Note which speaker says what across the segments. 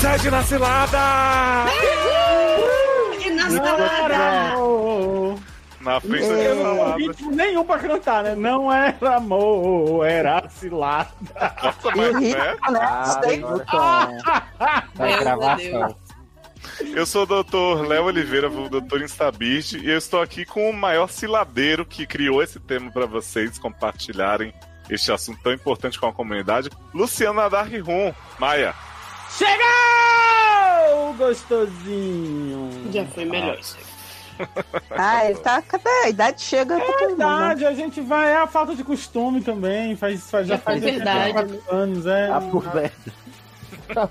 Speaker 1: Sede na cilada!
Speaker 2: E na salada!
Speaker 3: É,
Speaker 1: Na frente da
Speaker 4: Não
Speaker 1: salada.
Speaker 4: tem ritmo nenhum pra cantar, né? Não era amor, era cilada.
Speaker 5: E
Speaker 1: Nossa,
Speaker 5: o
Speaker 1: mas
Speaker 5: ritmo,
Speaker 1: né?
Speaker 5: né? Isso daí-
Speaker 6: Sabe, no tom da
Speaker 2: Meu
Speaker 6: gravação.
Speaker 1: Eu sou o doutor Léo Oliveira, o doutor Instabird, e eu estou aqui com o maior ciladeiro que criou esse tema para vocês compartilharem este assunto tão importante com a comunidade, Luciana Darrum. Maia,
Speaker 4: Chegou, gostosinho.
Speaker 2: Já foi melhor isso aqui.
Speaker 5: Ah, ele tá. Cadê? A idade chega pra todo mundo. né?
Speaker 4: Verdade, a gente vai. É a falta de costume também. Faz, faz- já
Speaker 2: Já
Speaker 4: faz
Speaker 2: foi verdade,
Speaker 4: 84 anos, é.
Speaker 6: A puberdade. tá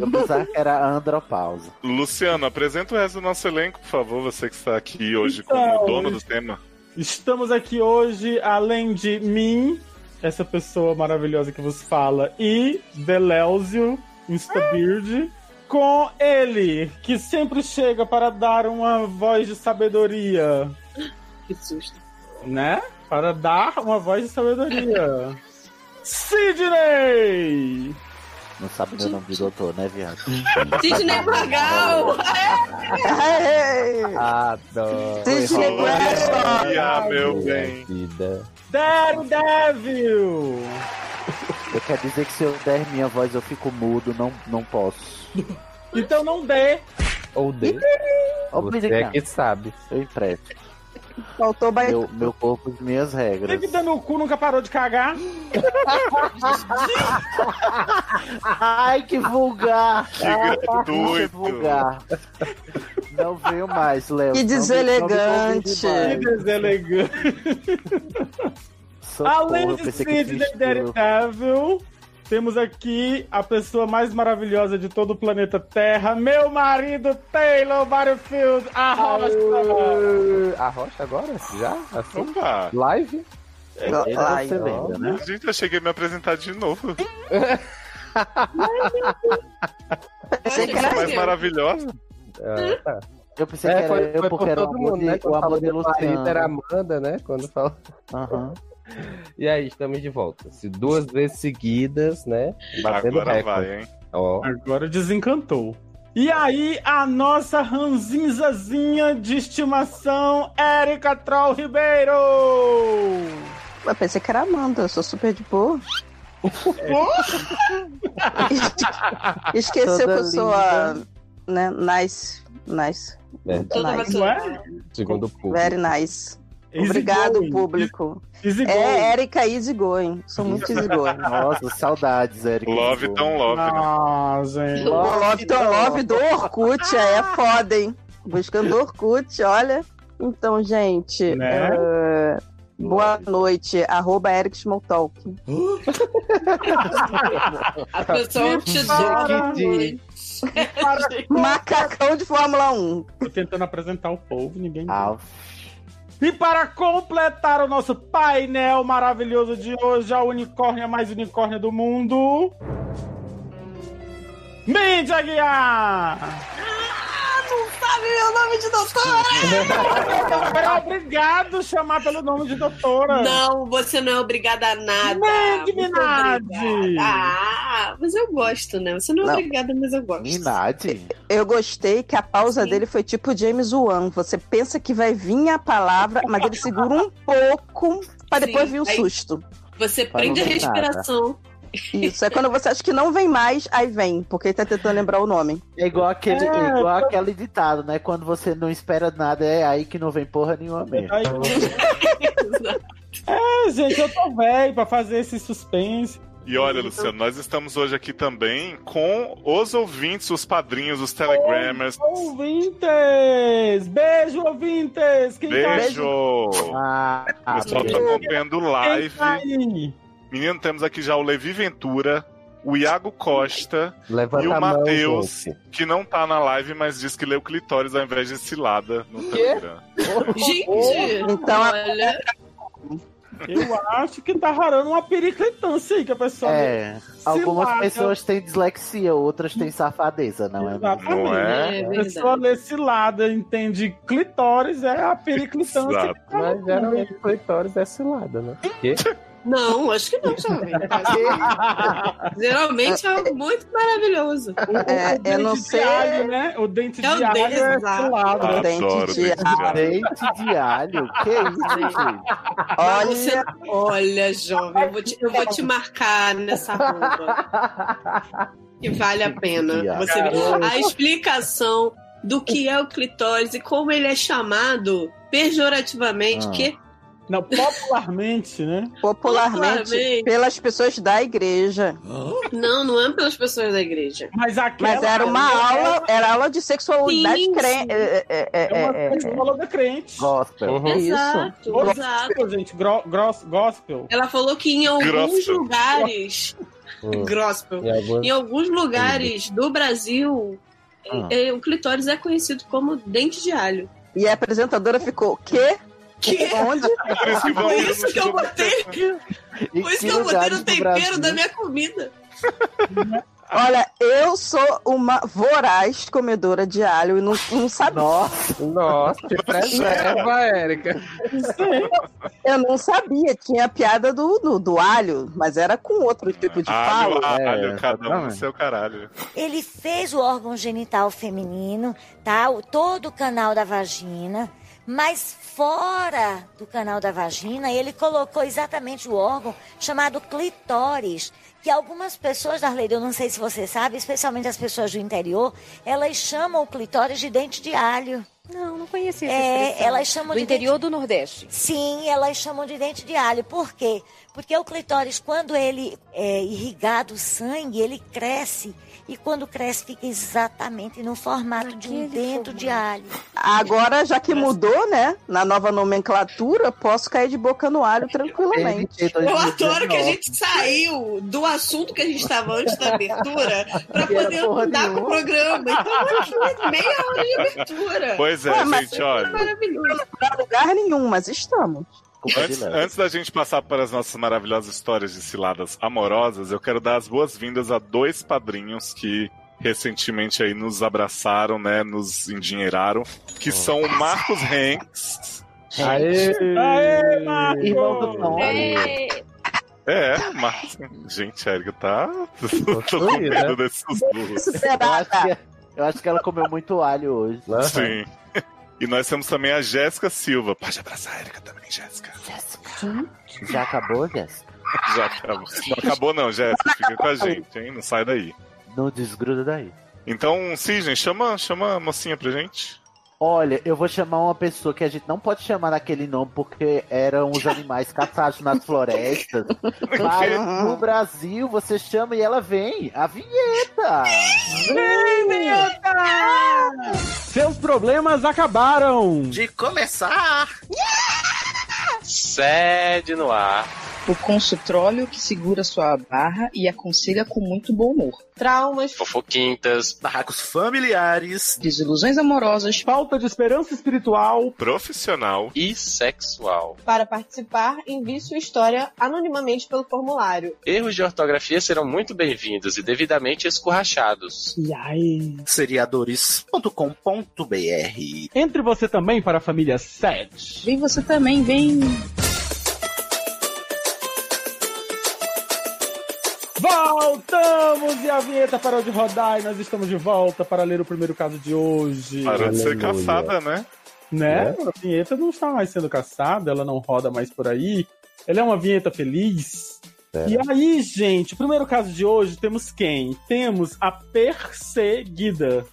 Speaker 6: Eu pensava que era andropausa.
Speaker 1: Luciano, apresenta o resto do nosso elenco, por favor, você que está aqui hoje
Speaker 4: Então,
Speaker 1: como dono
Speaker 4: hoje-
Speaker 1: do tema.
Speaker 4: Estamos aqui hoje, além de mim, essa pessoa maravilhosa que vos fala, e Deleuzio Instabeard, com ele, que sempre chega para dar uma voz de sabedoria,
Speaker 2: Que susto.
Speaker 4: né? Para dar uma voz de sabedoria. Sidney!
Speaker 6: Não sabe meu nome de doutor, né, viado?
Speaker 2: Sidney é Magal!
Speaker 5: Aê!
Speaker 6: Adoro.
Speaker 5: Sidney
Speaker 6: Enrola a
Speaker 5: Preston.
Speaker 1: Ah, meu
Speaker 6: minha
Speaker 1: bem.
Speaker 6: vida.
Speaker 4: Daredevil!
Speaker 6: Eu quero dizer que se eu der minha voz, eu fico mudo, não, não posso.
Speaker 4: Então não dê.
Speaker 3: Ou D.
Speaker 6: Ô,
Speaker 3: Você
Speaker 6: Pedrinho,
Speaker 3: é que sabe.
Speaker 6: eu empresto.
Speaker 5: Faltou ba...
Speaker 6: Meu, meu corpo e minhas regras.
Speaker 4: Sempre dando o cu, nunca parou de cagar.
Speaker 6: Ai, que vulgar!
Speaker 1: Que
Speaker 6: Ai, bicha
Speaker 1: gratuito!
Speaker 6: tá, vulgar. Não veio mais, Léo.
Speaker 5: Que
Speaker 6: Não me- não me
Speaker 5: deselegante.
Speaker 6: convide mais.
Speaker 4: Que deselegante.
Speaker 6: Socorro,
Speaker 4: Além
Speaker 6: eu
Speaker 4: de
Speaker 6: pensei que
Speaker 4: Sidney
Speaker 6: fingiu.
Speaker 4: Daredevil, temos aqui a pessoa mais maravilhosa de todo o planeta Terra, meu marido Taylor Barfield, a rocha!
Speaker 3: Uh, A rocha agora? Já? Assim?
Speaker 1: Opa!
Speaker 3: Live? é
Speaker 6: Ele é não
Speaker 5: Ai,
Speaker 6: se lembra, né?
Speaker 1: Gente, eu cheguei a me apresentar de novo.
Speaker 5: pensei que era
Speaker 1: mais
Speaker 2: eu.
Speaker 1: maravilhosa.
Speaker 3: Ah, tá.
Speaker 6: Eu pensei que era eu, porque era o amor de, o
Speaker 3: né? Quando
Speaker 6: amor
Speaker 3: falou
Speaker 6: de
Speaker 3: do marido era
Speaker 6: Luciano.
Speaker 3: Amanda, né? Quando falou.
Speaker 6: Aham.
Speaker 3: E aí, estamos de volta. Se duas vezes seguidas, né? Batendo
Speaker 1: Agora
Speaker 3: recorde.
Speaker 1: vai, hein?
Speaker 3: Ó,
Speaker 4: Agora desencantou. E aí, a nossa ranzinzazinha de estimação, Érica Troll Ribeiro!
Speaker 5: Eu pensei que era Amanda, eu sou super de boa. Esqueceu que eu sou a. Né? Nice. Nice.
Speaker 3: né?
Speaker 2: Toda
Speaker 5: Nice.
Speaker 4: Não
Speaker 2: pessoa.
Speaker 4: é?
Speaker 3: Segundo o público.
Speaker 5: Very nice.
Speaker 4: Easy
Speaker 5: Obrigado,
Speaker 4: going.
Speaker 5: público.
Speaker 4: Easy going.
Speaker 5: É Erika Easygoing. Sou muito easygoing.
Speaker 6: Nossa, saudades, Eric.
Speaker 1: Love tão love, né?
Speaker 4: Ah, gente.
Speaker 5: O Love Tom Love do Orkut é foda, hein? Buscando Orkut, olha. Então, gente,
Speaker 4: Né?
Speaker 5: eh, boa noite. Arroba Eric Smalltalk.
Speaker 2: A pessoa é um
Speaker 4: Para,
Speaker 2: tesouro. gente.
Speaker 5: Macacão de Fórmula 1.
Speaker 4: Tô tentando apresentar o povo, ninguém.
Speaker 6: Ah,
Speaker 4: E para completar o nosso painel maravilhoso de hoje, a unicórnia mais unicórnia do mundo. Mídia Guiar!
Speaker 2: Ah, Sabe meu nome de doutora?
Speaker 4: Era Então, obrigado chamar pelo nome de doutora.
Speaker 2: Não, você não é obrigada a nada.
Speaker 4: Mande
Speaker 2: Muito
Speaker 4: Minardi.
Speaker 2: obrigada. Ah, mas eu gosto, né? Você não é
Speaker 5: Não.
Speaker 2: obrigada, mas eu gosto.
Speaker 6: Minade.
Speaker 5: Eu gostei que a pausa
Speaker 2: Sim.
Speaker 5: dele foi tipo James Wan. Você pensa que vai vir a palavra, mas ele segura um pouco para
Speaker 2: Sim,
Speaker 5: depois vir o
Speaker 2: aí-
Speaker 5: susto.
Speaker 2: Você
Speaker 6: Pra
Speaker 2: prende a
Speaker 6: não ver nada.
Speaker 2: respiração.
Speaker 5: Isso. É quando você acha que não vem mais, aí vem, porque ele tá tentando lembrar o nome.
Speaker 6: É igual, aquele,
Speaker 4: É,
Speaker 6: é igual aquele ditado, né? Quando você não espera nada, é aí que não vem porra nenhuma mesmo.
Speaker 4: Aí, é, gente, eu tô velho pra fazer esse suspense.
Speaker 1: E olha, Luciano, nós estamos hoje aqui também com os ouvintes, os padrinhos, os telegramers.
Speaker 4: Oh, Ouvintes! Beijo, ouvintes! Quem tá-
Speaker 1: Beijo!
Speaker 6: Ah,
Speaker 1: O pessoal tá acompanhando
Speaker 4: Quem
Speaker 1: live.
Speaker 4: tá aí?
Speaker 1: Menino, temos aqui já o Levi Ventura, o Iago Costa,
Speaker 3: Levanta
Speaker 1: E o
Speaker 3: a mão,
Speaker 1: Matheus?
Speaker 3: gente.
Speaker 1: que não tá na live, mas diz que leu clitóris ao invés de cilada no Telegram.
Speaker 2: Gente,
Speaker 5: Então, a-
Speaker 2: olha,
Speaker 4: Eu acho que tá rarando uma periclitância aí, que a pessoa.
Speaker 6: é,
Speaker 4: se
Speaker 6: algumas
Speaker 4: larga.
Speaker 6: pessoas têm dislexia, outras têm safadeza, não é? mesmo?
Speaker 5: né?
Speaker 4: Exatamente.
Speaker 1: Não é?
Speaker 2: é,
Speaker 4: A pessoa
Speaker 2: verdade.
Speaker 4: lê cilada, entende clitóris, é a periclitância.
Speaker 1: Exato.
Speaker 4: que tá
Speaker 3: Mas geralmente o clitóris é cilada, né? Porque
Speaker 2: Não, acho que não, jovem. Geralmente é muito maravilhoso.
Speaker 4: O, o-
Speaker 5: É,
Speaker 4: o dente
Speaker 5: eu não
Speaker 4: de
Speaker 5: sei.
Speaker 4: alho, né? O dente de
Speaker 2: É o
Speaker 4: alho
Speaker 2: dente,
Speaker 4: é
Speaker 2: exato.
Speaker 4: cilada.
Speaker 1: Adoro
Speaker 5: Dente Tá de
Speaker 1: dente de alho.
Speaker 6: Leite de alho? Que isso, gente?
Speaker 5: Olha,
Speaker 2: Você... Olha, jovem, eu vou, te, eu vou te marcar nessa roupa. Que vale a pena. Você...
Speaker 4: Caramba.
Speaker 2: A explicação do que é o clitóris e como ele é chamado pejorativamente,
Speaker 6: Ah.
Speaker 2: que
Speaker 4: Não, popularmente, né?
Speaker 5: popularmente,
Speaker 2: Popularmente.
Speaker 5: pelas pessoas da igreja.
Speaker 2: não, não é pelas pessoas da igreja.
Speaker 4: Mas aquela...
Speaker 5: Mas era uma aula, era aula de sexualidade
Speaker 2: Sim,
Speaker 5: crente.
Speaker 2: sim.
Speaker 5: É, é, é,
Speaker 4: É uma
Speaker 5: é, é.
Speaker 4: escola da crente.
Speaker 6: Gospel.
Speaker 3: Uhum.
Speaker 5: Isso.
Speaker 2: Exato, exato.
Speaker 4: Gospel, gente. Gro gross- gospel.
Speaker 2: Ela falou que em alguns
Speaker 1: Grospel.
Speaker 2: lugares.
Speaker 3: Hum.
Speaker 2: Grospel.
Speaker 3: E algumas-
Speaker 2: Em alguns lugares do Brasil,
Speaker 6: Ah.
Speaker 2: eh, o clitóris é conhecido como dente de alho.
Speaker 5: E a apresentadora ficou, quê?
Speaker 2: Que
Speaker 5: Onde?
Speaker 1: É Por isso que vão
Speaker 2: Por É isso que eu botei,
Speaker 6: E
Speaker 2: por isso que eu botei
Speaker 6: lugares
Speaker 2: no
Speaker 6: do
Speaker 2: tempero
Speaker 6: Brasil-
Speaker 2: da minha comida.
Speaker 5: Olha, eu sou uma voraz comedora de alho e não, não sabia.
Speaker 6: Nossa,
Speaker 3: Nossa, te preserva, Érica.
Speaker 5: Eu não sabia, tinha a piada do, do, do alho, mas era com outro tipo de
Speaker 1: Alho,
Speaker 5: fala.
Speaker 1: alho, cada um
Speaker 6: É,
Speaker 1: no
Speaker 6: exatamente.
Speaker 1: seu caralho.
Speaker 7: Ele fez o órgão genital feminino, tá? O, todo o canal da vagina. Mas fora do canal da vagina, ele colocou exatamente o órgão chamado clitóris. Que algumas pessoas, Darley, eu não sei se você sabe, especialmente as pessoas do interior, elas chamam o clitóris de dente de alho.
Speaker 8: Não, não conhecia essa
Speaker 7: É,
Speaker 8: expressão.
Speaker 7: elas chamam
Speaker 8: Do
Speaker 7: de
Speaker 8: interior do Nordeste.
Speaker 7: Sim, elas chamam de dente de alho. Por quê? Porque o clitóris, quando ele é irrigado o sangue, ele cresce. E quando cresce, fica exatamente no formato de um
Speaker 8: Naquele
Speaker 7: dente de alho.
Speaker 8: formato.
Speaker 5: Agora, já que mudou, né? Na nova nomenclatura, posso cair de boca no alho
Speaker 6: ele
Speaker 5: tranquilamente.
Speaker 6: tem dois
Speaker 2: Eu
Speaker 6: mil e
Speaker 2: adoro que a
Speaker 6: dezenove.
Speaker 2: gente saiu do assunto que a gente estava antes da abertura para
Speaker 6: Que era
Speaker 2: poder
Speaker 6: porra
Speaker 2: andar com o
Speaker 6: nenhuma.
Speaker 2: programa. Então, aqui, meia hora de abertura.
Speaker 1: Pois é,
Speaker 5: Ué, mas-
Speaker 1: gente, olha.
Speaker 2: Maravilhoso.
Speaker 5: Não lugar nenhum, mas estamos.
Speaker 6: Desculpa,
Speaker 1: Antes,
Speaker 6: Dilan.
Speaker 1: antes da gente passar para as nossas maravilhosas histórias de ciladas amorosas, eu quero dar as boas-vindas a dois padrinhos que recentemente aí nos abraçaram, né, nos endinheiraram, que são o Marcos Henks.
Speaker 3: Aê!
Speaker 4: Aê,
Speaker 6: Irmão
Speaker 4: Marco!
Speaker 6: do Tom.
Speaker 1: É, Marcos. Gente, a Erika tá. Tô com
Speaker 3: fluida.
Speaker 1: medo desses burros.
Speaker 6: Eu acho,
Speaker 5: Superada.
Speaker 6: que, eu acho que ela comeu muito alho hoje.
Speaker 3: Aham.
Speaker 1: Sim. E nós temos também a Jéssica Silva. Pode abraçar a Erika também, Jéssica.
Speaker 6: Já acabou, Jéssica?
Speaker 1: Já acabou. Não acabou, não, Jéssica. Fica com a gente, hein? Não sai daí.
Speaker 6: Não desgruda daí.
Speaker 1: Então, Cisne, chama, chama a mocinha pra gente.
Speaker 6: Olha, eu vou chamar uma pessoa que a gente não pode chamar naquele nome porque eram os animais caçados nas florestas. Mas no Brasil você chama e ela vem. A vinheta!
Speaker 4: Seus problemas acabaram.
Speaker 9: de começar. Sede no ar.
Speaker 10: é O consultório que segura sua barra e aconselha com muito bom humor.
Speaker 2: Traumas.
Speaker 9: Fofoquintas. Barracos familiares.
Speaker 10: Desilusões amorosas.
Speaker 4: Falta de esperança espiritual.
Speaker 1: Profissional.
Speaker 9: E sexual.
Speaker 11: Para participar, envie sua história anonimamente pelo formulário.
Speaker 9: Erros de ortografia serão muito bem-vindos e devidamente escorrachados.
Speaker 4: E aí?
Speaker 9: Seriadores.com.br
Speaker 4: Entre você também para a família 7.
Speaker 10: Vem você também, vem.
Speaker 4: Voltamos e a vinheta parou de rodar e nós estamos de volta para ler o primeiro caso de hoje.
Speaker 1: Parou de ser
Speaker 3: Aleluia.
Speaker 1: caçada, né?
Speaker 4: Né? A vinheta não está mais sendo caçada, ela não roda mais por aí. Ela é uma vinheta feliz.
Speaker 3: É.
Speaker 4: E aí, gente, o primeiro caso de hoje temos quem? Temos a perseguida.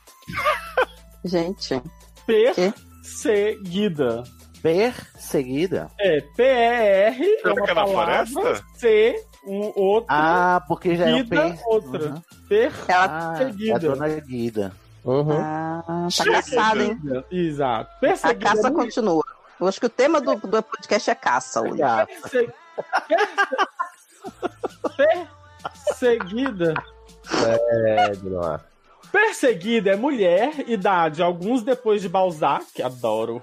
Speaker 5: Gente,
Speaker 4: Perseguida.
Speaker 6: Perseguida.
Speaker 4: É, P-E-R é
Speaker 1: Será
Speaker 4: uma
Speaker 1: que é na
Speaker 4: palavra,
Speaker 1: floresta?
Speaker 4: C, um outro,
Speaker 6: Ah, porque já é um
Speaker 4: Guida,
Speaker 6: per...
Speaker 4: outra. Tá
Speaker 6: Uhum.
Speaker 4: perseguida.
Speaker 5: ela
Speaker 6: Ah, é
Speaker 4: Perseguida.
Speaker 6: a dona Guida.
Speaker 3: Uhum.
Speaker 5: ah, tá
Speaker 1: Chega.
Speaker 5: caçada, hein?
Speaker 4: Exato.
Speaker 5: A
Speaker 4: Perseguida. né?
Speaker 5: caça continua. Eu acho que o tema do, do podcast é caça hoje.
Speaker 6: Ah,
Speaker 4: Perse- perse- Perseguida. É,
Speaker 3: Sede no ar.
Speaker 4: Perseguida é mulher, idade, alguns depois de Balzac, adoro.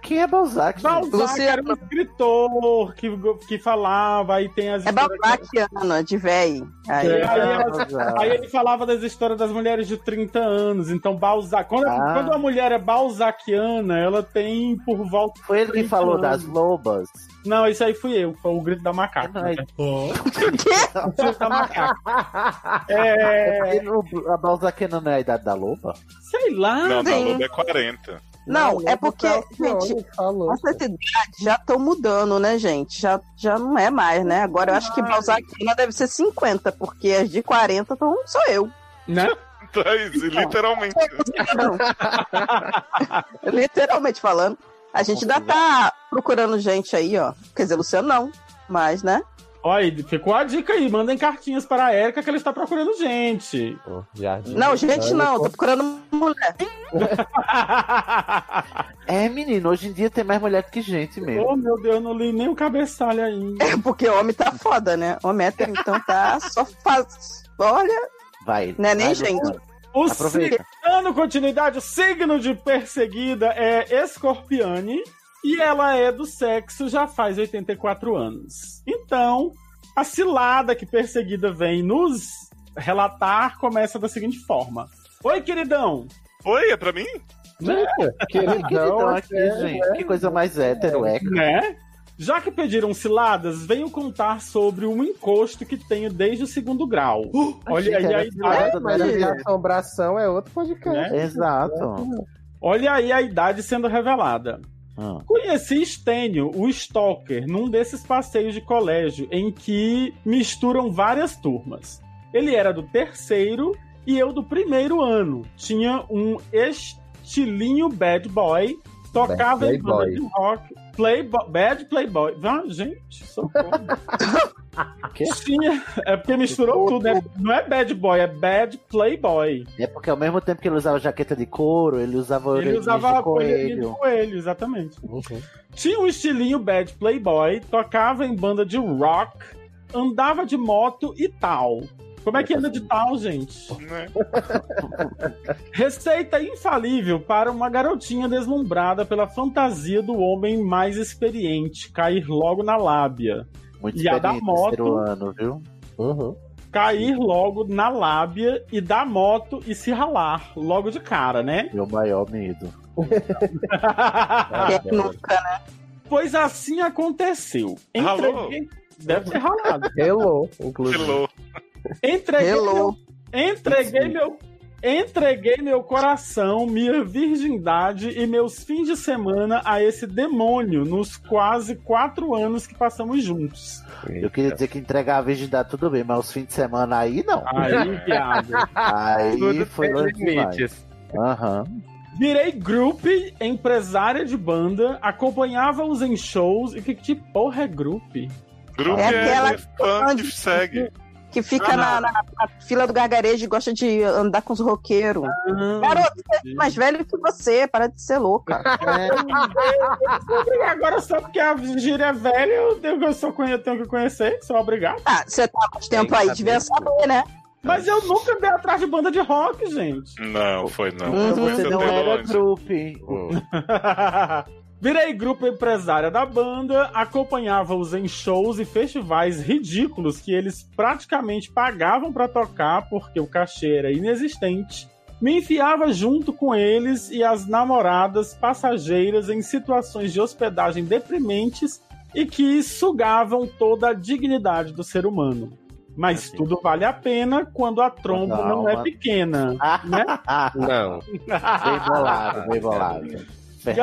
Speaker 6: Quem é Balzac?
Speaker 4: Balzac era um escritor que, que falava e tem as
Speaker 5: É balzaciano, de véi. Aí,
Speaker 4: É, aí, ela- aí ele falava das histórias das mulheres de 30 anos. Então, Balzac. Quando,
Speaker 6: Ah.
Speaker 4: quando a mulher é balzaciana, ela tem por volta.
Speaker 6: Foi ele que falou das
Speaker 4: Então,
Speaker 6: lobas.
Speaker 4: Não, isso aí fui eu. Foi o grito da macaca. né? O grito da macaca. É.
Speaker 6: É... porque o- A Balzacena não é a idade da loba?
Speaker 4: Sei lá.
Speaker 1: Não, da
Speaker 5: Sim.
Speaker 1: Lobo é 40.
Speaker 5: Não, é porque, gente, nossa idade já estão mudando, né, gente? Já, já não é mais, né? Agora eu acho que Balzacina deve ser 50, porque as de 40 então sou eu.
Speaker 4: Né?
Speaker 1: Pois, literalmente.
Speaker 5: Literalmente falando. A gente ainda tá procurando gente aí, ó. Quer dizer, Luciano não, mas, né?
Speaker 4: Olha, ficou a dica aí. Mandem cartinhas para a Erika que ela está procurando gente.
Speaker 5: Não, gente, não. Tô procurando mulher.
Speaker 6: É, menino, hoje em dia tem mais mulher do que gente mesmo.
Speaker 4: Oh, meu Deus, eu não li nem o cabeçalho ainda.
Speaker 5: É porque homem tá foda, né? Homem hétero, então tá só faz. Olha,
Speaker 6: Vai.
Speaker 5: né, nem
Speaker 6: vai,
Speaker 5: gente.
Speaker 6: Luciano.
Speaker 4: O
Speaker 6: Aproveita.
Speaker 4: dando continuidade, o signo de perseguida é Escorpiane e ela é do sexo já faz 84 anos. Então, a cilada que perseguida vem nos relatar começa da seguinte forma: Oi, queridão!
Speaker 1: Oi, é pra mim?
Speaker 4: Né?
Speaker 6: Queridão
Speaker 4: é
Speaker 6: aqui,
Speaker 5: é,
Speaker 6: gente. Que coisa mais hétero, é.
Speaker 4: Né? Já que pediram ciladas, venho contar sobre um encosto que tenho desde o segundo grau. Olha aí a idade.
Speaker 6: engraçado,
Speaker 3: É, mas
Speaker 6: né?
Speaker 3: a assombração é outro podcast.
Speaker 4: Né?
Speaker 6: Exato.
Speaker 4: Olha aí a idade sendo revelada.
Speaker 6: Ah.
Speaker 4: Conheci Stênio, o Stalker, num desses passeios de colégio em que misturam várias turmas. Ele era do terceiro e eu do primeiro ano. Tinha um estilinho bad boy, tocava
Speaker 3: Bad
Speaker 4: em banda
Speaker 3: playboy.
Speaker 4: de rock, playbo bad playboy. Ah, gente, socorro.
Speaker 6: Quê?
Speaker 4: Tinha, é porque misturou tudo, né? Não é bad boy, é bad playboy.
Speaker 6: É porque ao mesmo tempo que ele usava jaqueta de couro, ele usava
Speaker 4: Ele
Speaker 6: orelhinha
Speaker 4: usava
Speaker 6: de
Speaker 4: a coelhinha de
Speaker 6: coelho.
Speaker 4: coelho, exatamente.
Speaker 3: Uhum.
Speaker 4: Tinha um estilinho bad playboy, tocava em banda de rock, andava de moto e tal. Como é que anda de tal, gente?
Speaker 1: Né?
Speaker 4: Receita infalível para uma garotinha deslumbrada pela fantasia do homem mais experiente cair logo na lábia.
Speaker 6: Muito
Speaker 4: E a da
Speaker 6: experiente
Speaker 4: moto.
Speaker 6: ser humano, viu?
Speaker 3: Uhum.
Speaker 4: Cair logo na lábia e dar moto e se ralar logo de cara, né?
Speaker 6: Meu maior medo.
Speaker 5: Quem nunca, né?
Speaker 4: pois assim aconteceu.
Speaker 1: Ralou?
Speaker 4: Entreguei... Deve ser ralado.
Speaker 3: Hello, inclusive.
Speaker 1: Hello.
Speaker 4: Entreguei
Speaker 5: Hello.
Speaker 4: Entreguei meu, entreguei meu coração, minha virgindade e meus fins de semana a esse demônio nos quase quatro anos que passamos juntos.
Speaker 6: Eu queria dizer que entregar a virgindade tudo bem, mas os fins de semana aí não.
Speaker 4: Aí, viado.
Speaker 6: Aí
Speaker 4: Ah,
Speaker 3: Tudo
Speaker 6: foi
Speaker 3: tem
Speaker 6: longe demais.
Speaker 3: limites.
Speaker 6: Aham.
Speaker 4: Virei grupo, empresária de banda, acompanhava-os em shows. E que, que porra é grupo?
Speaker 1: Grupo
Speaker 5: É
Speaker 1: é,
Speaker 5: aquela-
Speaker 1: fã que segue.
Speaker 5: Que fica na, na- na fila do gargarejo e gosta de andar com os roqueiros. Garoto, você é mais velho que você, para de ser louca.
Speaker 4: Agora só porque a gíria é velha, eu tenho, eu só conhe- tenho que conhecer, sou obrigado.
Speaker 5: Ah, você tá há mais tempo aí, devia saber, né?
Speaker 4: Mas eu nunca andei atrás de banda de rock, gente.
Speaker 1: Não, foi não.
Speaker 5: Uhum.
Speaker 1: Foi
Speaker 6: Então Você
Speaker 1: seu
Speaker 6: não era
Speaker 1: Delonge.
Speaker 6: grupo.
Speaker 4: Virei grupo empresária da banda, acompanhava-os em shows e festivais ridículos que eles praticamente pagavam pra tocar porque o cachê era inexistente. Me enfiava junto com eles e as namoradas passageiras em situações de hospedagem deprimentes e que sugavam toda a dignidade do ser humano. Mas
Speaker 6: Assim.
Speaker 4: tudo vale a pena quando a tromba
Speaker 6: Quando a
Speaker 4: não é
Speaker 6: alma-
Speaker 4: pequena.
Speaker 3: Não.
Speaker 6: Bem bolado, bem bolado. Fernando Pessoa.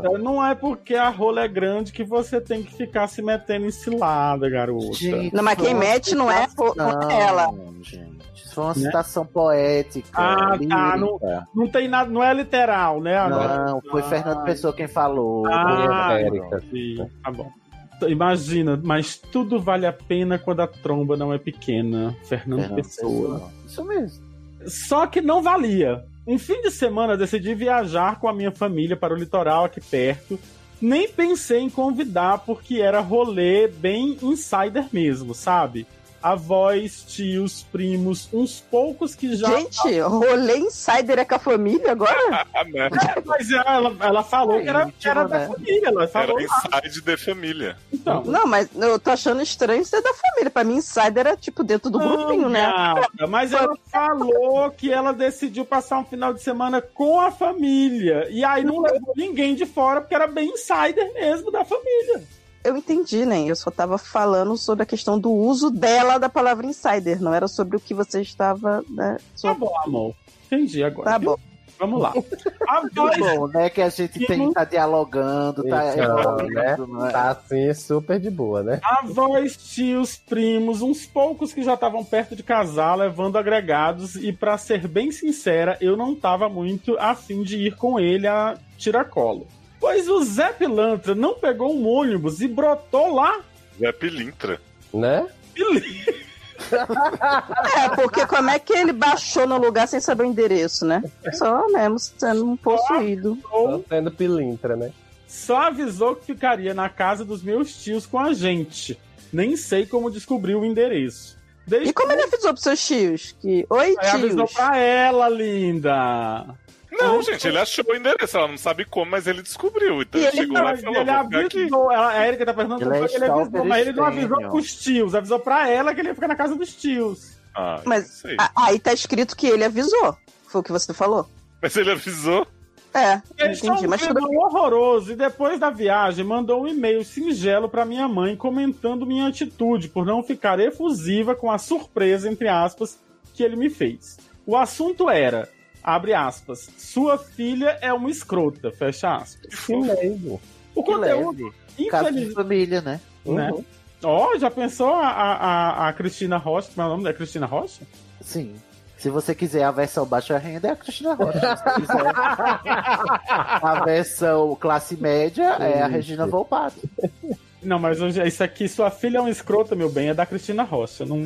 Speaker 4: Garota, não é porque a rola é grande que você tem que ficar se metendo em cilada, garota.
Speaker 6: Gente,
Speaker 5: Não, mas
Speaker 6: isso
Speaker 5: quem
Speaker 6: foi uma
Speaker 5: mete não é fo- não é ela.
Speaker 6: gente. Isso foi uma
Speaker 4: Né?
Speaker 6: citação poética.
Speaker 4: Ah, tá,
Speaker 6: lírica.
Speaker 4: Não tem nada, não é literal, né? Agora-
Speaker 6: Não, foi Fernando Pessoa quem falou.
Speaker 4: Ah,
Speaker 6: Foi
Speaker 3: Érica.
Speaker 4: Sim, tá bom. T- Imagina, mas tudo vale a pena quando a tromba não é pequena, Fernando
Speaker 6: Fernando
Speaker 4: Pessoa.
Speaker 6: Pessoa. Isso mesmo.
Speaker 4: Só que não valia. Um fim de semana decidi viajar com a minha família para o litoral aqui perto. Nem pensei em convidar porque era rolê bem insider mesmo, sabe? avós, tios, primos, uns poucos que já.
Speaker 5: Gente, rolê insider é com a família agora?
Speaker 1: Ah,
Speaker 4: Mas ela, ela falou que era, que era
Speaker 5: Íntimo,
Speaker 4: da
Speaker 5: né?
Speaker 4: família, ela falou. então.
Speaker 1: Era inside de família.
Speaker 5: Não, mas eu tô achando estranho ser da família. Pra mim, insider é tipo dentro do grupinho, né?
Speaker 4: Gata, Mas ela falou que ela decidiu passar um final de semana com a família. E aí não levou ninguém de fora, porque era bem insider mesmo da família.
Speaker 5: Eu entendi, né? Eu só tava falando sobre a questão do uso dela da palavra insider, não era sobre o que você estava. Né,
Speaker 4: Tá bom, amor. Entendi agora.
Speaker 5: Tá bom. Tá
Speaker 4: Vamos lá.
Speaker 6: Que bom, né? Que a gente tem, tá dialogando, tá
Speaker 3: Então, né?
Speaker 6: evoluindo, não é?
Speaker 3: Tá assim, super de boa, né?
Speaker 4: Avós, tios, primos, uns poucos que já estavam perto de casar, levando agregados, e pra ser bem sincera, eu não tava muito afim de ir com ele a tiracolo. Pois o Zé Pilantra não pegou um ônibus e brotou lá.
Speaker 1: Zé Pilintra.
Speaker 3: Né?
Speaker 5: É, porque como é que ele baixou no lugar sem saber o endereço, né? Só mesmo sendo um possuído.
Speaker 3: Tá sendo pilintra, né?
Speaker 4: Só avisou que ficaria na casa dos meus tios com a gente. Nem sei como descobriu o endereço.
Speaker 5: E como ele avisou pros seus tios? Que, Oi,
Speaker 4: Aí avisou
Speaker 5: tios.
Speaker 4: pra ela, linda.
Speaker 1: Não, gente, ele achou o endereço, ela não sabe como, mas ele descobriu. Então
Speaker 4: E ele,
Speaker 1: ele, chegou
Speaker 4: não,
Speaker 1: lá e
Speaker 4: ele,
Speaker 1: falou: "Vou ficar aqui".
Speaker 4: avisou, ela- a Erika tá perguntando
Speaker 1: Ele
Speaker 4: como
Speaker 1: é
Speaker 4: foi que ele avisou, mas ele não
Speaker 1: stalker
Speaker 4: avisou pros tios, avisou pra ela que ele ia ficar na casa dos tios.
Speaker 1: Ah,
Speaker 5: Mas a- aí tá escrito que ele avisou. Foi o que você falou.
Speaker 1: Mas ele avisou.
Speaker 5: É,
Speaker 4: Ele
Speaker 5: entendi, mas tudo
Speaker 4: um horroroso e depois da viagem mandou um e-mail singelo pra minha mãe comentando minha atitude por não ficar efusiva com a surpresa, entre aspas, que ele me fez. O assunto era, abre aspas, sua filha é uma escrota, fecha aspas. O conteúdo,
Speaker 6: Caso de
Speaker 4: infelizmente,
Speaker 6: família, né?
Speaker 4: né?
Speaker 6: Uhum.
Speaker 4: Ó, já pensou a, a, a- a Cristina Rocha? Como é o nome da Cristina Rocha?
Speaker 6: Sim. Se você quiser a versão baixa renda, é a Cristina Rocha. Se você quiser a versão classe média, é a
Speaker 4: Sim.
Speaker 6: Regina Volpato.
Speaker 4: Não, mas hoje, isso aqui, sua filha é um escrota, meu bem, é da Cristina Rocha. Não...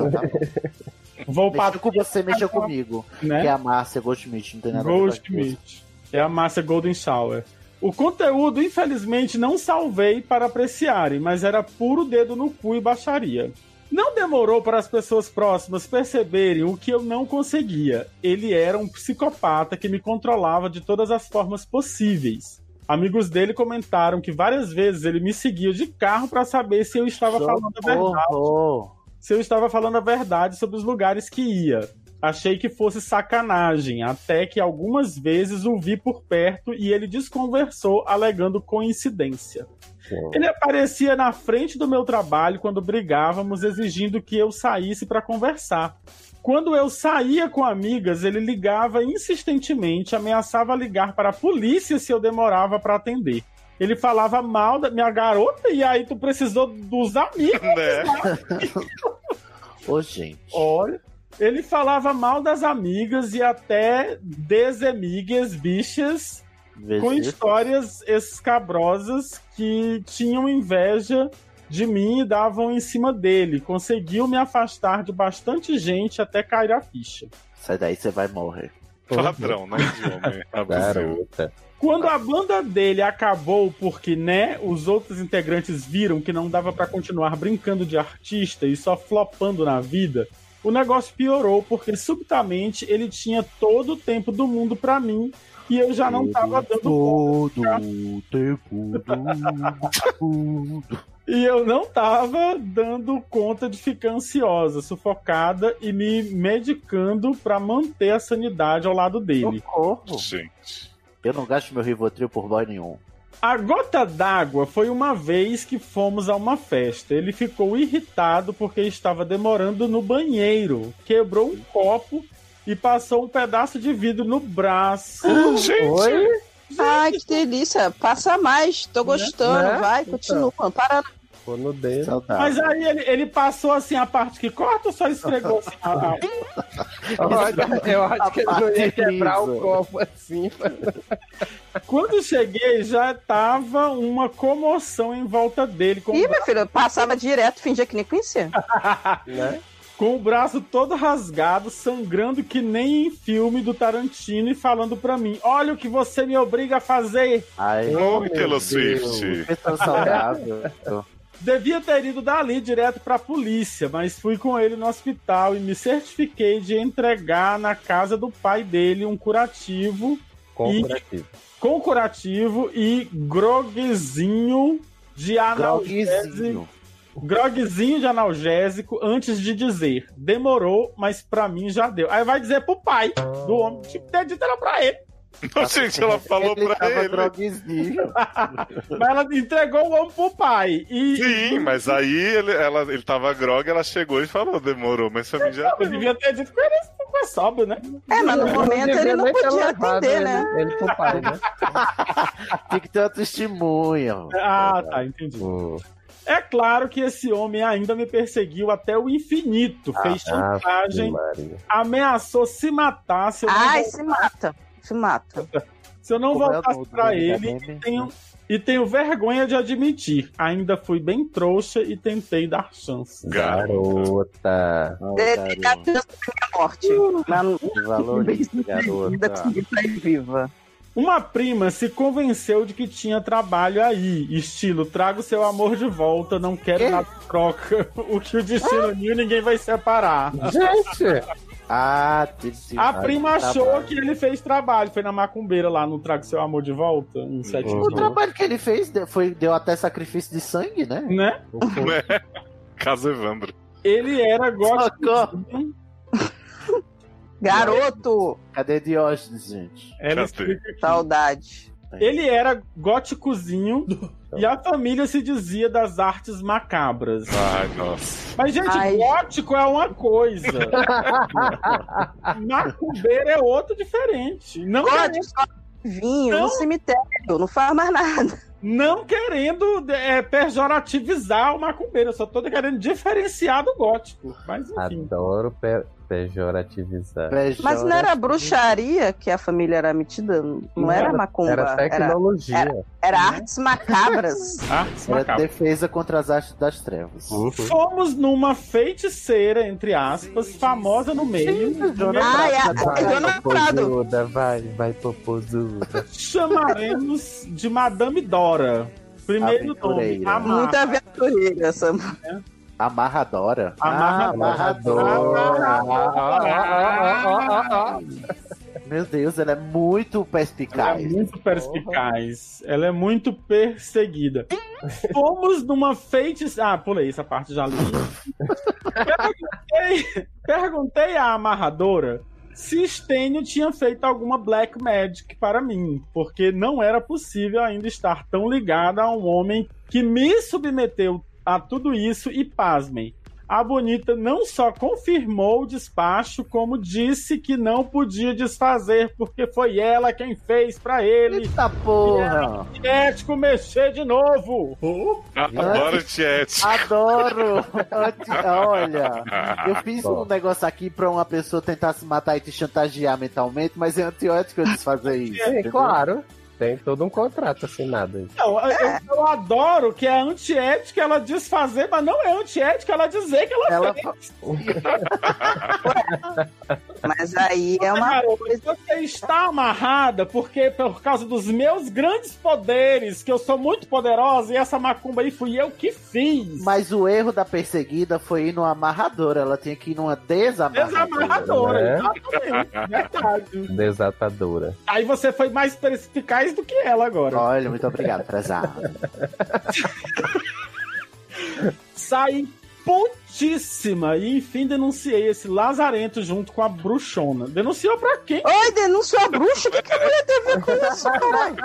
Speaker 4: Volpato
Speaker 6: Mexeu com você, mexeu comigo.
Speaker 4: Né?
Speaker 6: Que é a Márcia Goldschmidt, não tem nada a ver com as duas.
Speaker 4: Goldschmidt. É a massa Golden Shower. O conteúdo, infelizmente, não salvei para apreciarem, mas era puro dedo no cu e baixaria. Não demorou para as pessoas próximas perceberem o que eu não conseguia. Ele era um psicopata que me controlava de todas as formas possíveis. Amigos dele comentaram que várias vezes ele me seguia de carro para saber se eu estava falando a É verdade se eu estava falando a verdade sobre os lugares que ia. Achei que fosse sacanagem, até que algumas vezes o vi por perto e ele desconversou, alegando coincidência. Ele aparecia na frente do meu trabalho quando brigávamos, exigindo que eu saísse para conversar. Quando eu saía com amigas, ele ligava insistentemente, ameaçava ligar para a polícia se eu demorava para atender. Ele falava mal da minha garota e aí tu precisou dos amigos.
Speaker 1: né?
Speaker 6: Ô, gente.
Speaker 4: Olha. Ele falava mal das amigas e até desamigas, bichas, com
Speaker 6: Veja.
Speaker 4: histórias escabrosas que tinham inveja de mim e davam em cima dele. Conseguiu me afastar de bastante gente até cair a ficha.
Speaker 6: Sai daí, você vai morrer.
Speaker 1: Padrão, né, de homem abusivo.
Speaker 4: Quando a banda dele acabou porque, né, os outros integrantes viram que não dava pra continuar brincando de artista e só flopando na vida, o negócio piorou porque subitamente ele tinha todo o tempo do mundo pra mim e eu já Ah, não tava dando
Speaker 6: Todo o tempo do mundo.
Speaker 4: E eu não tava dando conta de ficar ansiosa, sufocada e me medicando pra manter a sanidade ao lado dele.
Speaker 1: Gente.
Speaker 6: Eu não gasto meu Rivotril por boy nenhum.
Speaker 4: A gota d'água foi uma vez que fomos a uma festa. Ele ficou irritado porque estava demorando no banheiro, quebrou um copo e passou um pedaço de vidro no braço.
Speaker 1: Oi?
Speaker 5: Ai, que delícia. Passa mais. Tô gostando.
Speaker 4: Né?
Speaker 5: Vai,
Speaker 4: Então.
Speaker 5: continua. Para.
Speaker 3: Pô no dedo.
Speaker 4: Mas aí ele, ele passou assim a parte que corta ou só esfregou assim? a- a-
Speaker 3: Olha, eu acho que ele não
Speaker 4: é
Speaker 3: ia quebrar o copo assim.
Speaker 4: Quando cheguei, já tava uma comoção em volta dele. Com
Speaker 5: Ih, meu filho, eu passava direto, fingia que nem conhecia.
Speaker 4: Com o braço todo rasgado, sangrando que nem em filme do Tarantino e falando pra mim: Olha o que você me obriga a fazer.
Speaker 6: Ai,
Speaker 1: Ô,
Speaker 6: meu
Speaker 1: Taylor
Speaker 6: Deus.
Speaker 1: Swift.
Speaker 6: Pessoa saudável.
Speaker 4: Devia ter ido dali direto pra polícia, mas fui com ele no hospital e me certifiquei de entregar na casa do pai dele um curativo.
Speaker 3: Com
Speaker 4: e,
Speaker 3: curativo.
Speaker 4: com curativo e groguezinho de analgésico.
Speaker 3: Groguezinho.
Speaker 4: Groguezinho de analgésico antes de dizer. Demorou, mas pra mim já deu. Aí vai dizer pro pai do homem. Tinha que ter dito era pra ele.
Speaker 1: gente, ela falou
Speaker 4: Ele
Speaker 1: pra
Speaker 4: tava
Speaker 1: ele.
Speaker 4: Mas ela entregou o homem pro pai. E,
Speaker 1: Sim, mas aí ele, ela, ele tava grog, ela chegou e falou, demorou, mas pra mim já.
Speaker 4: Eu devia ter dito que era super sóbrio, né?
Speaker 5: É, mas no momento ele não podia atender, né?
Speaker 3: é Ele pro pai, né?
Speaker 6: Tem que ter uma testemunha. mano.
Speaker 4: Ah, tá, entendi. É claro que esse homem ainda me perseguiu até o infinito. Fez
Speaker 3: Ah,
Speaker 4: chantagem,
Speaker 3: Maria.
Speaker 4: ameaçou se matar se eu não
Speaker 5: Ai,
Speaker 4: vol-
Speaker 5: se mata. Se mata.
Speaker 4: se eu não
Speaker 5: Como é o
Speaker 4: voltasse
Speaker 5: nome
Speaker 4: pra
Speaker 5: dele,
Speaker 4: ele. um
Speaker 5: né?
Speaker 4: e
Speaker 6: um
Speaker 4: tenho- e tenho vergonha de admitir. Ainda fui bem trouxa e tentei dar chance.
Speaker 3: Garota.
Speaker 5: Ele dá chance da minha morte. Mas
Speaker 6: Valorize, garota.
Speaker 5: tá viva.
Speaker 4: Uma prima se convenceu de que tinha trabalho aí. Estilo, trago seu amor de volta, não quero nada em troca. O que o destino uniu, ninguém vai separar.
Speaker 6: Ah, te- te-
Speaker 4: A
Speaker 6: ai,
Speaker 4: prima
Speaker 6: tá
Speaker 4: achou
Speaker 6: bom.
Speaker 4: que ele fez trabalho. Foi na macumbeira lá no Trago Seu Amor de Volta, em sete
Speaker 6: O trabalho que ele fez deu- foi, deu até sacrifício de sangue, né?
Speaker 4: Né?
Speaker 1: um Caso Evandro.
Speaker 4: Ele era
Speaker 6: gótico.
Speaker 5: Garoto!
Speaker 6: Cadê Diógenes, gente?
Speaker 4: Ela
Speaker 5: Saudade.
Speaker 4: Ele era góticozinho e a família se dizia das artes macabras.
Speaker 1: Ai, nossa.
Speaker 4: Mas, gente,
Speaker 1: Ai.
Speaker 4: gótico é uma coisa. Macumbeiro é outro diferente. Não
Speaker 5: Gótico,
Speaker 4: querendo-
Speaker 5: Vinho
Speaker 4: Não.
Speaker 5: no cemitério, não faz mais nada.
Speaker 4: Não querendo é, pejorativizar o macumbeiro, eu só tô querendo diferenciar do gótico. Mas
Speaker 3: Ah,
Speaker 4: enfim.
Speaker 3: Adoro pe- pejorativizar.
Speaker 5: Mas não era bruxaria que a família era metida? Não era macumba.
Speaker 3: Era tecnologia.
Speaker 5: Era, era artes macabras.
Speaker 4: Artes
Speaker 6: Era
Speaker 4: macabras.
Speaker 6: É defesa contra as artes das trevas.
Speaker 4: Fomos numa feiticeira, entre aspas, famosa no meio.
Speaker 5: Ai, a- a- Ah, é, Dona Prado.
Speaker 3: Popozuda, vai, vai, popozuda.
Speaker 4: Chamaremos de Madame Dora. Primeiro nome,
Speaker 6: Aventureira.
Speaker 4: Amarra.
Speaker 5: Muita aventureira essa.
Speaker 6: Amarradora.
Speaker 4: Amarradora. Ah,
Speaker 6: Amarradora. Meu Deus, ela é muito
Speaker 4: Ela é
Speaker 6: perspicaz.
Speaker 4: muito perspicaz. Ela é muito perseguida. Fomos numa feiticeira. Ah, pulei essa parte já li. perguntei, perguntei à amarradora se Stênio tinha feito alguma Black Magic para mim, porque não era possível ainda estar tão ligada a um homem que me submeteu a tudo isso e pasmem. A Bonita não só confirmou o despacho, como disse que não podia desfazer, porque foi ela quem fez pra ele.
Speaker 6: Eita porra!
Speaker 4: Ético mexer de novo!
Speaker 1: Ah, Adoro o chat.
Speaker 6: Adoro! Antes- Olha, eu fiz um negócio aqui pra uma pessoa tentar se matar e te chantagear mentalmente, mas é antiótico eu desfazer isso.
Speaker 3: É,
Speaker 6: entendeu?
Speaker 3: claro. Tem todo um contrato assinado aí.
Speaker 4: Não, eu,
Speaker 5: É.
Speaker 4: eu adoro que é antiética ela desfazer, mas não é antiética ela dizer que ela,
Speaker 6: Ela
Speaker 4: fez.
Speaker 5: Mas aí é uma
Speaker 4: Cara, Você está amarrada porque por causa dos meus grandes poderes, que eu sou muito poderosa e essa macumba aí fui eu que fiz.
Speaker 6: Mas o erro da perseguida foi ir numa amarradora, ela tinha que ir numa desamarradora.
Speaker 4: Desamarradora,
Speaker 3: né?
Speaker 4: exatamente. Verdade.
Speaker 3: Desatadora.
Speaker 4: Aí você foi mais perspicaz do que ela agora.
Speaker 6: Olha, muito obrigado, prezado.
Speaker 4: Saí putíssima e enfim denunciei esse lazarento junto com a bruxona. Denunciou pra quem?
Speaker 5: Oi, denúncia a bruxa? O que, que a mulher tem a ver com isso, caralho?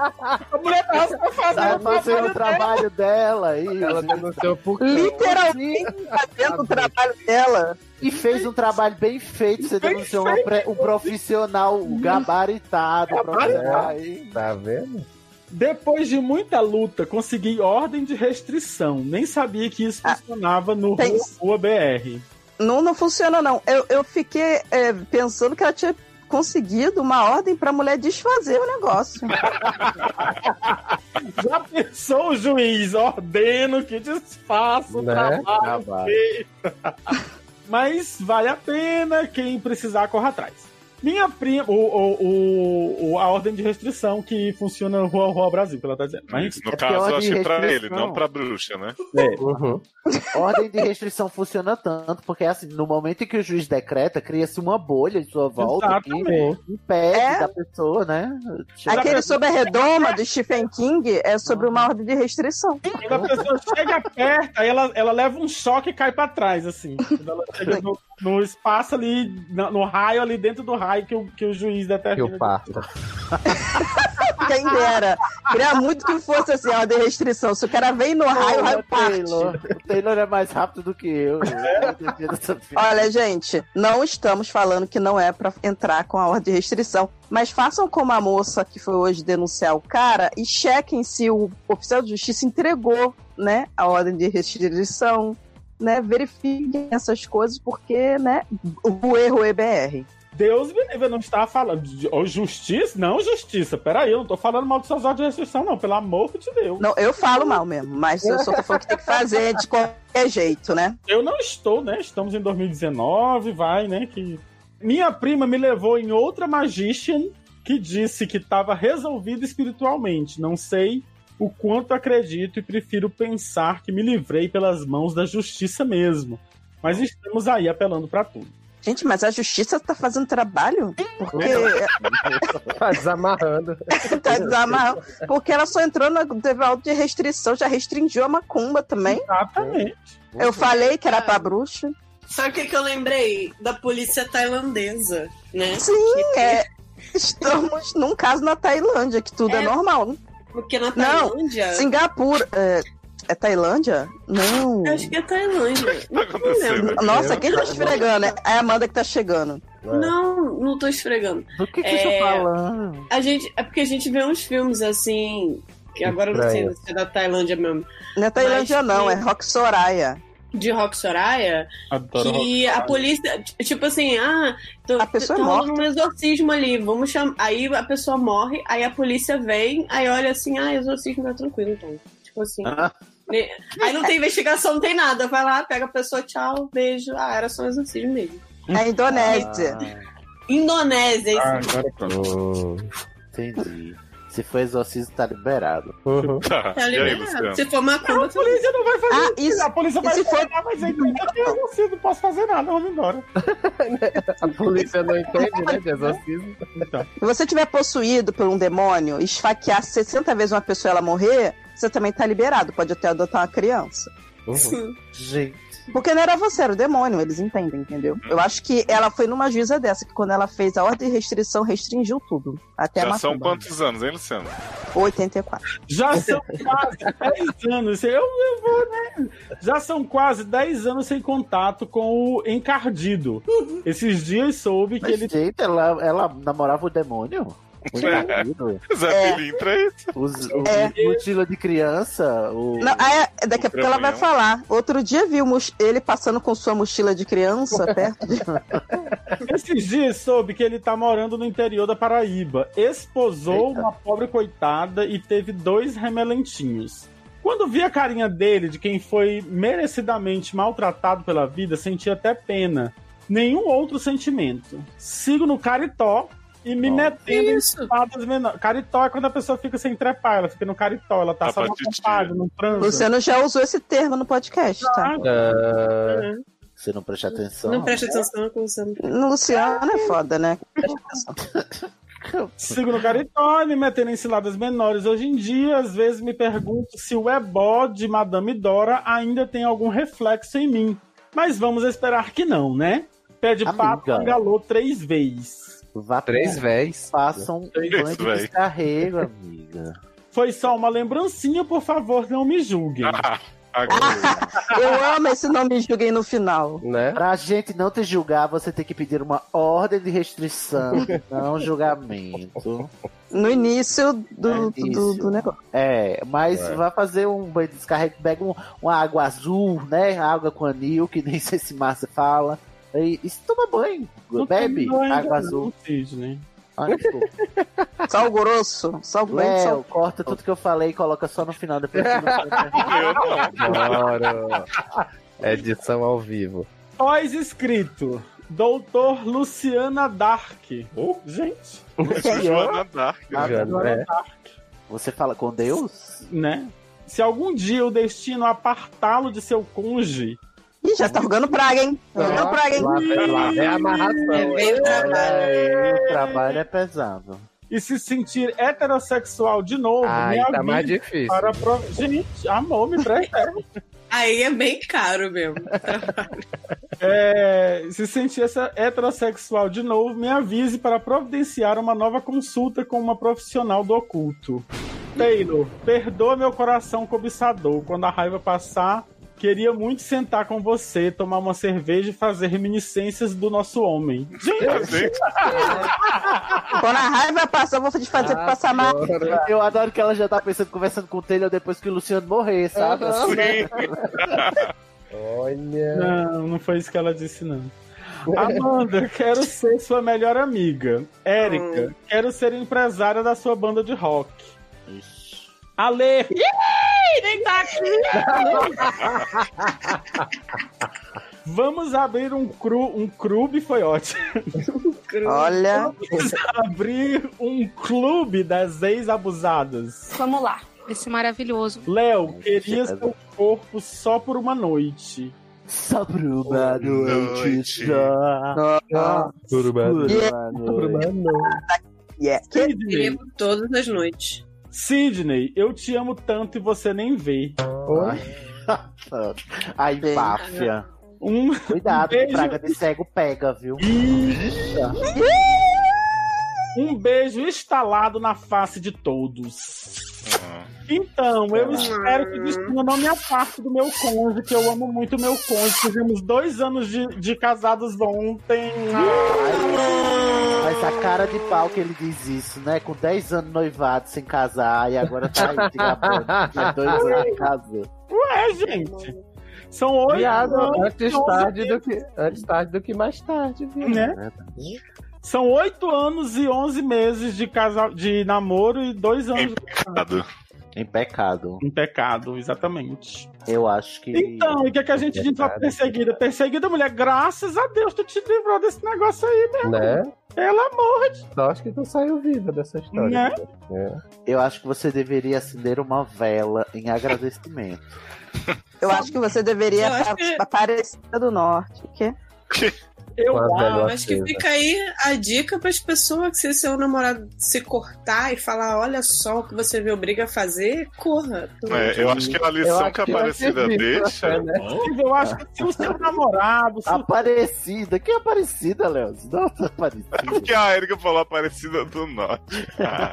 Speaker 4: A mulher tá
Speaker 6: Tá
Speaker 4: fazendo
Speaker 6: fazendo o trabalho dela né? e
Speaker 3: Ela tá denunciou por quê?
Speaker 5: Literalmente fazendo o trabalho dela.
Speaker 6: E fez um trabalho bem feito. Você
Speaker 4: Bem
Speaker 6: denunciou uma pre- um profissional gabaritado.
Speaker 4: Gabaritado.
Speaker 6: Aí,
Speaker 3: Tá vendo?
Speaker 4: Depois de muita luta, consegui ordem de restrição. Nem sabia que isso funcionava no
Speaker 5: tem-
Speaker 4: Rua- Rua BR.
Speaker 5: Não, não funciona, não. Eu, eu fiquei é, pensando que ela tinha conseguido uma ordem pra mulher desfazer o negócio.
Speaker 4: Já pensou o juiz? Ordeno que desfaça o
Speaker 3: Né?
Speaker 4: trabalho.
Speaker 6: Trabalho.
Speaker 4: dele. Mas vale a pena quem precisar corra atrás. Minha prima. O, o, o- a ordem de restrição que funciona no Rua Rua Brasil, que ela tá dizendo. Mas,
Speaker 1: No caso, eu acho que pra ele, não pra bruxa, né?
Speaker 3: Uhum.
Speaker 6: Ordem de restrição funciona tanto, porque assim, no momento em que o juiz decreta, cria-se uma bolha em sua volta
Speaker 10: Exatamente.
Speaker 6: que impede
Speaker 10: É?
Speaker 6: da pessoa, né?
Speaker 10: Aquele sobre a redoma do Stephen King é sobre uma ordem de restrição.
Speaker 4: Quando a pessoa chega perto, aí ela, ela leva um choque e cai pra trás, assim. Quando ela chega no, no espaço ali, na- no, raio ali dentro do raio que o, que o juiz determina.
Speaker 3: Que o parta.
Speaker 10: Quem dera. Queria muito que fosse assim, a ordem de restrição. Se o cara vem no raio, o raio parte.
Speaker 6: Taylor. Taylor é mais rápido do que eu. Eu defendo essa filha.
Speaker 10: Olha, gente, não estamos falando que não é pra entrar com a ordem de restrição, mas façam como a moça que foi hoje denunciar o cara e chequem se o oficial de justiça entregou, né, a ordem de restrição, né? Verifiquem essas coisas porque, né, o erro EBR.
Speaker 4: Deus me livre, eu não estava falando. de- Ou justiça? Não, justiça. Peraí, eu não tô falando mal do suas ordens de restrição, não, pelo amor de Deus.
Speaker 10: Não, eu falo mal mesmo, mas eu só tô falando que tem que fazer de qualquer jeito, né?
Speaker 4: Eu não estou, né? Estamos em 2019, vai, né? Que... Minha prima me levou em outra magician que disse que estava resolvido espiritualmente. Não sei o quanto acredito e prefiro pensar que me livrei pelas mãos da justiça mesmo. Mas estamos aí apelando pra tudo.
Speaker 10: Gente, mas a justiça tá fazendo trabalho? Porque
Speaker 3: tá desamarrando.
Speaker 10: Tá desamarrando. Porque ela só entrou na teve auto de restrição, já restringiu a macumba também.
Speaker 4: Exatamente.
Speaker 10: Eu falei que era pra bruxa.
Speaker 2: Sabe o que, que eu lembrei? Da polícia tailandesa, né?
Speaker 10: Sim, é, estamos num caso na Tailândia, que tudo é,
Speaker 2: É,
Speaker 10: normal. né?
Speaker 2: Porque na
Speaker 10: Não,
Speaker 2: Tailândia.
Speaker 10: Singapura. É, é Tailândia? Não.
Speaker 2: Acho que é Tailândia.
Speaker 1: Não
Speaker 2: acontecendo aqui?
Speaker 10: Nossa, quem tá esfregando? É a Amanda que tá chegando.
Speaker 6: É.
Speaker 2: Não, não tô esfregando. É,
Speaker 6: Do que
Speaker 10: que eu tô falando?
Speaker 2: A gente, é porque a gente vê uns filmes assim. Que agora eu não sei
Speaker 10: Estranho.
Speaker 2: se é da Tailândia mesmo.
Speaker 10: Não é Tailândia,
Speaker 2: Mas
Speaker 10: não,
Speaker 2: que-
Speaker 10: é Rock Soraya.
Speaker 2: De Rock Soraya.
Speaker 4: Adoro
Speaker 2: que a polícia, t- tipo assim, ah, tô, a
Speaker 10: pessoa
Speaker 2: tá
Speaker 10: é
Speaker 2: rolando um exorcismo ali, vamos chamar. Aí a pessoa morre, aí a polícia vem, aí olha assim, ah, exorcismo tá tranquilo, então. Tipo assim.
Speaker 6: Ah.
Speaker 2: Né? Aí não tem investigação, não tem nada. Vai lá, pega a pessoa, tchau, beijo. Ah, era só um exorcismo mesmo.
Speaker 10: É Indonésia.
Speaker 6: Ah,
Speaker 2: Indonésia,
Speaker 1: Ah,
Speaker 2: isso.
Speaker 6: Hum, Entendi. Se for exorcismo, tá liberado.
Speaker 3: Uhum.
Speaker 1: Tá,
Speaker 2: Tá liberado. Se for macumba,
Speaker 4: A polícia não vai fazer
Speaker 10: Ah,
Speaker 4: isso.
Speaker 10: isso-
Speaker 4: A polícia
Speaker 10: e
Speaker 4: vai
Speaker 10: se for-
Speaker 4: falar, "Ah, mas aí eu tenho anúncio, não posso fazer nada, vamos embora.
Speaker 3: A polícia não entende, né? De exorcismo.
Speaker 10: Se você tiver possuído por um demônio, esfaquear 60 vezes uma pessoa e ela morrer, você também tá liberado, pode até adotar uma criança.
Speaker 6: Gente.
Speaker 10: Porque não era você, era o demônio, eles entendem, entendeu?
Speaker 1: Uhum.
Speaker 10: Eu acho que ela foi numa juíza dessa, que quando ela fez a ordem de restrição, restringiu tudo. Até
Speaker 1: Já
Speaker 10: a
Speaker 1: são
Speaker 10: são...
Speaker 1: quantos anos, hein, Luciano?
Speaker 10: 84.
Speaker 4: Já são quase 10 anos. Eu, eu vou, né? Já são quase 10 anos sem contato com o encardido. Esses dias soube que
Speaker 6: Mas,
Speaker 4: ele.
Speaker 6: gente, ela, ela namorava o demônio? O encardido?
Speaker 1: Zé Pilintra é isso.
Speaker 6: Os, o
Speaker 10: É.
Speaker 6: mutila de criança? O...
Speaker 10: Não, aí, é, daqui a pouco ela vai
Speaker 6: Trambunhão.
Speaker 10: falar. Outro dia vimos ele passando com sua mochila de criança perto de.
Speaker 4: Esses dias soube que ele tá morando no interior da Paraíba. Esposou uma pobre coitada e teve dois remelentinhos. Quando vi a carinha dele, de quem foi merecidamente maltratado pela vida, senti até pena. Nenhum outro sentimento. Sigo no caritó e me metendo em espadas menores. Caritó é quando a pessoa fica sem trepar, ela fica no caritó, ela tá só na vontade, no transa.
Speaker 10: Luciano já usou esse termo no podcast, tá?
Speaker 3: É,
Speaker 6: Ah, Você não presta atenção?
Speaker 2: Não presta atenção com o
Speaker 10: No Luciano é foda, né?
Speaker 4: Sigo no Caritó, me metendo em ciladas menores. Hoje em dia, às vezes me pergunto se o ebó de Madame Dora ainda tem algum reflexo em mim. Mas vamos esperar que não, né? Pé de pato engalou três vezes.
Speaker 6: Vá
Speaker 3: Três véis.
Speaker 6: Façam um
Speaker 4: Três
Speaker 6: banho de
Speaker 4: véis.
Speaker 6: descarrego, amiga.
Speaker 4: Foi só uma lembrancinha, por favor, não me julguem.
Speaker 1: Ah,
Speaker 10: Eu amo esse nome julguem no final.
Speaker 3: Né?
Speaker 6: Pra gente não te julgar, você tem que pedir uma ordem de restrição, não julgamento.
Speaker 10: No início do,
Speaker 6: É
Speaker 10: do- do,
Speaker 6: isso.
Speaker 10: negócio.
Speaker 6: É, mas
Speaker 10: É.
Speaker 6: vai fazer um banho de descarrego, pega um, uma água azul, né? Água com anil, que nem sei se Márcia fala. E, e se toma banho,
Speaker 10: Não
Speaker 6: bebe
Speaker 10: tem banho,
Speaker 6: água
Speaker 10: não,
Speaker 6: azul.
Speaker 4: Sidney.
Speaker 6: Ah, desculpa.
Speaker 10: Sal grosso, sal grosso.
Speaker 6: Léo,
Speaker 10: sal-
Speaker 6: corta tudo que eu falei e coloca só no final. Depois você não
Speaker 3: Bora. É Edição ao vivo.
Speaker 4: Pós escrito. Doutor Luciana Dark. Gente.
Speaker 1: Joana Dark. né?
Speaker 4: A
Speaker 3: Ah, né?
Speaker 4: Joana Dark.
Speaker 6: Você fala com Deus?
Speaker 4: Né? Se algum dia o destino apartá-lo de seu cônjuge.
Speaker 10: é.
Speaker 5: Ih, já tá jogando praga, hein? Jogando praga, hein?
Speaker 6: Lá vem, lá vem a amarração.
Speaker 5: É, veio o trabalho.
Speaker 6: Aí, o trabalho é pesado.
Speaker 4: E se sentir heterossexual de novo,
Speaker 3: Aí
Speaker 4: me
Speaker 3: tá
Speaker 4: avise
Speaker 3: mais difícil.
Speaker 4: Para a pro... Gente, amor, me presta.
Speaker 2: Aí é bem caro mesmo.
Speaker 4: É, se sentir essa heterossexual de novo, me avise para providenciar uma nova consulta com uma profissional do oculto. Taylor, perdoa meu coração cobiçador. Quando a raiva passar, queria muito sentar com você, tomar uma cerveja e fazer reminiscências do nosso homem.
Speaker 1: Gente,
Speaker 5: Quando a raiva passar, eu vou te fazer passar mal.
Speaker 6: Eu adoro que ela já tá pensando, conversando com o Taylor depois que o Luciano morrer, sabe? Assim,
Speaker 3: Olha.
Speaker 4: Não, não foi isso que ela disse, não. Amanda, quero ser sua melhor amiga. Érica, quero ser empresária da sua banda de rock. Ale,
Speaker 2: Ih, nem tá aqui.
Speaker 4: vamos abrir um cru, um clube, foi ótimo.
Speaker 5: Olha,
Speaker 4: Vamos abrir um clube das ex-abusadas.
Speaker 12: Vamos lá. Vai ser maravilhoso.
Speaker 4: Léo, queria seu corpo só por uma noite.
Speaker 6: Só por uma
Speaker 1: noite.
Speaker 6: noite. Só
Speaker 3: Turba.
Speaker 6: por uma noite.
Speaker 5: yeah.
Speaker 4: Sidney,
Speaker 2: Escrevo todas as noites.
Speaker 4: Sidney, eu te amo tanto e você nem vê.
Speaker 6: Ai, máfia.
Speaker 4: Um
Speaker 6: Cuidado, que
Speaker 4: Beijo.
Speaker 6: praga de cego pega, viu?
Speaker 4: Um beijo estalado na face de todos. Então,
Speaker 3: Ah.
Speaker 4: eu espero que o destino não me aparte do meu cônjuge, que eu amo muito meu cônjuge. Tivemos dois anos de, de casados ontem.
Speaker 3: Ah,
Speaker 6: Mas a cara de pau que ele diz isso, né? Com 10 anos noivado, sem casar, e agora tá aí se gabando. Há dois anos de casa.
Speaker 4: Ué, é, gente. São oito
Speaker 3: Viado,
Speaker 4: anos.
Speaker 3: antes
Speaker 4: onze
Speaker 3: tarde, do que, antes tarde do que mais tarde, viu? É, tá.
Speaker 4: Né? São oito anos e onze meses de, casa... de namoro e dois anos de
Speaker 1: Pecado.
Speaker 6: Em pecado.
Speaker 4: um pecado, exatamente.
Speaker 6: Eu acho que.
Speaker 4: Então, e o que, é que a gente diz pra
Speaker 3: Verdade.
Speaker 4: perseguida? Perseguida, mulher, graças a Deus, tu te livrou desse negócio aí, né?
Speaker 3: Né?
Speaker 4: Pelo amor
Speaker 3: Só acho que tu saiu viva dessa história.
Speaker 4: Né?
Speaker 3: né?
Speaker 6: Eu acho que você deveria acender uma vela em agradecimento.
Speaker 5: eu acho que você deveria
Speaker 2: Eu acho
Speaker 5: estar
Speaker 2: que-
Speaker 5: Aparecida do Norte. Que?
Speaker 4: Eu
Speaker 3: Com a velha
Speaker 2: Acho que
Speaker 3: acesa.
Speaker 2: fica aí a dica para as pessoas que se seu namorado se cortar e falar, olha só o que você me obriga a fazer, corra.
Speaker 1: É, eu acho que a
Speaker 3: Eu
Speaker 1: lição
Speaker 3: acho
Speaker 1: que a
Speaker 3: que vai
Speaker 1: Aparecida
Speaker 3: servir pra
Speaker 1: deixa.
Speaker 3: fé, né?
Speaker 4: Eu acho que se o seu namorado. se o-
Speaker 6: Aparecida. Tá Que Aparecida, Léo? Nossa, Aparecida.
Speaker 1: Porque é a Erika falou Aparecida do Norte. Ah,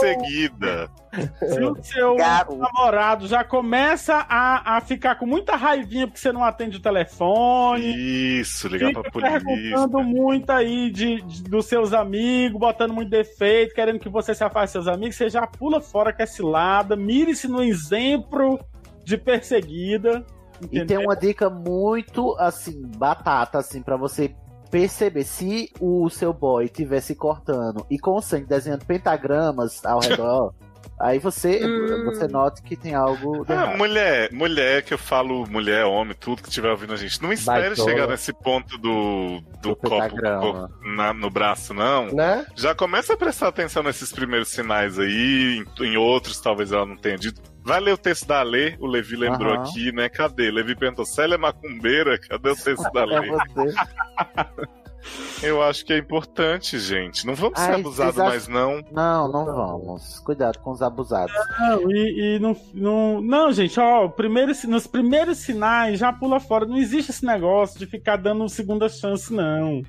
Speaker 1: Perseguida.
Speaker 4: Se o seu
Speaker 5: Garoto.
Speaker 4: namorado já começa a, a ficar com muita raivinha porque você não atende o telefone,
Speaker 1: Isso, ligar pra
Speaker 4: fica
Speaker 1: polícia.
Speaker 4: perguntando muito aí de, de- dos seus amigos, botando muito defeito, querendo que você se afaste dos seus amigos, você já pula fora com a cilada, mire-se no exemplo de perseguida.
Speaker 6: E tem
Speaker 4: Entendeu?
Speaker 6: uma dica muito, assim, batata, assim, pra você perceber. Se o seu boy estiver se cortando e com sangue desenhando pentagramas ao redor, aí você,
Speaker 2: Hum.
Speaker 6: você nota que tem algo de
Speaker 1: Ah,
Speaker 6: errado.
Speaker 1: mulher, mulher que eu falo, mulher, homem, tudo que estiver ouvindo a gente. Não espere
Speaker 3: Baitola.
Speaker 1: chegar nesse ponto do, do
Speaker 6: Do
Speaker 1: copo
Speaker 6: pentagrama.
Speaker 1: co- na- no braço, não.
Speaker 3: tá Né?
Speaker 1: Já começa a prestar atenção nesses primeiros sinais aí, em, em outros talvez ela não tenha dito. Vai ler o texto da Lê, o Levi lembrou
Speaker 6: Aham.
Speaker 1: aqui, né? Cadê? Levi perguntou, Célia é macumbeira, cadê o texto da
Speaker 6: É
Speaker 1: Lê?
Speaker 6: você.
Speaker 1: Eu acho que é importante, gente. Não vamos ser
Speaker 6: Ai,
Speaker 1: abusados mais,
Speaker 6: vocês
Speaker 1: não.
Speaker 6: Não, não vamos. Cuidado com os abusados.
Speaker 4: Não, e, e não, não. Não, gente, ó, primeiro, si- nos primeiros sinais já pula fora. Não existe esse negócio de ficar dando segunda chance, não.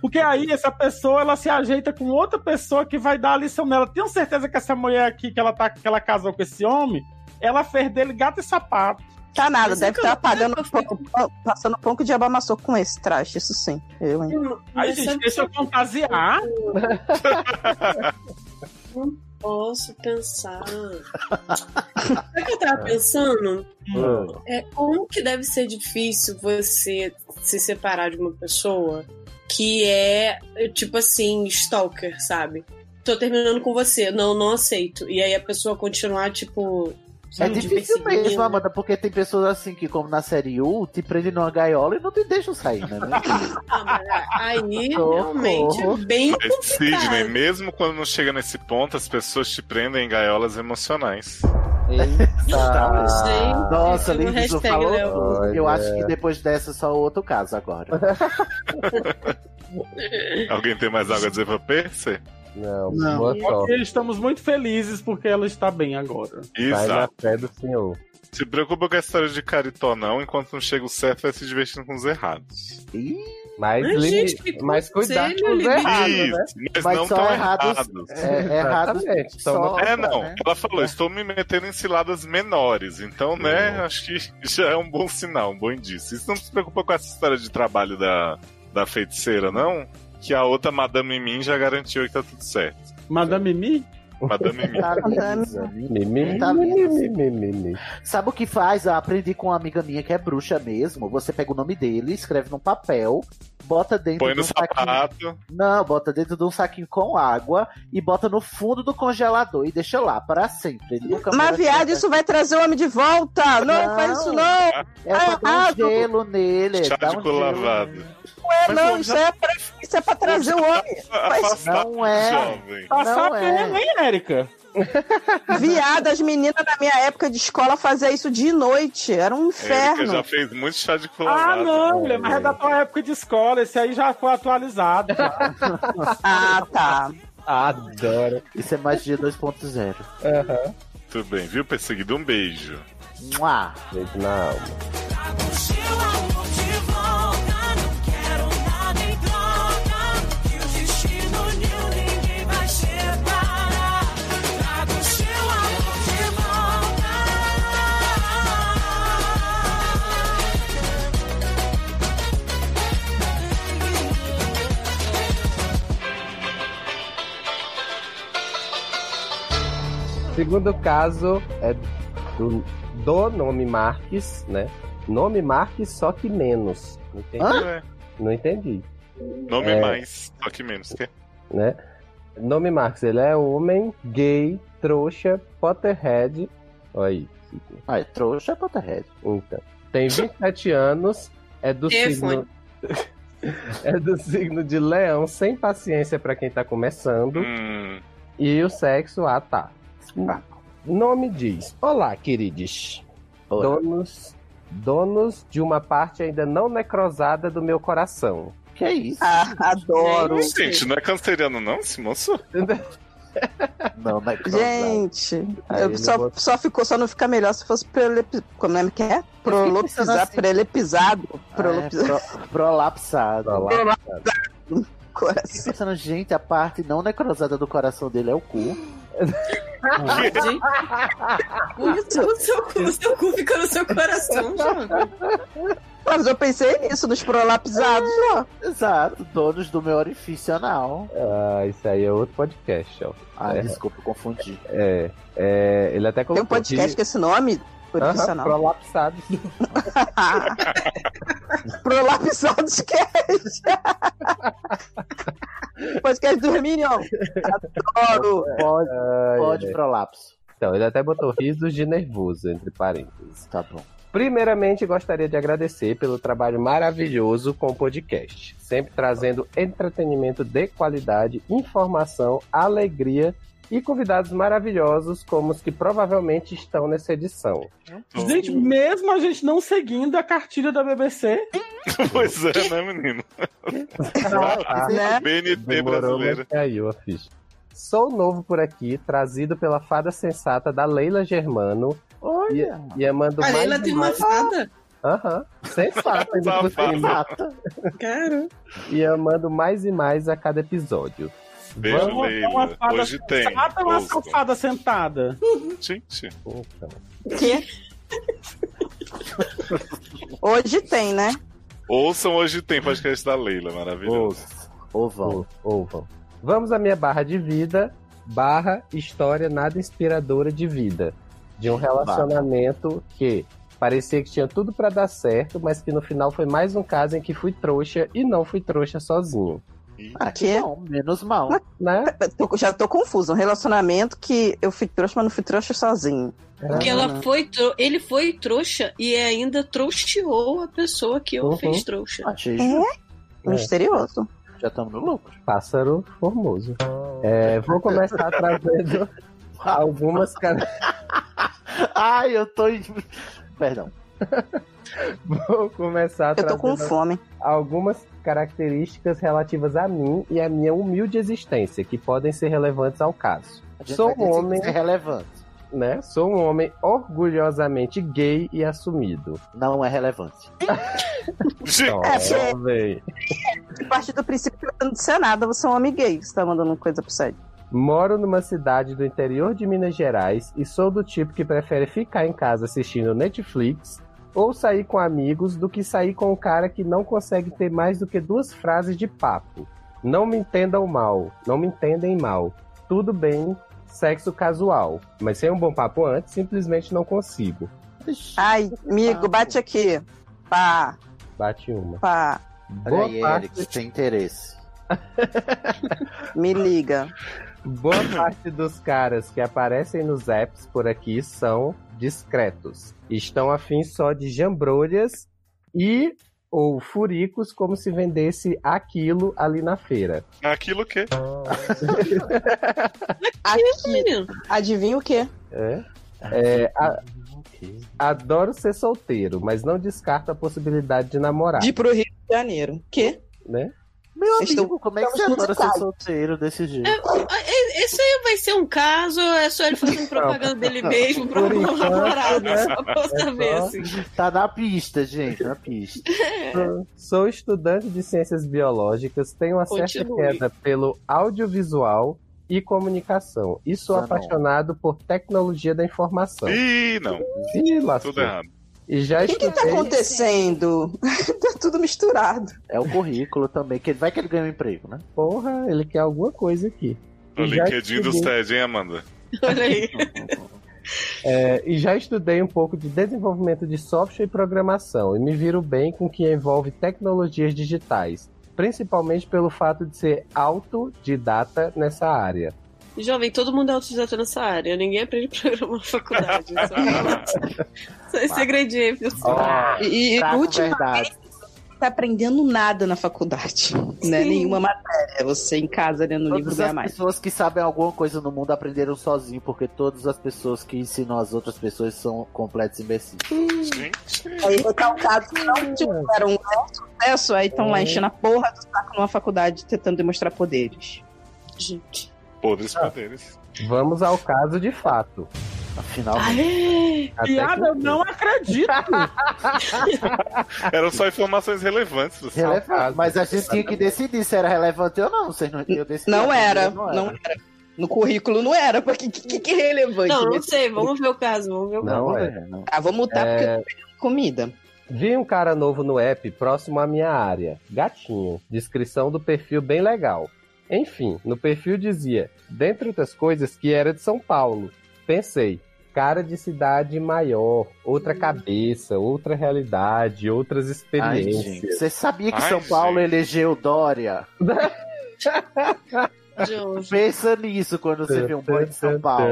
Speaker 4: Porque aí essa pessoa ela se ajeita com outra pessoa que vai dar a lição nela. Tenho certeza que essa mulher aqui que ela, tá, que ela casou com esse homem, ela fez dele gato e sapato.
Speaker 5: Tá nada,
Speaker 2: Mas
Speaker 5: deve
Speaker 2: nunca-
Speaker 5: estar pagando
Speaker 2: nunca
Speaker 5: pão- pão- passando pão que o diabo amassou com esse traste, isso sim. Eu, hein?
Speaker 4: Aí, gente, deixa eu fantasiar.
Speaker 2: Posso pensar. Sabe o que eu tava pensando?
Speaker 3: Hum.
Speaker 2: É, como que deve ser difícil você se separar de uma pessoa que é, tipo assim, stalker, sabe? Tô terminando com você, não, não aceito. E aí a pessoa continuar, tipo,
Speaker 6: é difícil mesmo, Amanda, porque tem pessoas assim que, como na série U, te prendem numa gaiola e não te deixam sair, né?
Speaker 2: é, Aí realmente é bem
Speaker 1: Mas, Sidney, mesmo quando não chega nesse ponto, as pessoas te prendem em gaiolas emocionais.
Speaker 6: Eita. Nossa,
Speaker 1: Gente,
Speaker 6: Liz não
Speaker 1: hashtag
Speaker 6: falou
Speaker 1: Léo.
Speaker 6: tudo. Eu
Speaker 1: Olha.
Speaker 6: acho que depois dessa é só outro caso agora.
Speaker 1: Alguém tem mais algo a dizer pra Percy?
Speaker 3: Não,
Speaker 4: Não, porque estamos muito felizes porque ela está bem agora.
Speaker 1: Exato.
Speaker 3: fé do senhor.
Speaker 1: Se preocupa com a história de Caritó, não, enquanto não chega o certo, vai se divertindo com os errados.
Speaker 3: Mas,
Speaker 6: Ai,
Speaker 3: li-
Speaker 6: gente, que
Speaker 3: mas cuidado
Speaker 6: conselho
Speaker 3: com os
Speaker 6: liberal,
Speaker 3: errados,
Speaker 1: Isso,
Speaker 3: né?
Speaker 1: mas, não tão errados.
Speaker 6: É, errados só,
Speaker 1: é, não.
Speaker 6: né?
Speaker 1: Ela falou, estou me metendo em ciladas menores. Então, né, acho que já é um bom sinal, um bom indício. Isso não se preocupa com essa história de trabalho da, da feiticeira, não? Que a outra Madame Mim já garantiu que tá tudo certo.
Speaker 4: Madame Mimi?
Speaker 1: Madame Mim.
Speaker 3: Mimimi,
Speaker 6: Tá lindo.
Speaker 3: mimimi.
Speaker 6: Sabe o que faz? Eu aprendi com uma amiga minha que é bruxa mesmo. Você pega o nome dele, escreve num papel, bota dentro
Speaker 1: Põe
Speaker 6: de
Speaker 1: no
Speaker 6: um
Speaker 1: sapato.
Speaker 6: saquinho. Não, bota dentro de um saquinho com água e bota no fundo do congelador e deixa lá para sempre. Ele nunca mais
Speaker 5: Mas, viado, isso vai trazer o homem de volta! Não,
Speaker 6: Não.
Speaker 5: faz isso não!
Speaker 6: É pra dar um gelo nele.
Speaker 1: Chá
Speaker 6: dá
Speaker 1: de
Speaker 6: um
Speaker 1: cu
Speaker 6: gelo.
Speaker 1: lavado.
Speaker 5: Não é, não, isso é, pra, isso é pra trazer o homem. Faz-
Speaker 6: Não é.
Speaker 4: Passar
Speaker 5: Não
Speaker 4: a
Speaker 5: é.
Speaker 4: perna, Tá hein, Érica?
Speaker 5: Viado, as meninas da minha época de escola faziam isso de noite. Era um
Speaker 1: Érica
Speaker 5: inferno.
Speaker 1: já fez muito chá de
Speaker 4: Ah,
Speaker 1: colorado.
Speaker 4: não, mulher, mas é da tua época de escola. Esse aí já foi atualizado.
Speaker 5: ah, tá.
Speaker 6: Adoro. Isso é magia 2.0.
Speaker 1: Tudo bem, viu, perseguido? Um beijo.
Speaker 6: Mua.
Speaker 3: Beijo na alma. Segundo caso é do, do nome Marques, né? Nome Marques, só que menos. Não entendi.
Speaker 1: Hã?
Speaker 3: Não entendi.
Speaker 1: Nome
Speaker 3: É.
Speaker 1: mais, só que menos. Que...
Speaker 3: né? Nome Marx, ele é homem, gay, trouxa, Potterhead. Olha aí.
Speaker 6: Ah, é trouxa, é Potterhead.
Speaker 3: Então. Tem 27 anos, é do
Speaker 2: Telefone.
Speaker 3: signo. é do signo de leão, sem paciência pra quem tá começando.
Speaker 1: Hum.
Speaker 3: E o sexo, ah tá. Nome diz: Olá, queridos. Donos, donos de uma parte ainda não necrosada do meu coração.
Speaker 6: Que isso?
Speaker 5: Ah, adoro.
Speaker 1: Gente, não é canceriano, não, esse moço?
Speaker 6: Não, não é
Speaker 5: Gente, eu
Speaker 1: Ele
Speaker 5: só,
Speaker 1: botou-
Speaker 5: só ficou, só não fica melhor se fosse prelep... Como é que é?
Speaker 6: pensando
Speaker 5: Prolopizar,
Speaker 6: assim. Ah, é.
Speaker 5: prelepizado. Prolopizado.
Speaker 6: pro- prolapsado.
Speaker 5: Prolapsado.
Speaker 6: Fiquei pensando, gente, a parte não necrosada do coração dele é o cu.
Speaker 2: Ah. Isso, o seu, cu- o seu cu fica no seu coração, Jovem.
Speaker 5: Mas eu pensei nisso, nos um prolapsados,
Speaker 6: É.
Speaker 5: ó.
Speaker 6: Exato, donos do meu orifício anal.
Speaker 3: Ah, isso aí é outro podcast, ó.
Speaker 6: Ah,
Speaker 3: É.
Speaker 6: desculpa, eu confundi.
Speaker 3: É, é, ele até
Speaker 5: Tem
Speaker 3: colocou
Speaker 5: um podcast com
Speaker 3: que...
Speaker 5: esse nome? Ah.
Speaker 3: Aham,
Speaker 5: Profissional.
Speaker 3: prolapsados.
Speaker 5: Prolapsados Cast. podcast do Minion. Adoro.
Speaker 3: É.
Speaker 6: Pode, pode
Speaker 3: ai.
Speaker 6: prolapso.
Speaker 3: Então, ele até botou risos de nervoso, entre parênteses.
Speaker 6: Tá bom.
Speaker 3: Primeiramente, gostaria de agradecer pelo trabalho maravilhoso com o podcast, sempre trazendo entretenimento de qualidade, informação, alegria e convidados maravilhosos como os que provavelmente estão nessa edição.
Speaker 4: Gente, mesmo a gente não seguindo a cartilha da BBC,
Speaker 1: Pois é, né, menino?
Speaker 6: Ah.
Speaker 10: é?
Speaker 5: Né?
Speaker 1: BNT
Speaker 3: Demorou, mas
Speaker 1: brasileiro.
Speaker 3: caiu a ficha. Sou novo por aqui, trazido pela fada sensata da Leila Germano
Speaker 6: Olha.
Speaker 3: e, e amando
Speaker 2: A
Speaker 3: mais
Speaker 2: Leila
Speaker 3: e
Speaker 2: tem uma
Speaker 3: mais-
Speaker 2: fada?
Speaker 3: Aham, sensata ainda por cima.
Speaker 2: Cara.
Speaker 3: E amando mais e mais a cada episódio.
Speaker 1: Beijo,
Speaker 3: Vamos
Speaker 4: é uma
Speaker 1: Leila.
Speaker 4: fada
Speaker 1: Hoje tem.
Speaker 4: sentada ou uma
Speaker 1: Ouça.
Speaker 4: safada tá sentada?
Speaker 1: Gente.
Speaker 3: Então,
Speaker 5: Hoje tem, né?
Speaker 1: Ouçam hoje tem podcast da Leila, maravilhoso.
Speaker 6: Oval.
Speaker 3: ouvam. Vamos à minha barra de vida, barra história nada inspiradora de vida. De um relacionamento que parecia que tinha tudo pra dar certo, mas que no final foi mais um caso em que fui trouxa e não fui trouxa sozinho.
Speaker 5: Ah, que
Speaker 6: bom, menos mal.
Speaker 5: Né? Tô- já tô confusa. Um relacionamento que eu fui trouxa, mas não fui trouxa sozinho.
Speaker 6: Ah,
Speaker 2: Porque ela foi, tro- ele foi trouxa e ainda trouxeou a pessoa que eu
Speaker 3: Uhum.
Speaker 2: fez trouxa.
Speaker 6: Achei
Speaker 5: É. Misterioso.
Speaker 6: Já estamos no lucro.
Speaker 3: Pássaro formoso. É, vou começar trazendo algumas cara-
Speaker 6: Ai, eu tô. em- Perdão.
Speaker 3: Vou começar
Speaker 5: Eu tô com
Speaker 3: trazendo
Speaker 5: fome.
Speaker 3: Algumas características relativas a mim e à minha humilde existência que podem ser relevantes ao caso.
Speaker 6: A gente
Speaker 3: Sou
Speaker 6: vai
Speaker 3: um
Speaker 6: decidir
Speaker 3: homem,
Speaker 6: se é relevante.
Speaker 3: né? Sou um homem orgulhosamente gay e assumido. Então,
Speaker 6: Não é relevante.
Speaker 3: tá
Speaker 5: É,
Speaker 3: Jovem.
Speaker 5: porque a partir do princípio que você não disser nada, você é um homem gay. Você tá mandando coisa pro site.
Speaker 3: Moro numa cidade do interior de Minas Gerais e sou do tipo que prefere ficar em casa assistindo Netflix ou sair com amigos do que sair com um cara que não consegue ter mais do que duas frases de papo. Não me entendam mal, não me entendem mal. Tudo bem, sexo casual, mas sem um bom papo antes, simplesmente não consigo.
Speaker 5: Ai, amigo, bate aqui. Pá,
Speaker 3: Bate uma.
Speaker 5: pá.
Speaker 6: Olha
Speaker 3: Boa
Speaker 6: aí,
Speaker 3: parte-
Speaker 6: Eric, tem interesse.
Speaker 5: Me liga.
Speaker 3: Boa parte dos caras que aparecem nos apps por aqui são discretos. Estão afins só de jambrolhas e ou furicos como se vendesse aquilo ali na feira.
Speaker 1: Aquilo que.
Speaker 3: Tá.
Speaker 5: Aqui. Adivinha o quê?
Speaker 3: É? É, a- adoro ser solteiro, mas não descarto a possibilidade de
Speaker 5: Tá.
Speaker 3: namorar.
Speaker 10: De ir pro Rio de Janeiro. Quê?
Speaker 3: Né?
Speaker 6: Meu amigo,
Speaker 10: Vocês estão-
Speaker 6: como é que você
Speaker 10: estamos
Speaker 6: adora ser
Speaker 10: musicais.
Speaker 6: solteiro desse jeito?
Speaker 2: Ah, e- Esse aí vai ser um caso, é só ele fazendo propaganda dele mesmo pra
Speaker 6: Por
Speaker 2: uma
Speaker 6: enquanto,
Speaker 2: namorada,
Speaker 6: né?
Speaker 2: só pra eu
Speaker 6: É
Speaker 2: saber,
Speaker 6: só-
Speaker 2: assim.
Speaker 6: Tá na pista, gente, na pista.
Speaker 3: Sou- Sou estudante de ciências biológicas, tenho uma certa
Speaker 6: Continue.
Speaker 3: queda pelo audiovisual e comunicação. E sou
Speaker 6: Ah, não.
Speaker 3: apaixonado por tecnologia da informação.
Speaker 1: Tá Ih, não.
Speaker 3: Ih, lascou.
Speaker 1: Tudo errado.
Speaker 3: E já
Speaker 5: O que, que tá acontecendo? tá tudo misturado.
Speaker 6: É o currículo também, que ele vai que ele ganha um emprego, né?
Speaker 3: Porra, ele quer alguma coisa aqui.
Speaker 1: O
Speaker 3: E já
Speaker 1: LinkedIn dos
Speaker 3: estudei-
Speaker 1: TED, hein, Amanda?
Speaker 2: Olha aí.
Speaker 3: É, e já estudei um pouco de desenvolvimento de software e programação e me viro bem com o que envolve tecnologias digitais, principalmente pelo fato de ser autodidata nessa área.
Speaker 2: Jovem, todo mundo é autodidata nessa área. Ninguém aprende programa na faculdade. é um Só, só esse segredinho aí, pessoal.
Speaker 5: Ah!
Speaker 10: E, e
Speaker 2: Fraco,
Speaker 10: ultimamente
Speaker 5: não tá aprendendo nada na faculdade, né?
Speaker 10: Sim.
Speaker 5: Nenhuma matéria. Você em casa lendo o livro
Speaker 6: Todas
Speaker 5: ganha
Speaker 6: as
Speaker 5: mais.
Speaker 6: pessoas que sabem alguma coisa no mundo aprenderam sozinho, porque todas as pessoas que ensinam as outras pessoas são completos imbecis.
Speaker 5: Aí vai dar um caso que não tiveram um certo sucesso, aí estão lá enchendo a porra do saco numa faculdade tentando demonstrar poderes.
Speaker 2: Gente.
Speaker 1: Podres
Speaker 3: Ah.
Speaker 1: poderes.
Speaker 3: Vamos ao caso de fato.
Speaker 6: Afinal,
Speaker 2: Aê,
Speaker 3: Até
Speaker 4: piada,
Speaker 3: que-
Speaker 4: eu não acredito.
Speaker 1: Eram só informações relevantes. Você
Speaker 6: é Relevante. Mas a gente tinha que decidir se era relevante ou não. Vocês não, eu decidi,
Speaker 5: Não era,
Speaker 6: eu
Speaker 5: não era. No currículo não era, porque que, que, que é relevante?
Speaker 2: Não, não
Speaker 5: nesse-
Speaker 2: sei. Vamos ver o caso. Vamos ver o caso.
Speaker 3: Não é.
Speaker 5: Ah, vou mutar
Speaker 3: É.
Speaker 5: porque eu tô perdendo comida.
Speaker 3: Vi um cara novo no app próximo à minha área. Gatinho. Descrição do perfil bem legal. Enfim, no perfil dizia, dentre outras coisas, que era de São Paulo. Pensei, cara de cidade maior, outra cabeça, outra realidade, outras
Speaker 6: Hum. Ai,
Speaker 3: experiências.
Speaker 6: gente, você sabia que São Paulo elegeu Dória? Pensa nisso quando você vê um boy de São Paulo.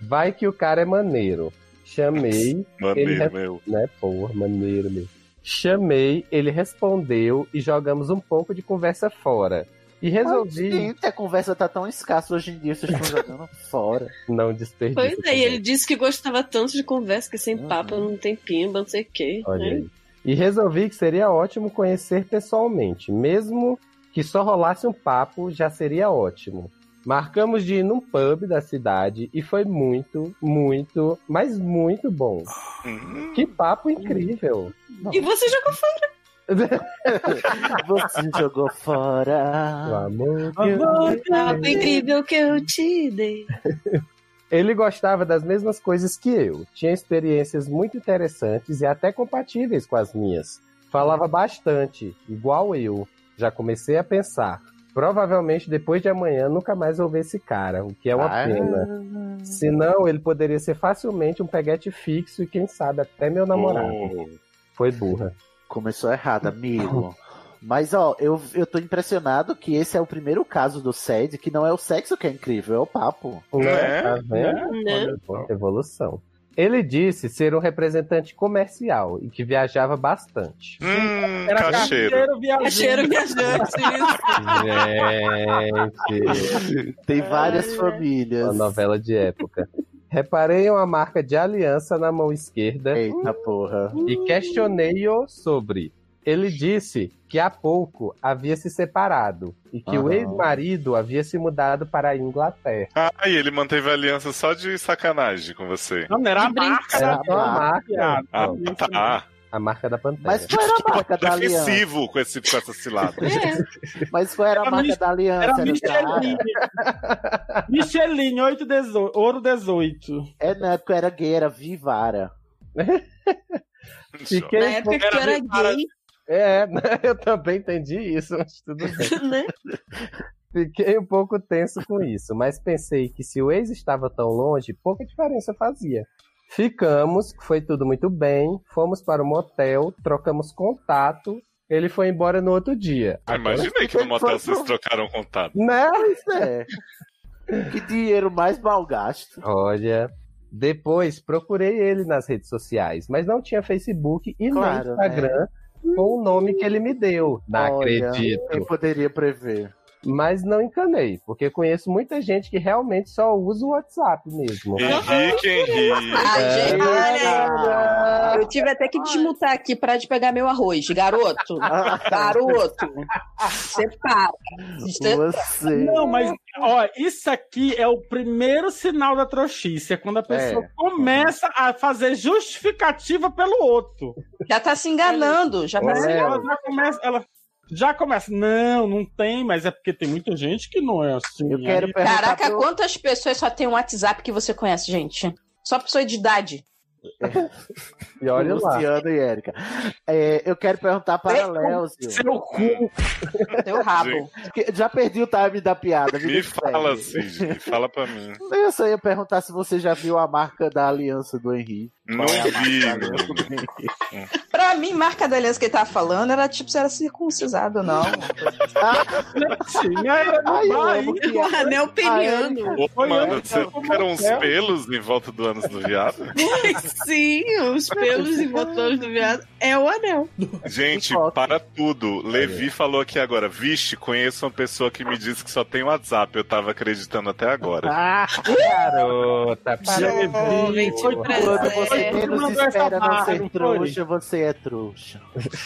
Speaker 3: Vai que o cara é maneiro. Chamei.
Speaker 1: Maneiro,
Speaker 3: ele
Speaker 1: meu.
Speaker 3: Né, porra, maneiro, meu. Chamei, ele respondeu e jogamos um pouco de conversa fora. E
Speaker 6: Ai,
Speaker 3: resolvi
Speaker 6: gente, a conversa tá tão escassa hoje em dia, vocês estão jogando fora.
Speaker 3: não desperdiçar.
Speaker 2: Pois é, e ele disse que gostava tanto de conversa, que sem papo não tem pimba, não sei o quê.
Speaker 3: Olha
Speaker 2: né?
Speaker 3: aí. E resolvi que seria ótimo conhecer pessoalmente, mesmo que só rolasse um papo, já seria ótimo. Marcamos de ir num pub da cidade e foi muito, muito, mas muito bom.
Speaker 1: Hum.
Speaker 3: Que papo incrível!
Speaker 2: E você jogou fora.
Speaker 6: Você jogou fora.
Speaker 3: O amor que eu-
Speaker 2: Amor, papo incrível que eu te dei.
Speaker 3: Ele gostava das mesmas coisas que eu, tinha experiências muito interessantes e até compatíveis com as minhas. Falava bastante, igual eu. Já comecei a pensar. Provavelmente depois de amanhã nunca mais vou ver esse cara, o que é uma
Speaker 6: Ah.
Speaker 3: pena. Senão ele poderia ser facilmente um peguete fixo e
Speaker 1: Hum.
Speaker 3: quem sabe até meu namorado. Foi burra.
Speaker 6: Começou errado, amigo. Mas, ó, eu, eu tô impressionado que esse é o primeiro caso do SED que não é o sexo que é incrível, é o papo.
Speaker 1: Oh.
Speaker 3: Né? Tá
Speaker 2: é?
Speaker 3: vendo?
Speaker 6: Né?
Speaker 3: Olha, pô, Evolução. Ele disse ser um representante comercial e que viajava bastante.
Speaker 1: Hum,
Speaker 4: Era
Speaker 1: cacheiro.
Speaker 4: viajante.
Speaker 2: Cacheiro viajante, isso.
Speaker 3: Gente.
Speaker 6: Tem várias famílias.
Speaker 3: Uma novela de época. Reparei uma marca de aliança na mão esquerda.
Speaker 6: Eita porra.
Speaker 3: E questionei-o sobre. Ele disse que há pouco havia se separado e que o
Speaker 6: Aham.
Speaker 3: ex-marido havia se mudado para a Inglaterra.
Speaker 1: Ah, e ele manteve a aliança só de sacanagem com você.
Speaker 4: Não, não era a
Speaker 2: De
Speaker 4: marca.
Speaker 3: Era
Speaker 4: da
Speaker 3: só a marca,
Speaker 1: Ah, tá.
Speaker 3: a marca da Pantera.
Speaker 6: Mas qual era a marca da aliança?
Speaker 1: Defensivo com, esse, com essa cilada.
Speaker 6: Mas qual era a
Speaker 4: Era
Speaker 6: marca
Speaker 4: Mich-
Speaker 6: da aliança?
Speaker 4: Era
Speaker 6: o
Speaker 4: Micheline.
Speaker 6: Zara?
Speaker 4: Micheline, 8, 18, ouro 18.
Speaker 6: É, na época era gay, era Vivara.
Speaker 2: Na
Speaker 1: Jovem.
Speaker 10: Né?
Speaker 3: Quem
Speaker 2: época que eu
Speaker 1: era
Speaker 2: era
Speaker 1: cara-
Speaker 2: gay,
Speaker 3: É, né? eu também entendi isso, mas tudo bem.
Speaker 2: né?
Speaker 3: Fiquei um pouco tenso com isso, mas pensei que se o ex estava tão longe, pouca diferença fazia. Ficamos, foi tudo muito bem, fomos para o motel, trocamos contato, ele foi embora no outro dia.
Speaker 1: Ah, Imaginei que no motel
Speaker 6: um-
Speaker 1: vocês trocaram um contato.
Speaker 3: Né?
Speaker 6: Pois é. que dinheiro mais mal gasto.
Speaker 3: Olha. Depois procurei ele nas redes sociais, mas não tinha Facebook e
Speaker 6: Claro, né?
Speaker 3: nem Instagram com o nome que ele me deu. Não
Speaker 6: Olha,
Speaker 3: acredito.
Speaker 6: Quem poderia prever?
Speaker 3: Mas não encanei, porque conheço muita gente que realmente só usa o WhatsApp mesmo.
Speaker 1: Henrique,
Speaker 5: Ah,
Speaker 1: Henrique.
Speaker 6: É.
Speaker 10: Ai, É. gente,
Speaker 6: Olha!
Speaker 10: eu tive até que desmutar aqui para de pegar meu arroz. Garoto, garoto, você para. Você-
Speaker 6: Você.
Speaker 4: Não, mas, ó, isso aqui é o primeiro sinal da trouxice. É quando a pessoa
Speaker 6: É.
Speaker 4: começa a fazer justificativa pelo outro.
Speaker 10: Já tá se enganando, já tá
Speaker 3: É.
Speaker 10: se
Speaker 4: Assim,
Speaker 10: enganando.
Speaker 4: ela já começa. Ela já começa. Não, não tem, mas é porque tem muita gente que não é assim.
Speaker 6: Eu quero
Speaker 4: Aí-
Speaker 6: perguntar.
Speaker 10: Caraca,
Speaker 6: pro-
Speaker 10: quantas pessoas só tem um WhatsApp que você conhece, gente? Só pessoa de idade.
Speaker 3: E olha lá.
Speaker 6: Luciano e Érica. É, eu quero perguntar para
Speaker 10: Ei,
Speaker 6: Léozio.
Speaker 4: Seu cu.
Speaker 10: Teu rabo.
Speaker 6: que Já perdi o time da piada.
Speaker 1: Me
Speaker 6: segue.
Speaker 1: fala, Cid. me Fala pra mim.
Speaker 6: Eu só ia perguntar se você já viu a marca da aliança do Henrique.
Speaker 1: Não
Speaker 6: Qual é a
Speaker 1: vi,
Speaker 6: marca da aliança
Speaker 1: menino.
Speaker 6: do Henrique?
Speaker 10: Pra mim, marca da aliança que ele tava falando era tipo se era circuncisado ou não.
Speaker 4: Sim, era
Speaker 6: Ai, eu
Speaker 4: no Bahia.
Speaker 6: amo que-
Speaker 2: O
Speaker 6: é.
Speaker 10: Ah,
Speaker 2: anel peniano.
Speaker 1: Ô,
Speaker 4: Oi,
Speaker 1: mano,
Speaker 4: Érica,
Speaker 1: vocês
Speaker 4: como
Speaker 1: ficaram uns
Speaker 4: é?
Speaker 1: pelos em volta do ânus do viado?
Speaker 2: Sim, os pelos e botões do viado é o anel.
Speaker 1: Gente,
Speaker 6: Que foto.
Speaker 1: para tudo. Levi falou aqui agora. Vixe, conheço uma pessoa que me disse que só tem WhatsApp. Eu tava acreditando até agora.
Speaker 6: Ah,
Speaker 3: Garota,
Speaker 4: Jovem,
Speaker 3: parabéns.
Speaker 4: foi
Speaker 6: quando
Speaker 2: É,
Speaker 6: você menos
Speaker 4: mandou essa
Speaker 6: espera não
Speaker 4: barra,
Speaker 6: ser
Speaker 4: não foi?
Speaker 6: trouxa, você é trouxa.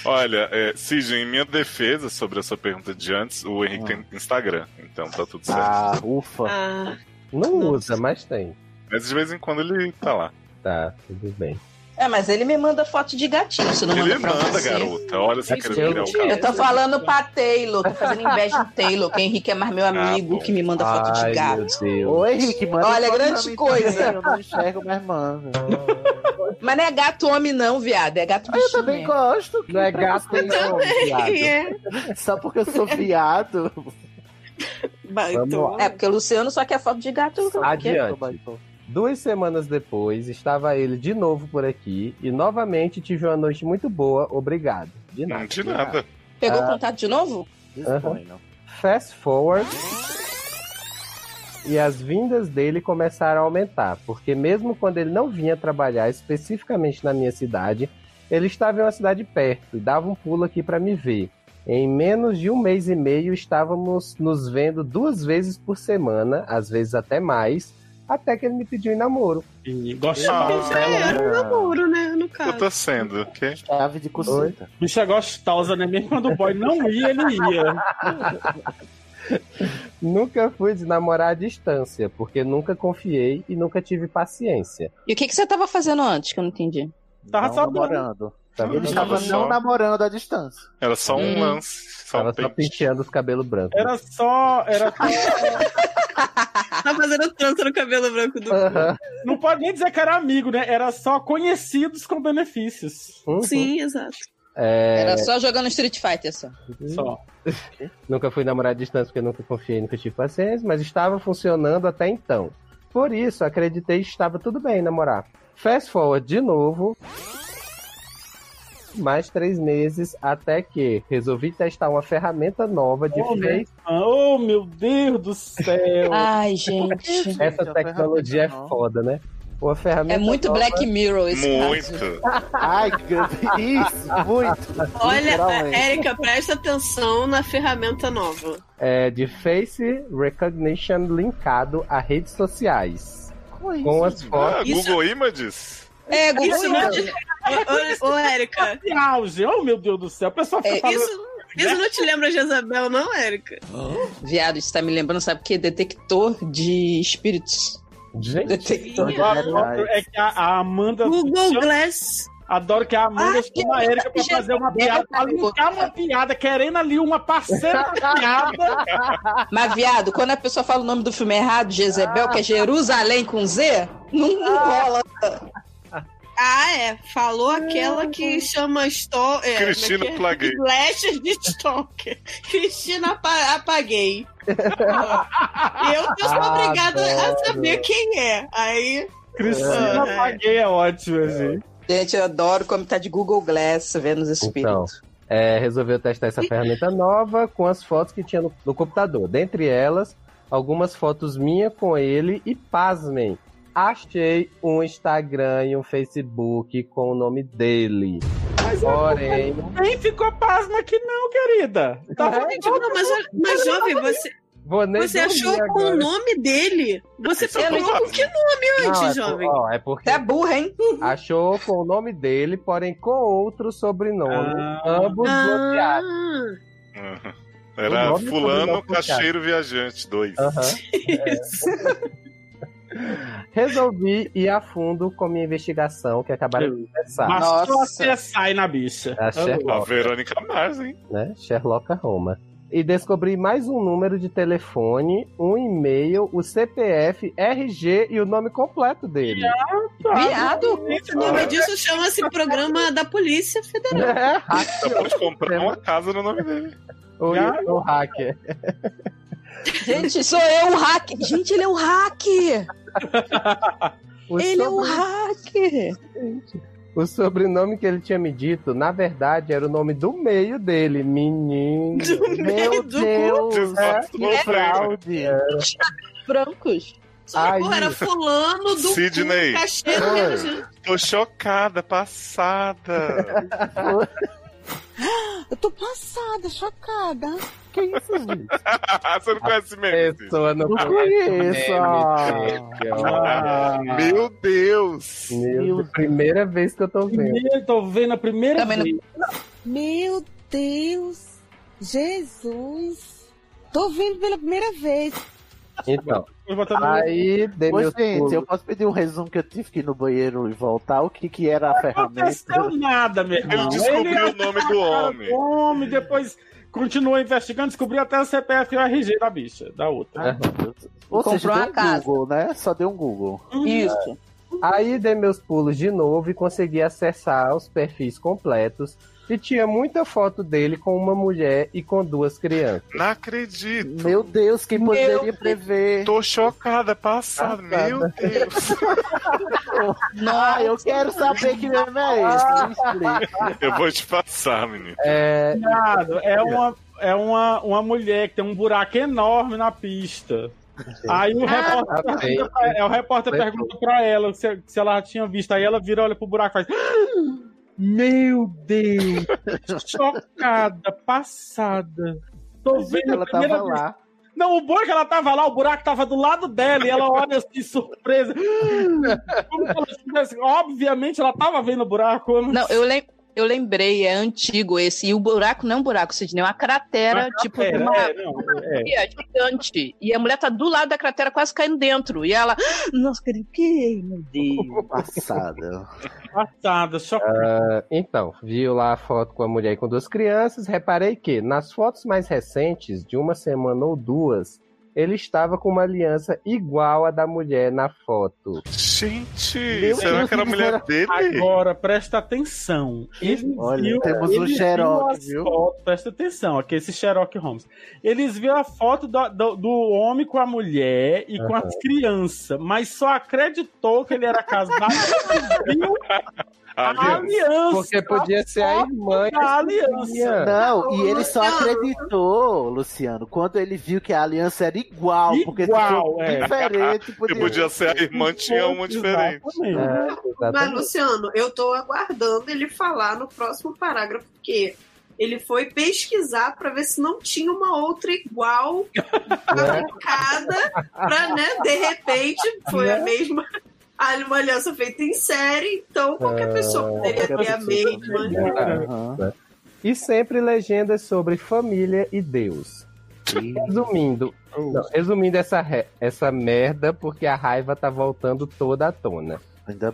Speaker 1: Olha, é, Cid, em minha defesa sobre a sua pergunta de antes, o Henrique
Speaker 6: Ah.
Speaker 1: tem Instagram. Então tá tudo certo.
Speaker 6: Ah, ufa.
Speaker 2: Ah,
Speaker 3: Não usa, mas tem.
Speaker 1: Mas de vez em quando ele tá lá.
Speaker 3: Tá, tudo bem.
Speaker 10: É, mas ele me manda foto de gatinho, você não
Speaker 1: Ele
Speaker 10: manda pra
Speaker 1: manda,
Speaker 10: você.
Speaker 1: garota. Olha, você
Speaker 2: Isso
Speaker 1: quer virar é o
Speaker 2: mentira.
Speaker 1: cara.
Speaker 10: Eu tô falando pra Taylor, tô fazendo inveja no Taylor, que Henrique é mais
Speaker 1: Ah,
Speaker 10: meu amigo
Speaker 1: bom.
Speaker 10: que me manda foto de gato.
Speaker 3: meu Deus.
Speaker 6: Ô, Henrique, manda
Speaker 10: Olha,
Speaker 6: foto pra
Speaker 10: grande
Speaker 6: mim
Speaker 10: coisa.
Speaker 6: também, Eu não enxergo mais, mano.
Speaker 10: Mas não é gato homem, não, viado. É gato
Speaker 2: Ah,
Speaker 6: Eu
Speaker 10: bichinho.
Speaker 6: também gosto. que
Speaker 3: Não é
Speaker 6: pra
Speaker 3: gato,
Speaker 6: você
Speaker 3: não, viado.
Speaker 2: é.
Speaker 6: Só porque eu sou viado.
Speaker 2: Baitona.
Speaker 10: É, porque o Luciano só quer foto de gato.
Speaker 3: Adiante. Duas semanas depois, estava ele de novo por aqui e novamente tive uma noite muito boa, obrigado. De nada.
Speaker 1: De nada.
Speaker 10: Pegou
Speaker 6: Ah.
Speaker 10: o contato de novo?
Speaker 6: Disponham.
Speaker 3: Fast forward. E as vindas dele começaram a aumentar, porque mesmo quando ele não vinha trabalhar especificamente na minha cidade, ele estava em uma cidade perto e dava um pulo aqui para me ver. Em menos de um mês e meio estávamos nos vendo duas vezes por semana, às vezes até mais, até que ele me pediu em namoro.
Speaker 4: E gosta
Speaker 1: Ah.
Speaker 4: dela.
Speaker 2: Era um namoro, né? No
Speaker 1: Eu
Speaker 2: caso.
Speaker 1: tô sendo, ok?
Speaker 6: Chave de coceta.
Speaker 4: Bicha gostosa, né? Mesmo quando o boy não ia, ele ia.
Speaker 3: Nunca fui de namorar à distância, porque nunca confiei e nunca tive paciência.
Speaker 10: E o que, que você tava fazendo antes, que eu não entendi?
Speaker 4: Tava
Speaker 6: não
Speaker 4: só dando.
Speaker 6: namorando. Tá
Speaker 3: Tava,
Speaker 1: Ele
Speaker 6: Ele
Speaker 1: Hum.
Speaker 6: estava
Speaker 1: Tava só-
Speaker 6: não namorando à distância.
Speaker 1: Era só um
Speaker 10: Hum.
Speaker 1: lance. Só
Speaker 3: tava
Speaker 1: um
Speaker 3: só
Speaker 1: pente.
Speaker 3: penteando os cabelos brancos.
Speaker 4: Era só. Era só-
Speaker 2: Tá fazendo trança no cabelo branco do.
Speaker 3: Aham.
Speaker 4: Não pode nem dizer que era amigo, né? Era só conhecidos com benefícios.
Speaker 3: Uhum.
Speaker 2: Sim, exato.
Speaker 3: É,
Speaker 10: Era só jogando Street Fighter só.
Speaker 4: Só.
Speaker 3: Nunca fui namorar à distância porque nunca confiei, nunca tive paciência, mas estava funcionando até então. Por isso, acreditei que estava tudo bem namorar. Fast forward de novo. mais três meses, até que resolvi testar uma ferramenta nova de
Speaker 4: Oh,
Speaker 3: fake.
Speaker 4: meu- oh, meu Deus do céu!
Speaker 10: Ai, gente.
Speaker 3: Essa tecnologia é foda, né? Uma ferramenta
Speaker 10: É muito
Speaker 3: nova-
Speaker 10: Black Mirror esse caso.
Speaker 1: Ah,
Speaker 6: Ai, que isso, muito.
Speaker 2: Olha,
Speaker 4: é,
Speaker 3: Literalmente.
Speaker 2: Érica, presta atenção na ferramenta nova.
Speaker 3: é, de face recognition linkado a redes sociais.
Speaker 2: é
Speaker 3: Com
Speaker 2: isso,
Speaker 3: as
Speaker 2: gente?
Speaker 1: Ah,
Speaker 3: fotos.
Speaker 1: Google Images?
Speaker 10: É,
Speaker 4: Google
Speaker 2: Isso né? não...
Speaker 4: Images.
Speaker 2: Ô, ô, ô, Érica.
Speaker 4: Que auge! Oh, meu Deus do céu! A pessoa fica
Speaker 2: É, isso, isso não te lembra Jezabel, não, Érica?
Speaker 10: Viado, isso tá me lembrando, sabe o que? Detector de espíritos.
Speaker 3: Gente,
Speaker 1: Então,
Speaker 10: detector de
Speaker 4: Adoro é que a, a Amanda.
Speaker 2: Google
Speaker 4: chama-
Speaker 2: Glass.
Speaker 4: Adoro que a Amanda
Speaker 10: Ah,
Speaker 4: chama a
Speaker 10: que-
Speaker 4: Erika pra
Speaker 10: que-
Speaker 4: fazer uma
Speaker 10: que-
Speaker 4: piada,
Speaker 10: que-
Speaker 4: pra linkar uma piada, querendo ali uma parceira de piada.
Speaker 10: Mas, viado, quando a pessoa fala o nome do filme errado, Jezebel, que é Jerusalém com Z, não, não rola.
Speaker 2: Ah, é. Falou aquela que chama Stalker. É,
Speaker 1: Cristina
Speaker 2: como é que é?
Speaker 1: Plaguei.
Speaker 2: Flechas de Stalker. Cristina apa- Apaguei. Eu que sou obrigada a
Speaker 1: Ah,
Speaker 10: Adoro.
Speaker 2: saber quem é. Aí.
Speaker 4: Cristina
Speaker 2: É.
Speaker 4: Paguei é ótima, gente.
Speaker 10: Gente, eu adoro como tá de Google Glass, vendo os espíritos.
Speaker 3: Então, é, resolveu testar essa ferramenta nova com as fotos que tinha no, no computador. Dentre elas, algumas fotos minha com ele e pasmem. Achei um Instagram e um Facebook com o nome dele. Porém,
Speaker 4: Nem ficou pasma aqui, não, querida. Tá
Speaker 2: Não, gente, não, mas, olha- mas jovem, você,
Speaker 3: vou nem
Speaker 2: você
Speaker 3: dormir
Speaker 2: achou com
Speaker 3: agora.
Speaker 2: o nome dele? Você
Speaker 1: Isso é
Speaker 2: falou
Speaker 1: bom.
Speaker 2: com que nome antes,
Speaker 3: Não, é por-
Speaker 2: jovem? Tá
Speaker 3: ó, é porque
Speaker 10: É burra, hein?
Speaker 3: achou com o nome dele, porém com outro sobrenome.
Speaker 4: Ah.
Speaker 3: Ambos
Speaker 2: Ah.
Speaker 3: bloqueados.
Speaker 1: Uhum. Era
Speaker 3: O nome
Speaker 1: Fulano
Speaker 3: também dá pro
Speaker 1: Cacheiro Viajante 2.
Speaker 3: Ah. Resolvi ir a fundo com minha investigação que acabaram de começar.
Speaker 4: Mas só
Speaker 10: Nossa.
Speaker 4: você sai na bicha. Tá
Speaker 3: A
Speaker 1: A
Speaker 3: Sherlock,
Speaker 1: Verônica Mars, hein?
Speaker 3: né? Sherlock Roma. E descobri mais um número de telefone, um e-mail, o CPF, RG e o nome completo dele.
Speaker 4: Tá
Speaker 10: Viado.
Speaker 2: O nome disso chama-se Programa da Polícia Federal.
Speaker 3: É,
Speaker 1: Só pode Tá comprar uma casa no nome dele.
Speaker 3: o, o hacker.
Speaker 10: Gente, sou eu o hack. Gente, ele é o hack.
Speaker 3: O
Speaker 10: ele é o
Speaker 3: sobre-
Speaker 10: hack.
Speaker 3: O sobrenome que ele tinha me dito, na verdade, era o nome do meio dele. Menino.
Speaker 6: Meu Deus,
Speaker 1: É,
Speaker 6: que fraude.
Speaker 10: Brancos.
Speaker 2: Socorro, era fulano do
Speaker 1: Sidney.
Speaker 2: cu, Cacheiro
Speaker 1: Oi.
Speaker 2: Viajante.
Speaker 1: Tô chocada, passada.
Speaker 8: Eu tô passada, chocada.
Speaker 6: Que isso, gente?
Speaker 1: Você não conhece mesmo. Cid?
Speaker 3: Pessoa não
Speaker 6: Não
Speaker 3: conhece.
Speaker 6: conheço.
Speaker 3: Ah,
Speaker 1: Meu Deus!
Speaker 3: Meu Deus, primeira vez que eu tô vendo.
Speaker 4: Primeiro, tô vendo a primeira
Speaker 10: Também não-
Speaker 4: vez.
Speaker 8: Meu Deus. Jesus. Tô vendo pela primeira vez.
Speaker 3: Então,
Speaker 4: Vou botar no-
Speaker 3: aí dei
Speaker 6: Ô,
Speaker 3: meu
Speaker 6: gente, eu
Speaker 3: pulo.
Speaker 6: posso pedir um resumo que eu tive que ir no banheiro e voltar? O que que era a
Speaker 4: Não aconteceu
Speaker 6: ferramenta?
Speaker 4: nada, meu irmão.
Speaker 1: Ele descobriu
Speaker 4: Ele
Speaker 1: o nome do homem.
Speaker 4: o nome, depois continuou investigando, descobriu até o CPF e o RG da bicha, da
Speaker 3: Tá?
Speaker 4: outra.
Speaker 6: É, Ou seja,
Speaker 10: Comprou
Speaker 6: deu
Speaker 10: uma
Speaker 6: um
Speaker 10: casa.
Speaker 6: Google, né? Só deu um Google.
Speaker 10: Isso.
Speaker 3: Aí dei meus pulos de novo e consegui acessar os perfis completos. E tinha muita foto dele com uma mulher e com duas crianças.
Speaker 1: Não acredito.
Speaker 6: Meu Deus, quem poderia prever?
Speaker 1: Tô chocada, passada.
Speaker 3: Passada.
Speaker 1: Meu Deus.
Speaker 6: Ah, eu quero saber que meme é esse. Me explica.
Speaker 1: Eu vou te passar, menino.
Speaker 3: É,
Speaker 4: Viado, É uma, é uma, uma mulher que tem um buraco enorme na pista. Aí o
Speaker 10: Ah.
Speaker 4: repórter,
Speaker 3: tá bem.
Speaker 4: pergunta pra- é, o repórter
Speaker 3: Foi
Speaker 4: pergunta pra ela se, se ela já tinha visto. Aí ela vira, olha pro buraco e faz. "Ah, Meu Deus! Chocada, passada. Tô vendo
Speaker 6: Ela
Speaker 4: a primeira
Speaker 6: tava
Speaker 4: vez.
Speaker 6: lá.
Speaker 4: Não, o bom é que ela tava lá, o buraco tava do lado dela e ela olha assim, surpresa. Como se ela estivesse- Obviamente ela tava vendo o buraco. mas-
Speaker 10: Não, eu, lem- eu lembrei, é antigo esse. E o buraco não é um buraco, Sidney, é uma cratera,
Speaker 4: Uma
Speaker 10: tipo,
Speaker 4: É,
Speaker 10: de uma
Speaker 4: é, não, é.
Speaker 10: é gigante. E a mulher tá do lado da cratera quase caindo dentro. E ela, "Ah, nossa, querido, que meu Deus.
Speaker 6: Passada.
Speaker 4: Passada, chocada.
Speaker 3: Então, viu lá a foto com a mulher e com duas crianças. Reparei que nas fotos mais recentes, de uma semana ou duas, ele estava com uma aliança igual à da mulher na foto.
Speaker 1: Gente,
Speaker 6: Meu
Speaker 1: será
Speaker 6: Deus,
Speaker 1: que era a mulher
Speaker 6: será-
Speaker 1: dele?
Speaker 4: Agora, presta atenção. Eles
Speaker 6: Olha,
Speaker 4: viu-
Speaker 6: temos um
Speaker 4: eles
Speaker 6: Xerox,
Speaker 4: viu as
Speaker 6: viu?
Speaker 4: fotos- presta atenção, aqui esse Xerox Holmes. Eles viram a foto do, do- do homem com a mulher e com as crianças, mas só acreditou que ele era casado quando viu
Speaker 1: Tá Ah,
Speaker 4: Aliança.
Speaker 3: Porque podia ser a irmã.
Speaker 4: da
Speaker 3: É.
Speaker 4: aliança.
Speaker 6: Não, e ele só acreditou, Luciano, quando ele viu que a aliança era igual. porque se
Speaker 4: Igual,
Speaker 6: fosse
Speaker 4: é.
Speaker 6: diferente,
Speaker 3: Tipo
Speaker 1: Porque podia ser a irmã, tinha uma diferente.
Speaker 2: Mas, Luciano, eu tô aguardando ele falar no próximo parágrafo, porque ele foi pesquisar pra ver se não tinha uma outra igual fabricada, pra, né, de repente, foi a
Speaker 11: Né?
Speaker 2: mesma. Ah, uma aliança feita em série, então qualquer pessoa poderia ter a mesma.
Speaker 3: E sempre legendas sobre família e Deus. Resumindo, não, resumindo essa, re- essa merda, porque a raiva tá voltando toda à tona.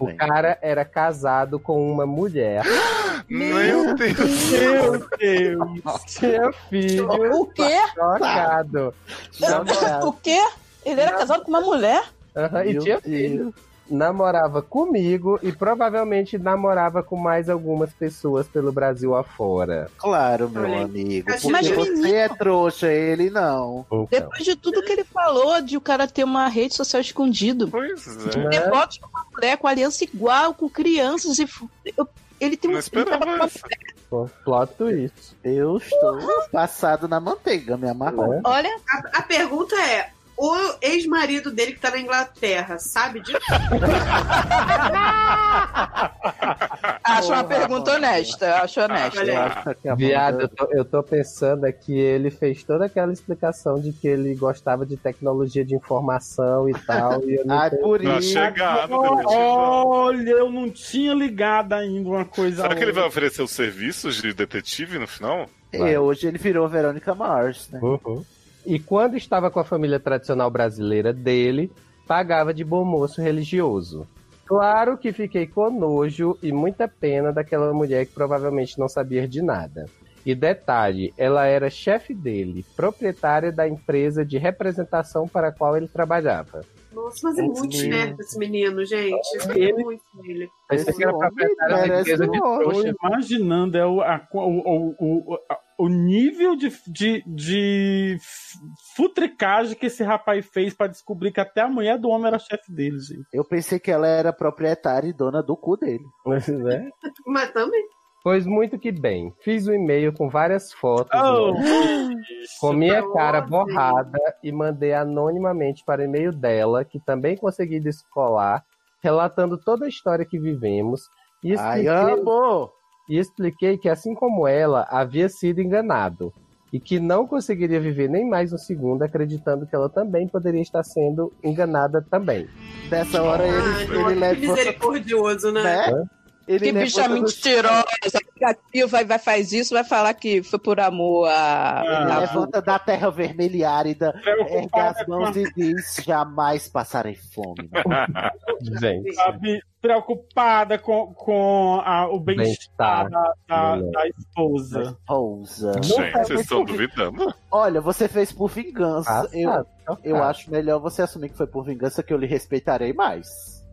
Speaker 3: o cara era casado com uma mulher.
Speaker 1: Meu Deus!
Speaker 3: Meu Deus! Tinha filho.
Speaker 10: O quê?
Speaker 3: Chocado. Namorava.
Speaker 10: O quê? Ele era casado com uma é mulher?
Speaker 3: Aham, e
Speaker 10: Meu
Speaker 3: tinha filho. Namorava comigo e provavelmente namorava com mais algumas pessoas pelo Brasil afora.
Speaker 6: Claro, meu amigo.
Speaker 10: Mas,
Speaker 6: Porque
Speaker 10: menino-
Speaker 6: você é trouxa, ele não.
Speaker 10: Depois de tudo que ele falou de o cara ter uma rede social escondido.
Speaker 1: Pois
Speaker 6: é.
Speaker 3: né?
Speaker 10: Ter fotos com uma mulher com aliança igual, com crianças e. f- eu- Ele tem um. ele tava com uma
Speaker 1: Tá
Speaker 10: mulher.
Speaker 3: Plato isso.
Speaker 6: Eu estou passado na manteiga, me
Speaker 3: né? É.
Speaker 6: amarrou.
Speaker 2: Olha, a, a pergunta é: o ex-marido dele que tá na Inglaterra, sabe disso?
Speaker 10: Acho uma pergunta honesta, acho honesta.
Speaker 6: Tá
Speaker 3: Viado,
Speaker 6: então.
Speaker 3: eu tô, eu tô pensando é que ele fez toda aquela explicação de que ele gostava de tecnologia de informação e tal. e eu não
Speaker 6: Ai,
Speaker 3: tenho-
Speaker 6: por
Speaker 1: Pra chegar no detetive.
Speaker 4: Olha, eu não tinha ligado ainda uma coisa.
Speaker 1: Será que ele
Speaker 4: outra.
Speaker 1: vai oferecer os serviços de detetive no final?
Speaker 6: É, hoje ele virou Verônica Mars, né?
Speaker 3: Uhum. E quando estava com a família tradicional brasileira dele, pagava de bom moço religioso. Claro que fiquei com nojo e muita pena daquela mulher que provavelmente não sabia de nada. E detalhe, ela era chefe dele, proprietária da empresa de representação para a qual ele trabalhava.
Speaker 2: Nossa, mas é muito
Speaker 3: Sim.
Speaker 2: esperto esse menino, gente. Eu
Speaker 3: Ele-
Speaker 2: fico muito nele.
Speaker 3: Pensei que era pra
Speaker 4: Cara,
Speaker 3: da empresa de
Speaker 4: eu
Speaker 3: trouxa.
Speaker 4: imaginando é o, a- o, o, o, a- o nível de, de, de f- futricagem que esse rapaz fez pra descobrir que até a mulher do homem era chefe dele, gente.
Speaker 6: Eu pensei que ela era proprietária e dona do cu dele. é.
Speaker 3: Né?
Speaker 2: Mas também.
Speaker 3: Pois muito que bem. Fiz um e-mail com várias fotos.
Speaker 4: Oh,
Speaker 3: né? com minha
Speaker 4: tá
Speaker 3: cara
Speaker 4: ótimo.
Speaker 3: borrada e mandei anonimamente para o e-mail dela, que também consegui descolar, relatando toda a história que vivemos. E
Speaker 6: Ai,
Speaker 3: expliquei,
Speaker 6: amo!
Speaker 3: e expliquei que, assim como ela, havia sido enganado. E que não conseguiria viver nem mais um segundo, acreditando que ela também poderia estar sendo enganada também.
Speaker 6: Dessa hora
Speaker 2: Ai,
Speaker 6: ele, ele
Speaker 2: nossa, que
Speaker 6: leva.
Speaker 2: misericordioso, né?
Speaker 6: Né? Ele
Speaker 10: que é
Speaker 6: levou
Speaker 10: bicha
Speaker 6: todo-
Speaker 10: mentirosa, aplicativo, vai, vai, faz isso, vai falar que foi por amor
Speaker 3: Ah.
Speaker 6: Ele
Speaker 10: a.
Speaker 6: levanta da terra vermelha e árida, erga as mãos e diz: jamais passarei fome.
Speaker 3: Gente.
Speaker 4: Sabe, preocupada com, com a- o bem-estar
Speaker 6: Bem-estar.
Speaker 4: da, da-
Speaker 6: Mulher.
Speaker 4: da esposa.
Speaker 6: Pousa.
Speaker 1: Gente, vocês estão duvidando?
Speaker 6: Olha, você fez por vingança.
Speaker 3: Ah,
Speaker 6: eu
Speaker 3: tá, tá.
Speaker 6: eu acho melhor você assumir que foi por vingança que eu lhe respeitarei mais.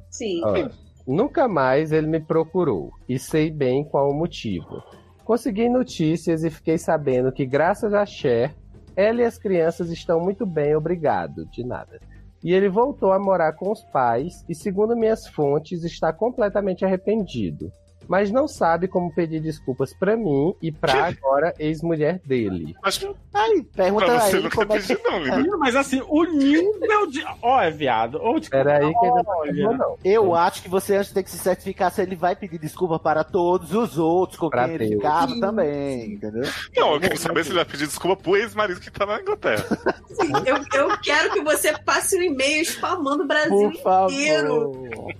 Speaker 2: Sim.
Speaker 3: Ó, nunca mais ele me procurou e sei bem qual o motivo. Consegui notícias e fiquei sabendo que, graças a Cher, ela e as crianças estão muito bem, obrigado, de nada. E ele voltou a morar com os pais e, segundo minhas fontes, está completamente arrependido. Mas não sabe como pedir desculpas pra mim e pra agora ex-mulher dele.
Speaker 1: Mas
Speaker 6: Ai, pergunta
Speaker 3: Pra
Speaker 6: a
Speaker 3: você
Speaker 6: ele
Speaker 3: nunca
Speaker 6: como é que.
Speaker 1: pedi, não,
Speaker 4: Não, mas assim, o nível de. Ó, é viado. Ou de...
Speaker 3: Peraí, que ele não
Speaker 4: Olha.
Speaker 3: pegou, não.
Speaker 6: Eu acho que você antes tem que se certificar se ele vai pedir desculpa para todos os outros com
Speaker 3: Pra
Speaker 6: quem ele
Speaker 3: Deus.
Speaker 6: ficava também, entendeu?
Speaker 1: Não, eu quero saber se ele vai pedir desculpa pro ex-marido que tá na Inglaterra.
Speaker 2: Sim, eu, eu quero que você passe um e-mail spamando o Brasil
Speaker 6: Por favor.
Speaker 2: inteiro.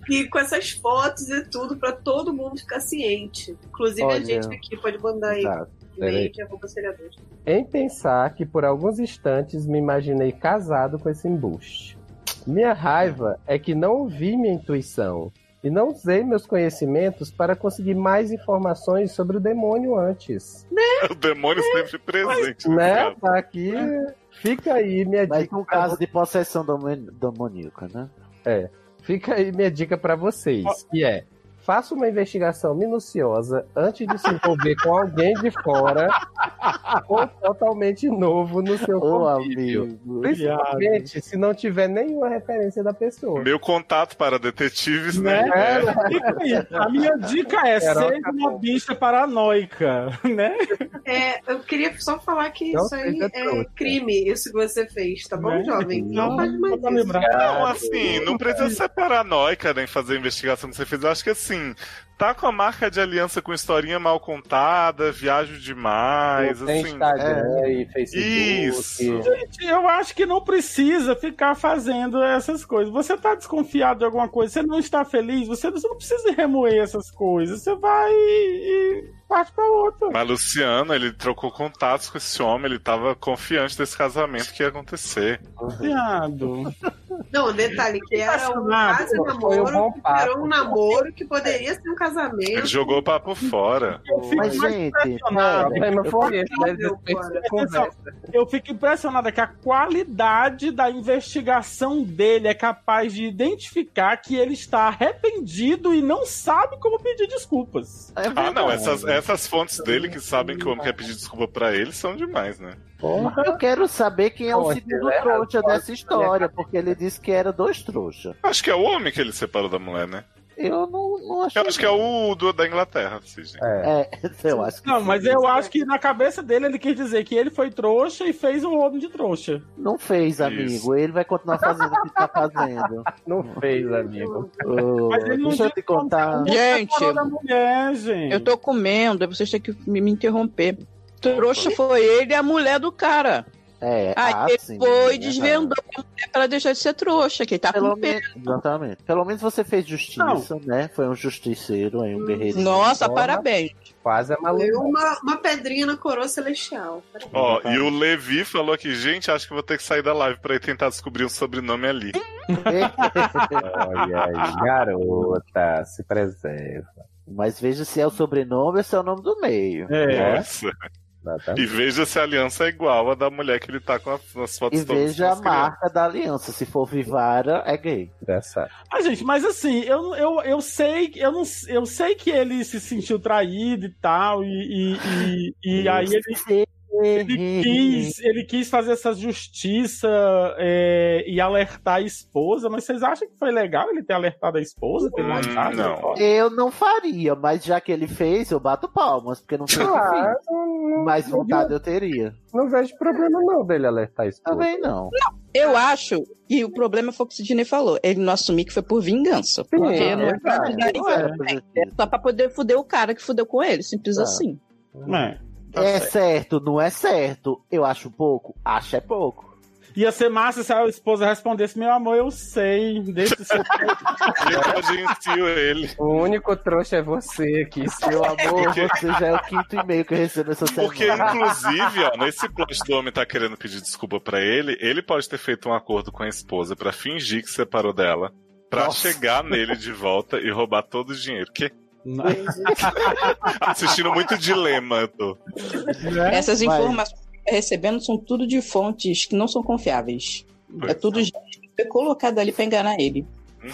Speaker 2: E com essas fotos e tudo, pra todo mundo ficar ciente. Inclusive a
Speaker 3: Olha.
Speaker 2: gente aqui pode
Speaker 10: Tá,
Speaker 2: mandar aí. um
Speaker 3: Exato.
Speaker 2: e-mail
Speaker 3: Peraí.
Speaker 2: de arroba seriador.
Speaker 3: Em pensar que por alguns instantes me imaginei casado com esse embuste. Minha raiva é que não ouvi minha intuição e não usei meus conhecimentos para conseguir mais informações sobre o demônio antes.
Speaker 1: O demônio sempre presente.
Speaker 3: Né?
Speaker 1: cara?
Speaker 3: Tá aqui. Fica aí minha
Speaker 6: Mas
Speaker 3: dica.
Speaker 6: com
Speaker 3: pra
Speaker 6: caso de possessão domo- demoníaca, né?
Speaker 3: É. Fica aí minha dica pra vocês, que é: faça uma investigação minuciosa antes de se envolver com alguém de fora ou totalmente novo no seu convívio. Principalmente se não tiver nenhuma referência da pessoa.
Speaker 1: Meu contato para detetives, né?
Speaker 4: Né? Fica aí. A minha dica é ser uma bicha paranoica, né?
Speaker 2: É, eu queria só falar que
Speaker 10: Então,
Speaker 4: Não
Speaker 2: isso aí
Speaker 4: seja
Speaker 2: é
Speaker 4: trouxa.
Speaker 2: crime, isso que você fez, tá bom,
Speaker 4: Né?
Speaker 2: jovem? Não,
Speaker 4: Não,
Speaker 2: faz mais
Speaker 4: só pra
Speaker 2: isso.
Speaker 3: É,
Speaker 4: lembrar.
Speaker 1: Não, assim, não precisa ser paranoica nem fazer a investigação que você fez. Eu acho que assim, tá com a marca de aliança com historinha mal contada, viajo demais,
Speaker 3: Não tem
Speaker 1: assim.
Speaker 3: Instagram e Facebook.
Speaker 1: Isso.
Speaker 4: Gente, eu acho que não precisa ficar fazendo essas coisas. Você tá desconfiado de alguma coisa, você não está feliz, você não você não precisa remoer essas coisas. Você vai e, e parte pra outra.
Speaker 1: Mas Luciano, ele trocou contatos com esse homem, ele tava confiante desse casamento que ia acontecer.
Speaker 4: Uhum. Viado.
Speaker 2: Não, detalhe, que era um
Speaker 4: Apaixonado,
Speaker 2: quase
Speaker 1: tá pô, foi um bom
Speaker 2: namoro,
Speaker 1: papo.
Speaker 2: era um namoro que poderia ser um
Speaker 1: Ele
Speaker 2: casamento.
Speaker 1: jogou o papo fora.
Speaker 4: Mas, é gente,
Speaker 3: O problema foi esse, né? Dispensa a
Speaker 4: Atenção,
Speaker 3: conversa.
Speaker 4: eu fico impressionada que a qualidade da investigação dele é capaz de identificar que ele está arrependido e não sabe como pedir desculpas.
Speaker 6: é
Speaker 1: Ah, não, essas, essas fontes dele que sabem que o homem quer pedir desculpa pra ele são demais, né?
Speaker 6: Eu quero saber quem é o
Speaker 1: Poxa,
Speaker 6: segundo
Speaker 1: né? Poxa,
Speaker 6: trouxa dessa história, porque ele disse que era dois trouxas.
Speaker 1: Acho que é o homem que ele separou da mulher, né?
Speaker 6: Eu não, não acho.
Speaker 1: Eu acho que é o do, da Inglaterra, Cisne.
Speaker 6: É, eu acho
Speaker 4: Não, mas eu acho que na cabeça dele ele quis dizer que ele foi trouxa e fez um homem de trouxa.
Speaker 6: Não fez, amigo. Ele vai continuar fazendo o que tá fazendo.
Speaker 3: Não fez, amigo.
Speaker 6: Mas ele não deixa eu te contar.
Speaker 10: Gente,
Speaker 4: É, gente.
Speaker 10: eu tô comendo, aí vocês têm que me, me interromper. Trouxa foi ele e a mulher do cara.
Speaker 6: É,
Speaker 10: Aí
Speaker 6: ah,
Speaker 10: ele
Speaker 6: sim,
Speaker 10: foi
Speaker 6: é
Speaker 10: e desvendou a mulher pra ela deixar de ser trouxa, que ele tá
Speaker 6: Pelo
Speaker 10: com pena.
Speaker 6: menos- Exatamente. Pelo menos você fez justiça, né? Foi um justiceiro aí, um guerreiro.
Speaker 10: Nossa, parabéns.
Speaker 3: Quase é
Speaker 2: Deu
Speaker 3: maluco.
Speaker 2: uma, uma pedrinha na coroa celestial.
Speaker 1: Ó, e o Levi falou aqui, gente, acho que vou ter que sair da live pra ir tentar descobrir um sobrenome ali.
Speaker 3: Olha aí, garota, se preserva.
Speaker 6: Mas veja se é o sobrenome ou se é o nome do meio.
Speaker 1: Nossa. E veja se a aliança é igual a da mulher que ele tá com a- nas fotos
Speaker 6: E
Speaker 1: todas
Speaker 6: veja
Speaker 1: que
Speaker 6: a
Speaker 1: nós criamos.
Speaker 6: marca da aliança. Se for Vivara, é gay.
Speaker 4: Ah, gente, mas assim, eu, eu, eu sei que eu não eu sei que ele se sentiu traído e tal, e, e, e, e aí ele, ele, quis, ele quis fazer essa justiça é, e alertar a esposa, mas vocês acham que foi legal ele ter alertado a esposa?
Speaker 1: Hum,
Speaker 4: Ter mostrado?
Speaker 6: Eu não faria, mas já que ele fez, eu bato palmas, porque não foi o que
Speaker 3: Claro,
Speaker 6: fiz. Mais vontade eu teria.
Speaker 3: Não vejo problema não dele alertar isso.
Speaker 6: Também não.
Speaker 10: Eu acho que o problema foi o que o Sidney falou. Ele não assumir que foi por vingança. porque
Speaker 6: é
Speaker 10: não é pra
Speaker 6: verdade.
Speaker 10: vingar
Speaker 6: Não era
Speaker 10: ninguém, né? É só pra poder fuder o cara que fudeu com ele. Simples
Speaker 6: Tá.
Speaker 10: assim.
Speaker 1: Tá
Speaker 6: é certo, não é certo. Eu acho pouco, acho é pouco.
Speaker 4: Ia ser massa se a esposa respondesse: Meu amor, eu sei, deixa de ser
Speaker 1: Eu agencio ele.
Speaker 3: O único trouxa é você aqui, seu amor.
Speaker 6: Amor, você já é o quinto e-mail que eu recebo essa semana.
Speaker 1: Porque, inclusive, ó, nesse plot do homem tá querendo pedir desculpa pra ele, ele pode ter feito um acordo com a esposa pra fingir que separou dela, pra chegar nele de volta e roubar todo o dinheiro. Que? Assistindo muito dilema, eu tô.
Speaker 4: né?"
Speaker 10: Essas
Speaker 1: Vai.
Speaker 10: informações que tá recebendo são tudo de fontes que não são confiáveis. É tudo gente que foi colocado ali pra enganar ele.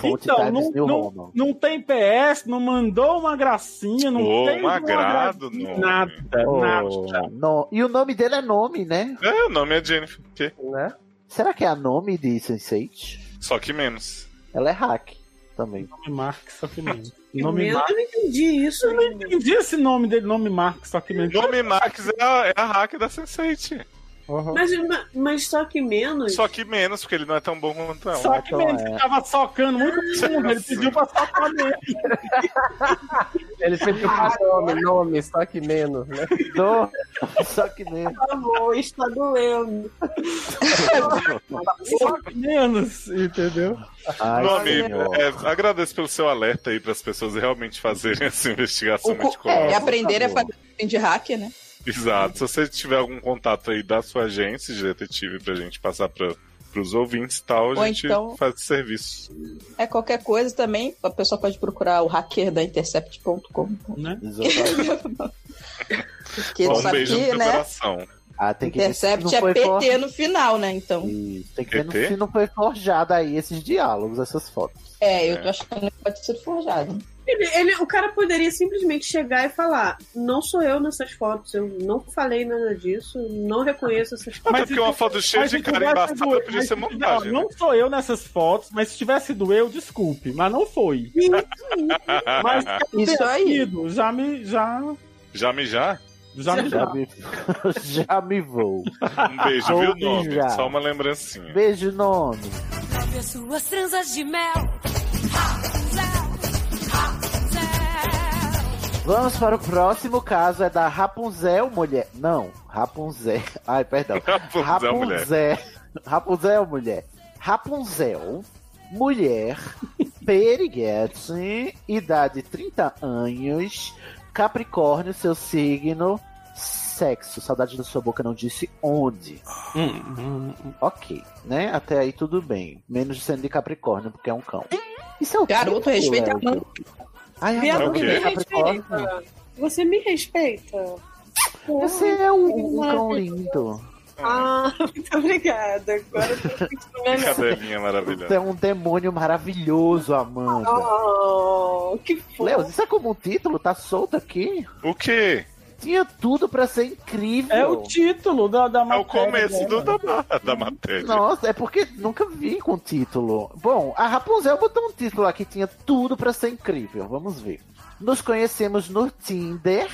Speaker 4: Então, não, não, não tem PS, não mandou uma gracinha, não
Speaker 1: Ô,
Speaker 4: tem
Speaker 1: um agrado, não.
Speaker 4: nada, é nada.
Speaker 6: No- E o nome dele é nome, né?
Speaker 1: É, o nome é Jennifer. Que?
Speaker 3: né?
Speaker 6: Será que é a nome de Sense8?
Speaker 1: Só que menos.
Speaker 6: Ela é hack também.
Speaker 4: Nome Mark, só que menos.
Speaker 1: menos?
Speaker 4: Nome Mark.
Speaker 1: Eu
Speaker 4: não entendi isso. Eu não entendi esse nome dele, nome Mark, só que menos.
Speaker 1: Nome Max é a, é a hack da Sense8.
Speaker 2: Mas, mas só que menos.
Speaker 1: Só que menos, porque ele não é tão bom quanto ela.
Speaker 4: Só que menos, ele tava socando muito fundo, ele pediu pra socar mesmo.
Speaker 3: Ele pediu pra nome, nome, só que menos, né?
Speaker 6: só que menos.
Speaker 2: Por favor, está doendo.
Speaker 4: Só que menos, entendeu?
Speaker 1: Nome, é, agradeço pelo seu alerta aí para as pessoas realmente fazerem essa investigação
Speaker 10: O cu-
Speaker 1: meticulosa.
Speaker 10: e aprender é fazer o de hacker, né?
Speaker 1: Exato. Se você tiver algum contato aí da sua agência de detetive pra gente passar para os ouvintes e tal,
Speaker 10: Ou
Speaker 1: a gente
Speaker 10: então-
Speaker 1: faz esse serviço.
Speaker 10: É qualquer coisa também. A pessoa pode procurar o hacker da intercept.com.
Speaker 4: Né?
Speaker 10: um Porque
Speaker 1: Ó,
Speaker 10: isso
Speaker 1: um beijo
Speaker 10: aqui,
Speaker 1: no
Speaker 10: né?
Speaker 1: teu coração.
Speaker 6: Ah, tem que
Speaker 10: Intercept
Speaker 6: não
Speaker 10: é
Speaker 6: foi
Speaker 10: PT
Speaker 6: for-
Speaker 10: no final, né? Então.
Speaker 6: Tem que ver no-
Speaker 1: PT?
Speaker 6: se não foi forjado aí esses diálogos, essas fotos.
Speaker 10: É, eu tô achando que pode ser forjado.
Speaker 2: Ele, ele- o cara poderia simplesmente chegar e falar: Não sou eu nessas fotos, eu não falei nada disso, não reconheço essas fotos.
Speaker 1: Até porque
Speaker 10: então,
Speaker 1: uma foto cheia
Speaker 4: mas
Speaker 1: de
Speaker 4: se
Speaker 1: cara
Speaker 4: tivesse
Speaker 1: embaçada
Speaker 4: sido-
Speaker 1: podia
Speaker 4: mas se
Speaker 1: ser
Speaker 4: tiver-
Speaker 1: montagem. né?
Speaker 4: ó, Não sou eu nessas fotos, mas se tivesse sido eu, desculpe, mas não foi.
Speaker 1: né?
Speaker 4: Mas que
Speaker 1: Isso
Speaker 10: Então,
Speaker 4: tenha
Speaker 1: aí.
Speaker 4: sido, já me. Já,
Speaker 1: Já me já?
Speaker 4: já me. Já.
Speaker 6: Já me vou.
Speaker 1: Um beijo, viu,
Speaker 6: Vou
Speaker 1: nome?
Speaker 6: mijar.
Speaker 1: Só uma lembrancinha.
Speaker 6: Beijo, nome.
Speaker 13: Lave as suas tranças de mel.
Speaker 6: Vamos para o próximo caso, é da Rapunzel mulher. Não, Rapunzel. Ai, perdão.
Speaker 1: Rapunzel,
Speaker 6: Rapunzel.
Speaker 1: mulher.
Speaker 6: Rapunzel mulher. Rapunzel mulher, periguete, idade 30 anos, Capricórnio, seu signo, sexo. Saudade da sua boca não disse onde. Ok, né? Até aí tudo bem. Menos sendo de Capricórnio, porque é um cão. Isso é o
Speaker 10: Garoto, respeita a mão.
Speaker 6: Ai,
Speaker 2: Viado,
Speaker 6: amor,
Speaker 2: você me
Speaker 6: Capricórnio.
Speaker 2: respeita. Você me respeita.
Speaker 6: Você é um, um cão lindo.
Speaker 2: Ah, muito obrigada. Agora eu tô sentindo melhor.
Speaker 1: Cadelinha
Speaker 6: Você é
Speaker 1: maravilhosa.
Speaker 6: um demônio maravilhoso, Amanda.
Speaker 2: Oh, que
Speaker 6: Léo, isso é como um título? Tá solto aqui?
Speaker 1: O quê?
Speaker 6: Tinha tudo pra ser incrível.
Speaker 4: É o título da, da
Speaker 1: É o começo do, da, ma- da matéria.
Speaker 6: Nossa, é porque nunca vi com título. Bom, a Rapunzel botou um título aqui, tinha tudo pra ser incrível. Vamos ver. Nos conhecemos no Tinder.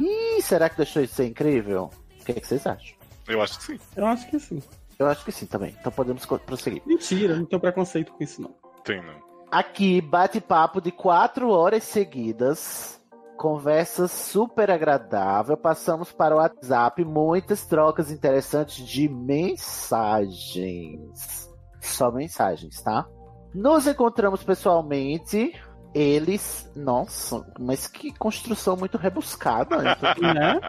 Speaker 6: Ih, será que deixou de ser incrível? O que, é que vocês acham?
Speaker 1: Eu acho que sim.
Speaker 4: Eu acho que sim.
Speaker 6: Eu acho que sim também. Então podemos co- prosseguir.
Speaker 4: Mentira, não tenho preconceito com isso, não.
Speaker 1: Tem, né? não.
Speaker 6: Aqui, bate-papo de quatro horas seguidas. Conversa super agradável. Passamos para o WhatsApp. Muitas trocas interessantes de mensagens. Só mensagens, tá? Nos encontramos pessoalmente. Eles. Nossa, mas que construção muito rebuscada. né?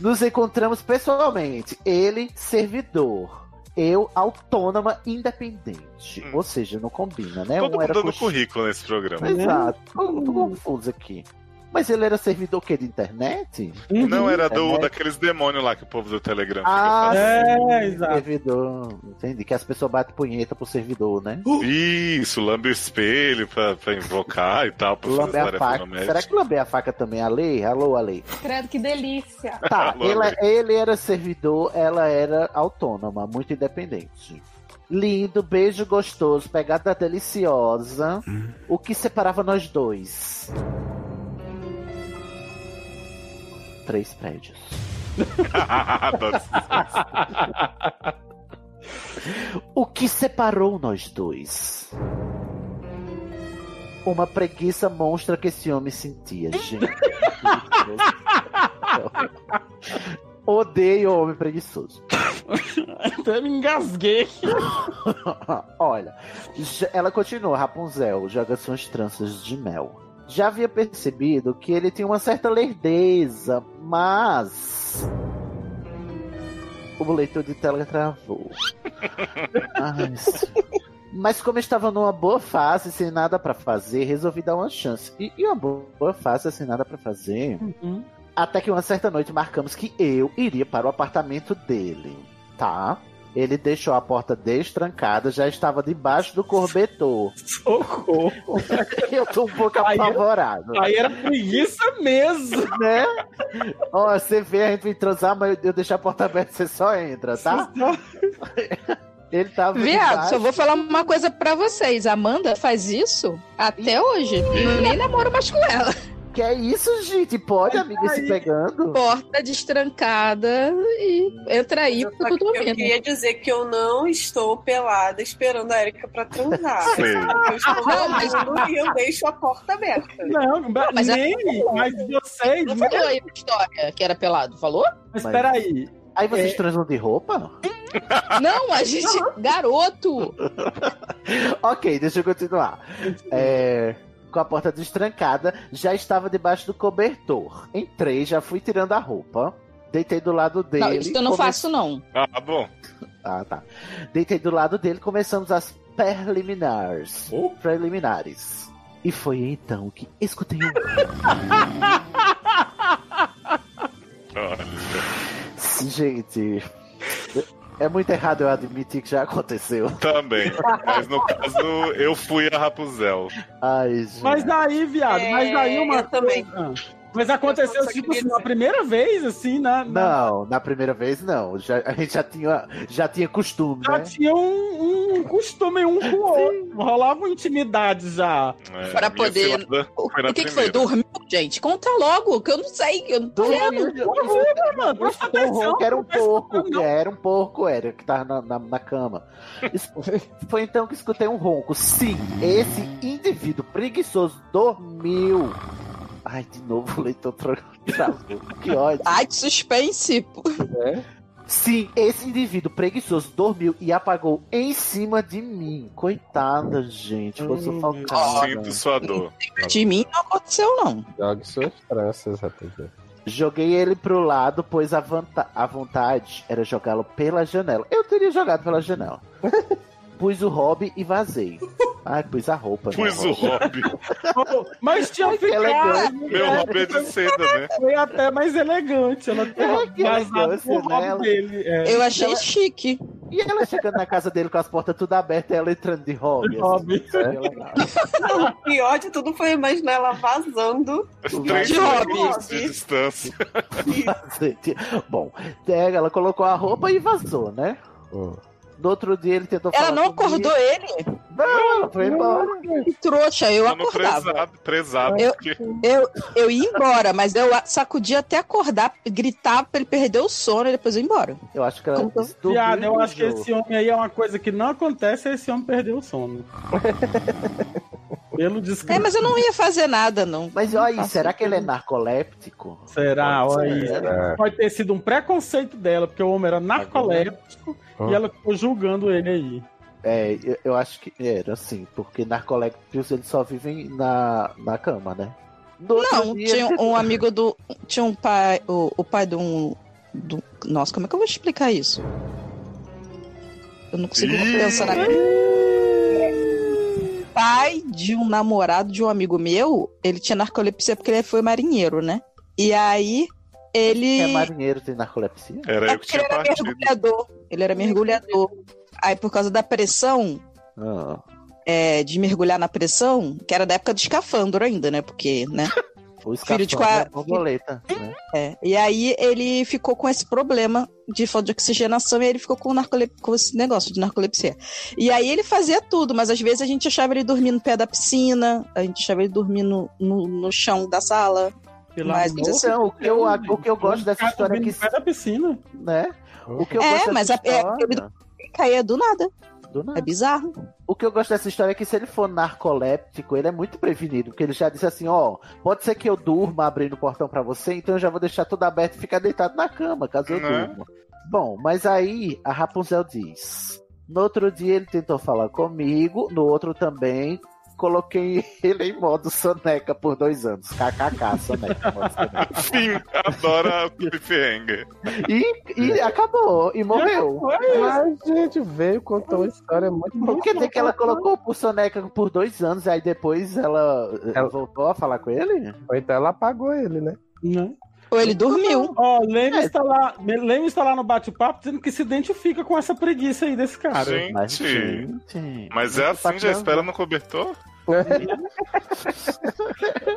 Speaker 6: Nos encontramos pessoalmente. Ele, servidor. Eu, autônoma, independente. Ou seja, não combina, né?
Speaker 1: Hum. Todo
Speaker 6: um
Speaker 1: mundo
Speaker 6: era
Speaker 1: dando
Speaker 6: coxinha.
Speaker 1: currículo nesse programa.
Speaker 6: Exato. Tô confuso aqui. Mas ele era servidor o quê? De internet?
Speaker 1: Não, é era do,
Speaker 6: Internet?
Speaker 1: daqueles demônios lá que o povo do Telegram fica
Speaker 6: É Ah,
Speaker 1: falando.
Speaker 4: É,
Speaker 6: sim,
Speaker 1: assim.
Speaker 6: servidor. Entendi. Que as pessoas batem punheta pro servidor, né?
Speaker 1: Isso, lambe o espelho pra, pra invocar e tal, pra fazer
Speaker 6: Lamber a
Speaker 1: tarefa
Speaker 6: faca.
Speaker 1: doméstica.
Speaker 6: Será que lamber a faca também é a lei? Alô, a lei.
Speaker 14: Credo, que delícia.
Speaker 6: Tá, ela- ele era servidor, ela era autônoma, muito independente. Lindo, beijo gostoso, pegada deliciosa. O que separava nós dois? Três prédios.
Speaker 1: Adoro
Speaker 6: o que separou nós dois? Uma preguiça monstra que esse homem sentia, gente. Odeio homem preguiçoso.
Speaker 4: Até me engasguei.
Speaker 6: Olha, j- ela continua, Rapunzel, joga suas tranças de mel. Já havia percebido que ele tinha uma certa lerdeza, mas. O leitor de tela travou. Ai, sim. mas como eu estava numa boa fase, sem nada pra fazer, resolvi dar uma chance. E, e uma bo- boa fase, sem nada pra fazer. Até que uma certa noite marcamos que eu iria para o apartamento dele, tá? Ele deixou a porta destrancada, já estava debaixo do cobertor.
Speaker 4: Socorro!
Speaker 6: Eu tô um pouco apavorado.
Speaker 4: Aí era preguiça mesmo!
Speaker 6: Né? Ó, você vê a gente vir transar, mas eu deixar a porta aberta, você só entra, tá? Ele tava.
Speaker 10: Viado,
Speaker 6: debaixo-
Speaker 10: só vou falar uma coisa pra vocês. Amanda faz isso até hoje. Eu nem namoro mais com ela.
Speaker 6: Que é isso, gente? Pode, amiga, se pegando?
Speaker 10: Porta destrancada e entra aí porque eu tô
Speaker 2: Eu
Speaker 10: vendo.
Speaker 2: queria dizer que eu não estou pelada esperando a Erika pra transar.
Speaker 4: Sei.
Speaker 2: Eu estou
Speaker 10: Ah, Não, mas-
Speaker 2: namorando e eu deixo a porta aberta.
Speaker 4: Não, mas nem, mas vocês.
Speaker 10: Não falou aí na história que era pelado, falou?
Speaker 4: Mas peraí.
Speaker 6: Aí vocês
Speaker 10: É.
Speaker 6: transam de roupa?
Speaker 10: Não, a gente. Garoto!
Speaker 6: ok, deixa eu continuar. É, com a porta destrancada, já estava debaixo do cobertor. Entrei, já fui tirando a roupa. Deitei do lado dele.
Speaker 10: Não, isso eu não
Speaker 6: come-
Speaker 10: faço, não.
Speaker 1: Ah, bom.
Speaker 6: Ah, tá. Deitei do lado dele, começamos as preliminares. Preliminares. E foi então que escutei um. Gente. É muito errado eu admitir que já aconteceu.
Speaker 1: Também. Mas no caso, eu fui a Rapunzel.
Speaker 6: Ai, gente.
Speaker 4: Mas daí, viado, mas daí
Speaker 6: É,
Speaker 4: uma.
Speaker 6: eu também.
Speaker 4: coisa- Mas aconteceu, tipo assim, na primeira vez, assim, na. na-
Speaker 6: Não, na primeira vez não. Já, a gente já tinha, já tinha costume,
Speaker 4: Já
Speaker 6: né?
Speaker 4: tinha um, um costume um com o outro. Rolava intimidade já.
Speaker 1: É,
Speaker 10: Pra poder- O que, que foi? Dormiu, gente? Conta logo, que eu não sei. que Eu não tô
Speaker 6: Dormiu,
Speaker 10: vendo.
Speaker 6: é Esse porro, que era um porco, que era um porco, era que tava na, na, na cama. Es- Foi então que escutei um ronco. Sim, esse indivíduo preguiçoso dormiu. Ai, de novo o leitor tra- travou. Que ódio.
Speaker 10: Ai, que suspense.
Speaker 6: Sim, esse indivíduo preguiçoso dormiu e apagou em cima de mim. Coitada, gente. Ficou sufocada.
Speaker 1: Sinto sua dor.
Speaker 10: De mim não aconteceu, não.
Speaker 3: Jogue suas tranças, rapaz.
Speaker 6: Joguei ele pro lado, pois a, vanta- a vontade era jogá-lo pela janela. Eu teria jogado pela janela. pus o hobby e vazei. Ai, pus a roupa. né?
Speaker 1: Pus o hobby.
Speaker 4: Mas tinha ficado. né?
Speaker 1: Meu hobby é de seda, né?
Speaker 4: Foi até mais elegante. Ela
Speaker 6: É, que
Speaker 4: ter vazado
Speaker 6: elegância
Speaker 4: pro hobby
Speaker 6: nela.
Speaker 4: dele. é.
Speaker 10: Eu achei
Speaker 6: Ela-
Speaker 10: chique.
Speaker 6: E ela chegando na casa dele com as portas tudo abertas e ela entrando de hobby. assim,
Speaker 4: hobby.
Speaker 2: Não, o pior de tudo foi imaginar ela vazando.
Speaker 1: Três
Speaker 2: de
Speaker 1: metros
Speaker 2: hobby.
Speaker 1: de distância.
Speaker 6: Bom, é, ela colocou a roupa e vazou, né? No outro dia ele tentou
Speaker 10: Ela
Speaker 6: falar
Speaker 10: não
Speaker 6: comigo.
Speaker 10: acordou ele?
Speaker 6: Não, ela foi embora.
Speaker 10: Que trouxa, eu
Speaker 1: Tá no
Speaker 10: acordava.
Speaker 1: prezado, prezado.
Speaker 10: Eu,
Speaker 1: porque-
Speaker 10: eu, eu ia embora, mas eu a- sacudia até acordar, gritava pra ele perder o sono e depois eu ia embora.
Speaker 6: Eu acho que ela
Speaker 4: Viado, eu acho que esse homem aí é uma coisa que não acontece, é esse homem perdeu o sono. Pelo descanso.
Speaker 10: É, mas eu não ia fazer nada, não.
Speaker 6: Mas olha aí, será que ele é narcoléptico?
Speaker 4: Será?
Speaker 6: Pode
Speaker 4: tá Ah, Olha aí.
Speaker 6: ser, né?
Speaker 4: Pode ter sido um preconceito dela, porque o homem era narcoléptico
Speaker 6: Hum.
Speaker 4: e ela ficou julgando ele aí.
Speaker 6: É, eu, eu acho que era, assim, porque narcolépticos eles só vivem na, na cama, né?
Speaker 10: Não, tinha um amigo do. Tinha um pai. O, o pai de um. Do, nossa, como é que eu vou explicar isso? Eu não consigo
Speaker 15: Ih!
Speaker 10: pensar na. É, Pai de um namorado de um amigo meu, ele tinha narcolepsia porque ele foi marinheiro, né? E aí ele.
Speaker 6: É marinheiro, tem narcolepsia?
Speaker 1: Era
Speaker 10: É porque ele era mergulhador. Ele era mergulhador. Aí por causa da pressão,
Speaker 6: Ah.
Speaker 10: é, de mergulhar na pressão, que era da época do escafandro ainda, né? Porque, né?
Speaker 6: O
Speaker 10: Filho
Speaker 6: escafandro
Speaker 10: de
Speaker 6: é
Speaker 10: qua-
Speaker 6: a borboleta, né?
Speaker 10: É, e aí ele ficou com esse problema de falta de oxigenação e aí ele ficou com, narcole... com esse negócio de narcolepsia. E aí ele fazia tudo, mas às vezes a gente achava ele dormindo no pé da piscina, a gente achava ele dormindo no, no chão da sala.
Speaker 4: Pelo
Speaker 10: mas
Speaker 4: amor
Speaker 10: assim,
Speaker 6: Então, o que eu, o que eu gosto dessa história é que.
Speaker 4: Sai da piscina.
Speaker 6: Né? O que eu
Speaker 10: é,
Speaker 6: gosto
Speaker 10: mas a,
Speaker 6: dessa
Speaker 10: é,
Speaker 6: história...
Speaker 10: ele caía do nada. É bizarro.
Speaker 6: O que eu gosto dessa história é que se ele for narcoléptico, ele é muito prevenido, porque ele já disse assim, ó, pode ser que eu durma abrindo o portão pra você, então eu já vou deixar tudo aberto e ficar deitado na cama, caso eu
Speaker 1: Né?
Speaker 6: durma. Bom, mas aí a Rapunzel diz: "No outro dia ele tentou falar comigo, no outro também coloquei ele em modo soneca por dois anos. KKK, soneca, modo soneca.
Speaker 1: Enfim, adora o cliffhanger.
Speaker 6: E, e acabou, É. e morreu.
Speaker 3: Mas, gente, veio, contou uma história muito
Speaker 6: Não quer dizer que ela colocou o soneca por dois anos, aí depois ela, ela voltou a falar com ele?
Speaker 3: Ou então ela apagou ele, né?
Speaker 4: Não.
Speaker 10: Ou ele dormiu.
Speaker 4: Ó,
Speaker 6: É.
Speaker 4: Leme está lá, Leme está lá no bate-papo dizendo que se identifica com essa preguiça aí desse cara.
Speaker 1: Gente. Mas,
Speaker 6: Tá
Speaker 1: é assim, já espera no cobertor?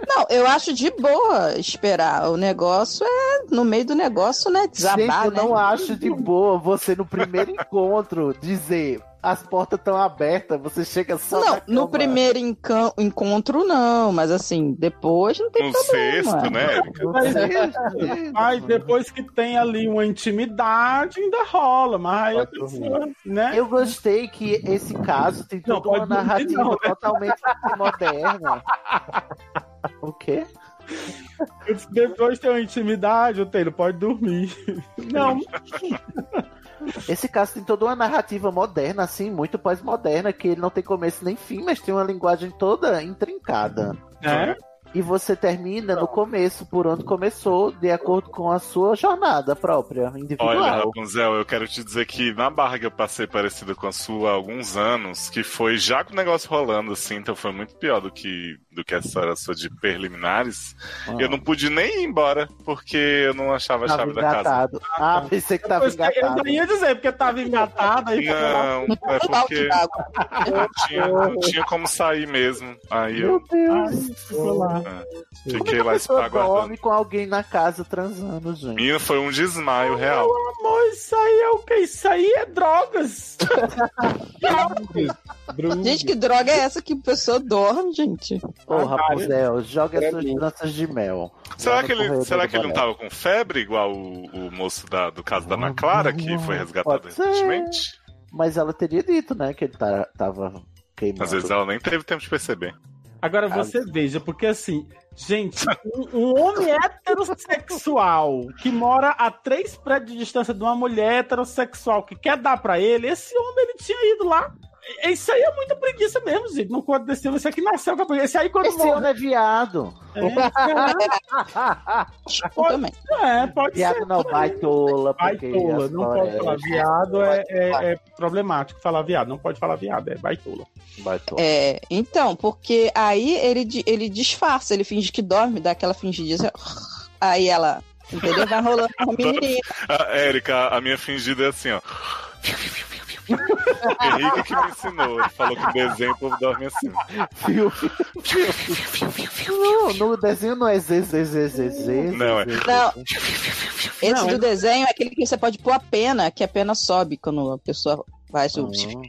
Speaker 10: Não, eu acho de boa esperar. O negócio é no meio do negócio, né? Desabar,
Speaker 6: Gente, eu
Speaker 10: né?
Speaker 6: não acho de boa você no primeiro encontro dizer as portas estão abertas, você chega só.
Speaker 10: Não,
Speaker 6: na
Speaker 10: no
Speaker 6: cama."
Speaker 10: primeiro encan- encontro não, mas assim, depois não tem
Speaker 1: No
Speaker 10: problema.
Speaker 1: sexto, né, Érica?
Speaker 4: Mas, mas depois que tem ali uma intimidade, ainda rola, mas aí a pessoa, né?
Speaker 6: Eu gostei que esse caso tem
Speaker 4: Não,
Speaker 6: toda uma
Speaker 4: pode dormir,
Speaker 6: narrativa
Speaker 4: não, né?
Speaker 6: totalmente moderna. O quê?
Speaker 4: Depois tem uma intimidade, o Taylor pode dormir. Não.
Speaker 6: Esse caso tem toda uma narrativa moderna, assim, muito pós-moderna, que ele não tem começo nem fim, mas tem uma linguagem toda intrincada.
Speaker 4: É?
Speaker 6: e você termina no começo, por onde começou, de acordo com a sua jornada própria, individual.
Speaker 1: Olha, Rapunzel, eu quero te dizer que na barra que eu passei parecida com a sua há alguns anos, que foi já com o negócio rolando, assim, então foi muito pior do que, do que essa era sua de preliminares.
Speaker 6: Ah.
Speaker 1: Eu não pude nem ir embora, porque eu não achava a
Speaker 6: Tava
Speaker 1: chave da casa.
Speaker 6: engatado. Ah, pensei que tava
Speaker 4: Pois é, Eu
Speaker 6: engatado.
Speaker 4: não ia dizer, porque tava engatado aí.
Speaker 1: Não, é porque não tinha, não tinha como sair mesmo. Aí eu
Speaker 6: Deus.
Speaker 1: é,
Speaker 6: Como é que
Speaker 1: fiquei
Speaker 6: a
Speaker 1: lá
Speaker 6: pessoa
Speaker 1: espaguardando.
Speaker 6: dorme com alguém na casa transando, gente?
Speaker 1: Menino, foi um desmaio real.
Speaker 4: Meu amor, isso aí é o que? Isso aí é drogas.
Speaker 10: Gente,
Speaker 16: Uhum.
Speaker 10: que droga é essa que a pessoa dorme, gente?
Speaker 6: Ô, Rapunzel, é, joga as suas tranças de mel.
Speaker 1: Será
Speaker 6: Lá
Speaker 1: que
Speaker 6: no
Speaker 1: ele,
Speaker 6: corredor
Speaker 1: será
Speaker 6: do
Speaker 1: que ele não
Speaker 6: balé.
Speaker 1: tava com febre, igual o, o moço da- do caso da Ana Clara, que foi resgatado
Speaker 6: Pode ser.
Speaker 1: recentemente?
Speaker 6: Mas ela teria dito, né, que ele tá- tava queimando.
Speaker 1: Às vezes ela nem teve tempo de perceber.
Speaker 4: Agora você veja, porque assim, gente, um, um homem heterossexual que mora a três prédios de distância de uma mulher heterossexual que quer dar pra ele, esse homem ele tinha ido lá. E- Isso aí é muita preguiça mesmo, gente. Não quando desceu, esse aqui nasceu com a preguiça. Esse aí quando
Speaker 6: Esse homem é viado.
Speaker 4: pode, é, pode
Speaker 6: Viado
Speaker 4: ser.
Speaker 6: não, baitola.
Speaker 4: Baitola, não pode falar viado, é, é- é problemático falar viado, não pode falar viado, é baitola.
Speaker 6: Baitola.
Speaker 10: É, então, porque aí ele, di- ele disfarça, ele finge que dorme, dá aquela fingidinha. assim, ó. Aí ela, entendeu? Vai rolando com a menininha.
Speaker 1: A Érica, a minha fingida é assim, ó. Henrique que me ensinou. Ele falou que desenho o povo dorme assim.
Speaker 6: Viu? Não, no desenho não é z, z, z, z, z.
Speaker 1: Não, é.
Speaker 10: Não. Esse
Speaker 6: Não,
Speaker 10: do
Speaker 6: é-
Speaker 10: desenho é aquele que você pode pôr a pena, que a pena sobe quando a pessoa faz o.
Speaker 6: Uhum.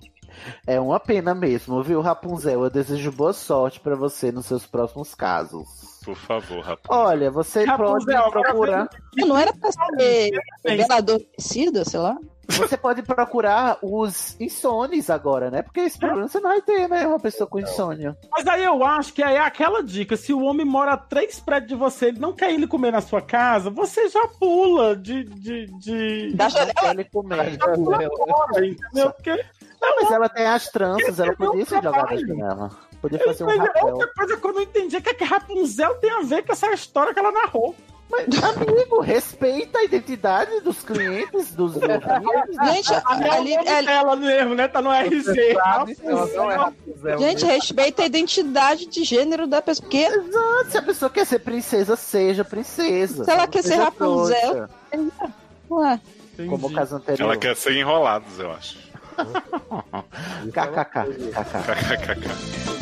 Speaker 6: É uma pena mesmo, viu, Rapunzel? Eu desejo boa sorte pra você nos seus próxsimos casos.
Speaker 1: Por favor, rapaz.
Speaker 6: Olha, você pode procurar.
Speaker 10: Não era pra ser revelador conhecido, sei lá.
Speaker 6: Você pode procurar os insones agora, né? Porque esse problema você não vai ter, né? Uma pessoa com insônia.
Speaker 4: Mas aí eu acho que aí é aquela dica: se o homem mora a três prédios de você, ele não quer ele comer na sua casa, você já pula de. de, de...
Speaker 10: Da
Speaker 4: Ah,
Speaker 6: janela. Ele comer.
Speaker 4: Já pula
Speaker 6: um
Speaker 4: fora, entendeu? Porque
Speaker 6: Não, mas ela tem as tranças, ela podia se jogar na
Speaker 4: trabalho.
Speaker 6: janela. Podia
Speaker 4: Mas é
Speaker 6: fazer um rapel.
Speaker 4: outra coisa que eu não entendi é que, é que Rapunzel tem a ver com essa história que ela narrou.
Speaker 6: Mas, amigo, respeita a identidade dos clientes, dos
Speaker 10: Gente, ali-
Speaker 4: É
Speaker 10: ali-
Speaker 4: ela mesmo, né? Tá no RG.
Speaker 6: sabe, ela não é
Speaker 4: Rapunzel.
Speaker 10: Gente, respeita a identidade de gênero da pessoa. Porque
Speaker 6: Exato, se a pessoa quer ser princesa, seja princesa.
Speaker 10: se ela
Speaker 6: Não
Speaker 10: quer ser
Speaker 6: seja
Speaker 10: Rapunzel.
Speaker 6: trouxa,
Speaker 10: Ué.
Speaker 6: Como o caso anterior.
Speaker 1: Ela quer ser enrolados, eu acho.
Speaker 6: KKK. KKK.
Speaker 1: KKK.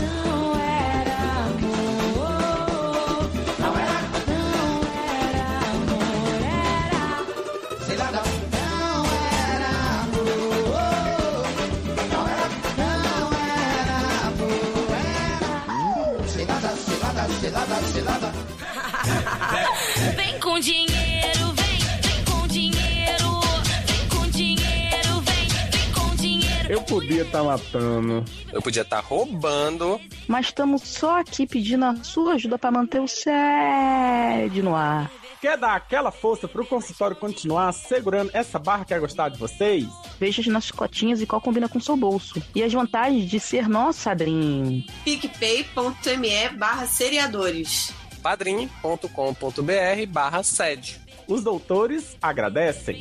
Speaker 7: Vem com dinheiro, vem, vem com dinheiro, vem com dinheiro, vem, vem com dinheiro.
Speaker 17: Eu podia estar matando.
Speaker 3: Eu podia estar roubando.
Speaker 16: Mas estamos só aqui pedindo a sua ajuda para manter o sede no ar.
Speaker 4: Quer dar aquela força pro consultório continuar segurando essa barra que é gostar de vocês?
Speaker 16: Veja as nossas cotinhas e qual combina com o seu bolso. E as vantagens de ser nosso padrinho.
Speaker 18: picpay.me barra seriadores.
Speaker 3: padrim.com.br barra sede.
Speaker 4: Os doutores agradecem.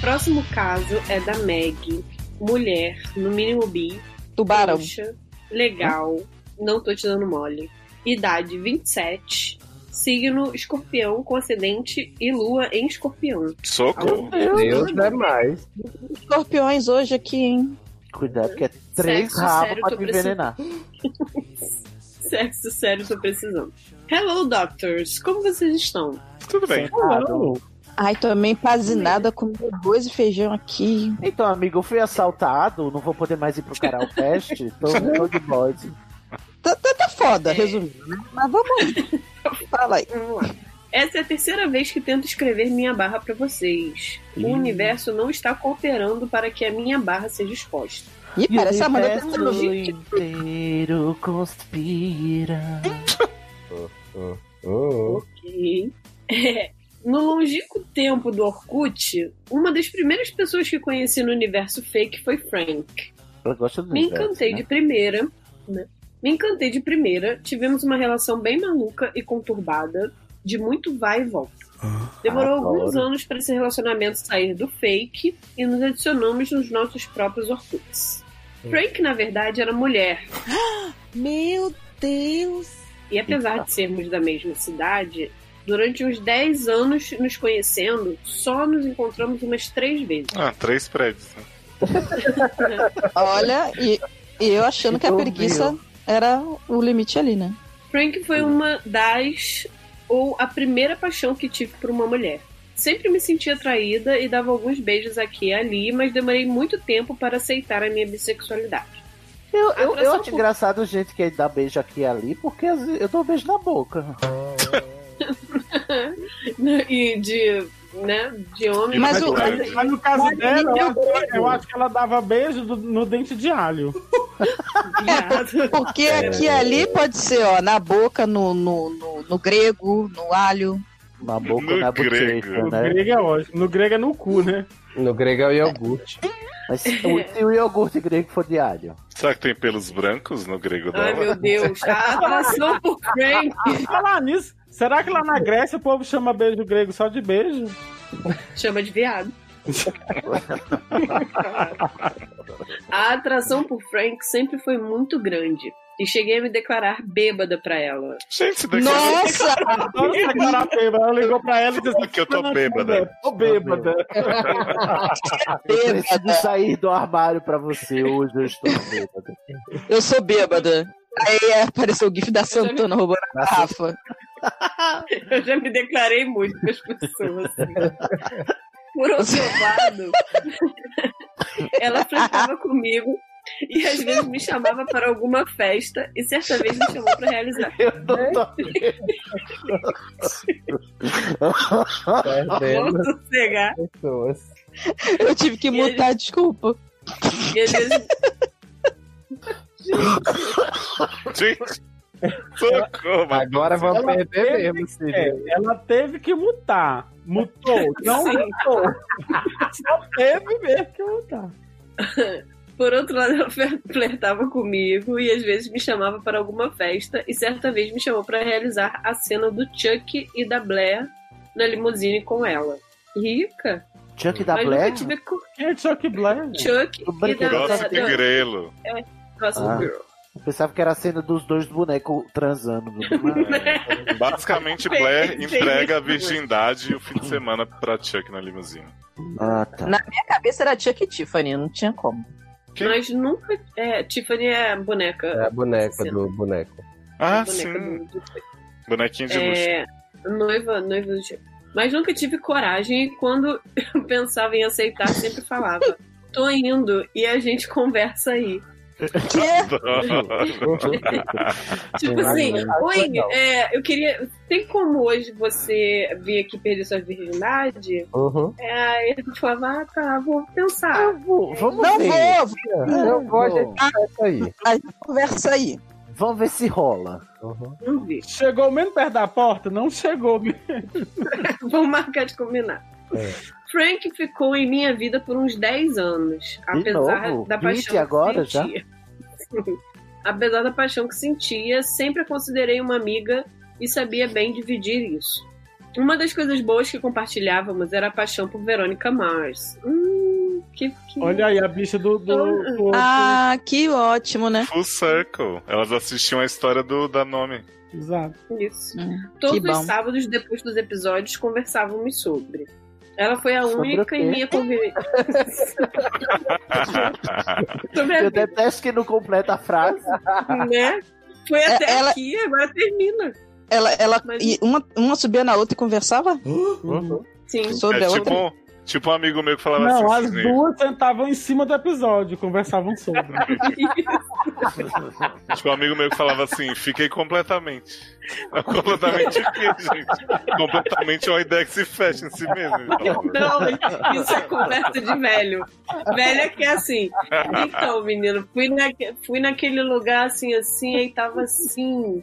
Speaker 2: Próximo caso é da Meg, mulher, no mínimo bi,
Speaker 10: Tubarão.
Speaker 2: bruxa, legal, não tô te dando mole, idade 27, signo escorpião com ascendente e lua em escorpião.
Speaker 1: Socorro.
Speaker 19: Deus é mais.
Speaker 10: Escorpiões hoje aqui, hein?
Speaker 6: Cuidado, que é três
Speaker 2: Sexo
Speaker 6: rabos
Speaker 2: sério,
Speaker 6: pra
Speaker 2: tô
Speaker 6: te envenenar.
Speaker 2: Sexo sério, tô precisando. Hello, doctors, como vocês estão?
Speaker 1: Tudo
Speaker 6: bem.
Speaker 2: um
Speaker 6: Sentado.
Speaker 10: Ai, também pazinada com arroz e feijão aqui.
Speaker 6: Então, amigo, eu fui assaltado, não vou poder mais ir pro Caralfest. tô, tô de bode.
Speaker 10: Tá, tá, tá
Speaker 5: É.
Speaker 10: foda, resumindo. né? Mas vamos. Fala aí.
Speaker 2: Vamos lá. Essa é a terceira vez que tento escrever minha barra pra vocês. O
Speaker 10: Ih.
Speaker 2: universo não está cooperando para que a minha barra seja exposta.
Speaker 10: Ih,
Speaker 2: parece a Amanda
Speaker 6: O
Speaker 2: Tessellino.
Speaker 6: universo inteiro conspira.
Speaker 2: Ok. É, No longínquo tempo do Orkut, uma das primeiras pessoas que conheci no universo fake foi Frank.
Speaker 6: Eu gosto do
Speaker 2: Me
Speaker 6: universo,
Speaker 2: encantei
Speaker 6: né?
Speaker 2: de primeira. né? Me encantei de primeira. Tivemos uma relação bem maluca e conturbada, de muito vai e volta. Demorou
Speaker 13: adoro.
Speaker 2: alguns anos para esse relacionamento sair do fake e nos adicionamos nos nossos próprios Orkuts. Frank, na verdade, era mulher. Meu Deus! E apesar de sermos da mesma cidade, durante uns 10 anos nos conhecendo, só nos encontramos umas três vezes.
Speaker 1: Ah, três prédios. né?
Speaker 5: Olha, e, e eu achando que a preguiça era o limite ali, né?
Speaker 2: Frank foi
Speaker 6: Uhum.
Speaker 2: uma das ou a primeira paixão que tive por uma mulher. Sempre me senti atraída e dava alguns beijos aqui e ali, mas demorei muito tempo para aceitar a minha bissexualidade.
Speaker 6: Eu, eu, eu
Speaker 2: Atração
Speaker 6: acho
Speaker 2: por-
Speaker 6: engraçado gente que dá beijo aqui e ali, porque às vezes eu dou beijo na boca.
Speaker 2: e de, né, de homem.
Speaker 4: Mas, o- mas- mas no caso dela, eu, acho- eu acho que ela dava beijo do- no dente de alho.
Speaker 5: Porque aqui e ali pode ser, ó, na boca, no, no, no, no grego, no alho.
Speaker 6: Na boca,
Speaker 4: No
Speaker 6: na
Speaker 4: grego.
Speaker 6: bochecha,
Speaker 4: No
Speaker 6: né?
Speaker 4: grego é ótimo. No grego é no cu, né?
Speaker 3: No grego é o iogurte.
Speaker 6: Mas se o, se o iogurte grego for de alho.
Speaker 1: Será que tem pelos brancos no grego dela?
Speaker 2: Ai, meu Deus, a
Speaker 10: Ah,
Speaker 2: atração por Frank.
Speaker 4: Falar Ah, nisso, será que lá na Grécia o povo chama beijo grego só de beijo?
Speaker 2: Chama de viado. A atração por Frank sempre foi muito grande. E cheguei a me declarar bêbada pra ela.
Speaker 1: Gente,
Speaker 4: Nossa! Ela ligou pra ela e disse
Speaker 1: que eu tô bêbada.
Speaker 4: Tô bêbada.
Speaker 6: Eu preciso sair do armário pra você hoje, eu estou bêbado.
Speaker 5: Eu sou bêbada. Aí é, apareceu o gif da Santana roubando a garrafa.
Speaker 2: Eu já me declarei muito com as pessoas. assim. Por outro lado, ela flertava comigo e às vezes me chamava para alguma festa e certa vez me chamou para realizar.
Speaker 6: Eu não
Speaker 2: Vamos
Speaker 3: Perdendo
Speaker 2: sossegar.
Speaker 3: pessoas.
Speaker 5: Eu tive que mutar, desculpa.
Speaker 2: E às vezes
Speaker 1: Gente, socorro. um
Speaker 3: Agora vamos
Speaker 4: Ela
Speaker 3: perder
Speaker 4: teve,
Speaker 3: mesmo,
Speaker 4: que-
Speaker 3: Cid.
Speaker 4: é, ela teve que mutar. Mutou, não mutou. Só teve mesmo que mutar.
Speaker 2: Por outro lado, ela fer- flertava comigo e às vezes me chamava para alguma festa e certa vez me chamou para realizar a cena do Chuck e da Blair na limusine com ela. Rica?
Speaker 6: Chuck da
Speaker 2: Mas
Speaker 6: Blair?
Speaker 2: nunca tive co-
Speaker 4: Quem é Chuck Blair?
Speaker 2: Chuck
Speaker 6: Eu
Speaker 2: e da
Speaker 6: brinquei.
Speaker 2: Blair.
Speaker 6: Gossip Grelo.
Speaker 2: É, Gossip
Speaker 6: Ah,
Speaker 2: Girl.
Speaker 6: eu pensava que era a cena dos dois bonecos transando.
Speaker 2: Né?
Speaker 1: Basicamente, Blair entrega a virgindade o fim de semana pra Chuck na limusine.
Speaker 6: Ah, tá.
Speaker 5: Na minha cabeça era Chuck e Tiffany, não tinha como.
Speaker 2: Mas nunca. É, Tiffany é boneca.
Speaker 3: É a boneca do boneco.
Speaker 1: Ah,
Speaker 2: boneca
Speaker 1: sim.
Speaker 2: do- do Chuck.
Speaker 1: Bonequinho de luxo.
Speaker 2: É, noiva, noiva do Chuck. Mas nunca tive coragem e quando eu pensava em aceitar, sempre falava: tô indo e a gente conversa aí.
Speaker 6: Tá
Speaker 2: Tipo assim, oi, é, eu queria. Tem como hoje você vir aqui perder sua virgindade?
Speaker 3: Uhum.
Speaker 2: É, eu falava, ah, tá, vou pensar.
Speaker 6: Ah, vamos
Speaker 5: Não
Speaker 6: ver.
Speaker 5: vou,
Speaker 3: vou. Eu vou, a gente conversa aí.
Speaker 5: A gente conversa aí.
Speaker 6: Vamos ver se rola.
Speaker 3: Uhum.
Speaker 4: Chegou mesmo perto da porta? Não chegou mesmo.
Speaker 2: Vamos marcar de combinar.
Speaker 6: É.
Speaker 2: Frank ficou em minha vida por uns 10 anos.
Speaker 6: De
Speaker 2: apesar
Speaker 6: novo?
Speaker 2: da paixão
Speaker 6: 20 agora
Speaker 2: que sentia. apesar da paixão que sentia, sempre a considerei uma amiga e sabia bem dividir isso. Uma das coisas boas que compartilhávamos era a paixão por Verônica Mars. Hum, que, que...
Speaker 4: Olha aí a bicha do. do, do-
Speaker 5: Ah, que ótimo, né?
Speaker 1: Full Circle. Elas assistiam a história do da nome.
Speaker 4: Exato.
Speaker 2: Isso.
Speaker 5: É. que
Speaker 2: Todos
Speaker 5: bom.
Speaker 2: os sábados, depois dos episódios, conversávamos sobre. Ela foi a
Speaker 6: Sobre o
Speaker 2: única
Speaker 6: quê?
Speaker 2: em minha convivência. Sobre a
Speaker 6: eu
Speaker 2: vida.
Speaker 6: detesto que não completa a frase.
Speaker 2: né? Foi
Speaker 5: É,
Speaker 2: até
Speaker 5: ela-
Speaker 2: aqui, agora termina.
Speaker 5: Ela, ela e uma, uma subia na outra e conversava?
Speaker 2: Sim.
Speaker 5: Sobre
Speaker 1: é,
Speaker 5: a
Speaker 1: tipo,
Speaker 5: outra.
Speaker 1: um- tipo um amigo meu que falava
Speaker 4: Não,
Speaker 1: assim,
Speaker 4: as
Speaker 1: Sidney,
Speaker 4: duas sentavam em cima do episódio, conversavam sobre.
Speaker 1: Tipo, um amigo meu que falava assim, fiquei completamente. completamente o quê, gente? Completamente é uma ideia que se fecha em si mesmo. ele
Speaker 2: É
Speaker 1: falava.
Speaker 2: Não, isso é conversa de velho. Velho é que é assim. Então, menino, fui, naque- fui naquele lugar assim, assim, aí tava assim.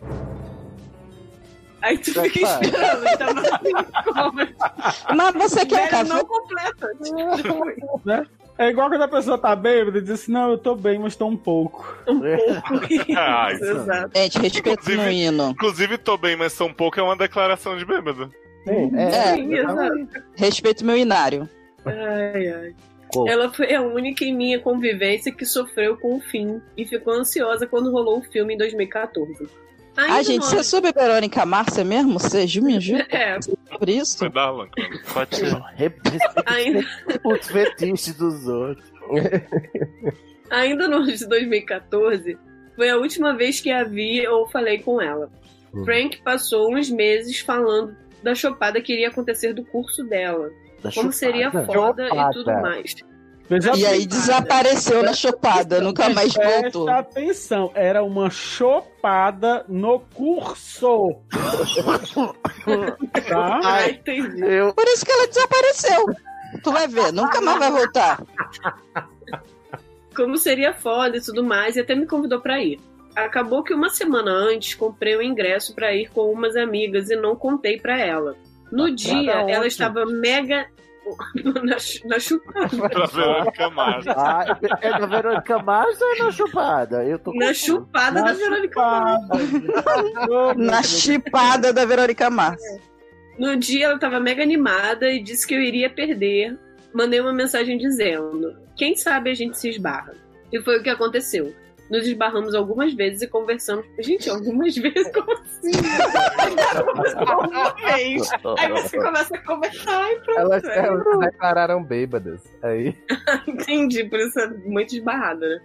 Speaker 11: Aí tu fica esperando, ele tá na
Speaker 5: Mas você é
Speaker 11: Velho,
Speaker 5: quer café?
Speaker 11: não completa. Tipo,
Speaker 4: Né? É igual quando a pessoa tá bêbada e diz assim, não, eu tô bem, mas tô um pouco.
Speaker 2: é
Speaker 6: é,
Speaker 1: Ah, isso.
Speaker 11: exato.
Speaker 5: Gente, respeito no hino.
Speaker 1: Inclusive, tô bem, mas são pouco é uma declaração de bêbado.
Speaker 5: É,
Speaker 11: Sim, exato.
Speaker 5: respeito meu inário.
Speaker 2: Ai, ai.
Speaker 1: Qual?
Speaker 2: Ela foi a única em minha convivência que sofreu com o fim e ficou ansiosa quando rolou o filme em 2014. Ainda
Speaker 5: Ai, Ah, gente,
Speaker 2: não-
Speaker 5: se eu soube Verônica Márcia mesmo, você me julga
Speaker 2: É.
Speaker 5: sobre isso?
Speaker 1: Foi Darlan.
Speaker 6: Pode
Speaker 2: Ainda-
Speaker 6: é, os fetiches dos outros.
Speaker 2: Ainda no ano de 2014, foi a última vez que a vi ou falei com ela.
Speaker 6: Hum.
Speaker 2: Frank passou uns meses falando da chopada que iria acontecer do curso dela.
Speaker 6: Da
Speaker 2: como
Speaker 6: chupada?
Speaker 2: seria foda e tudo
Speaker 6: Chopada.
Speaker 2: mais.
Speaker 4: Veja
Speaker 5: E aí
Speaker 4: bem.
Speaker 5: desapareceu na chopada,
Speaker 4: é
Speaker 5: nunca mais
Speaker 4: Presta
Speaker 5: voltou.
Speaker 4: atenção, era uma chopada no curso. tá?
Speaker 5: Ai,
Speaker 2: entendi.
Speaker 5: Por isso que ela desapareceu. Tu vai ver, nunca mais vai voltar.
Speaker 2: como seria foda e tudo mais, e até me convidou pra ir. Acabou que uma semana antes comprei o ingresso pra ir com umas amigas e não contei pra ela. No dia,
Speaker 6: onde?
Speaker 2: ela estava mega na, chu- na chupada.
Speaker 1: Pra Verônica Márcia.
Speaker 6: Ah, é da Verônica Márcia ou é na chupada? Eu tô
Speaker 2: Na
Speaker 6: confuso.
Speaker 2: chupada da Verônica Márcia.
Speaker 5: Na chipada da Verônica Márcia.
Speaker 2: No dia, ela estava mega animada e disse que eu iria perder. Mandei uma mensagem dizendo: Quem sabe a gente se esbarra. E foi o que aconteceu. Nos esbarramos algumas vezes e conversamos. Gente, algumas vezes? Como assim?
Speaker 11: uma vez. Aí você começa a conversar e pronto.
Speaker 3: Elas,
Speaker 11: é.
Speaker 3: elas se declararam bêbadas. Aí.
Speaker 2: Entendi, por isso é muito esbarrada, né?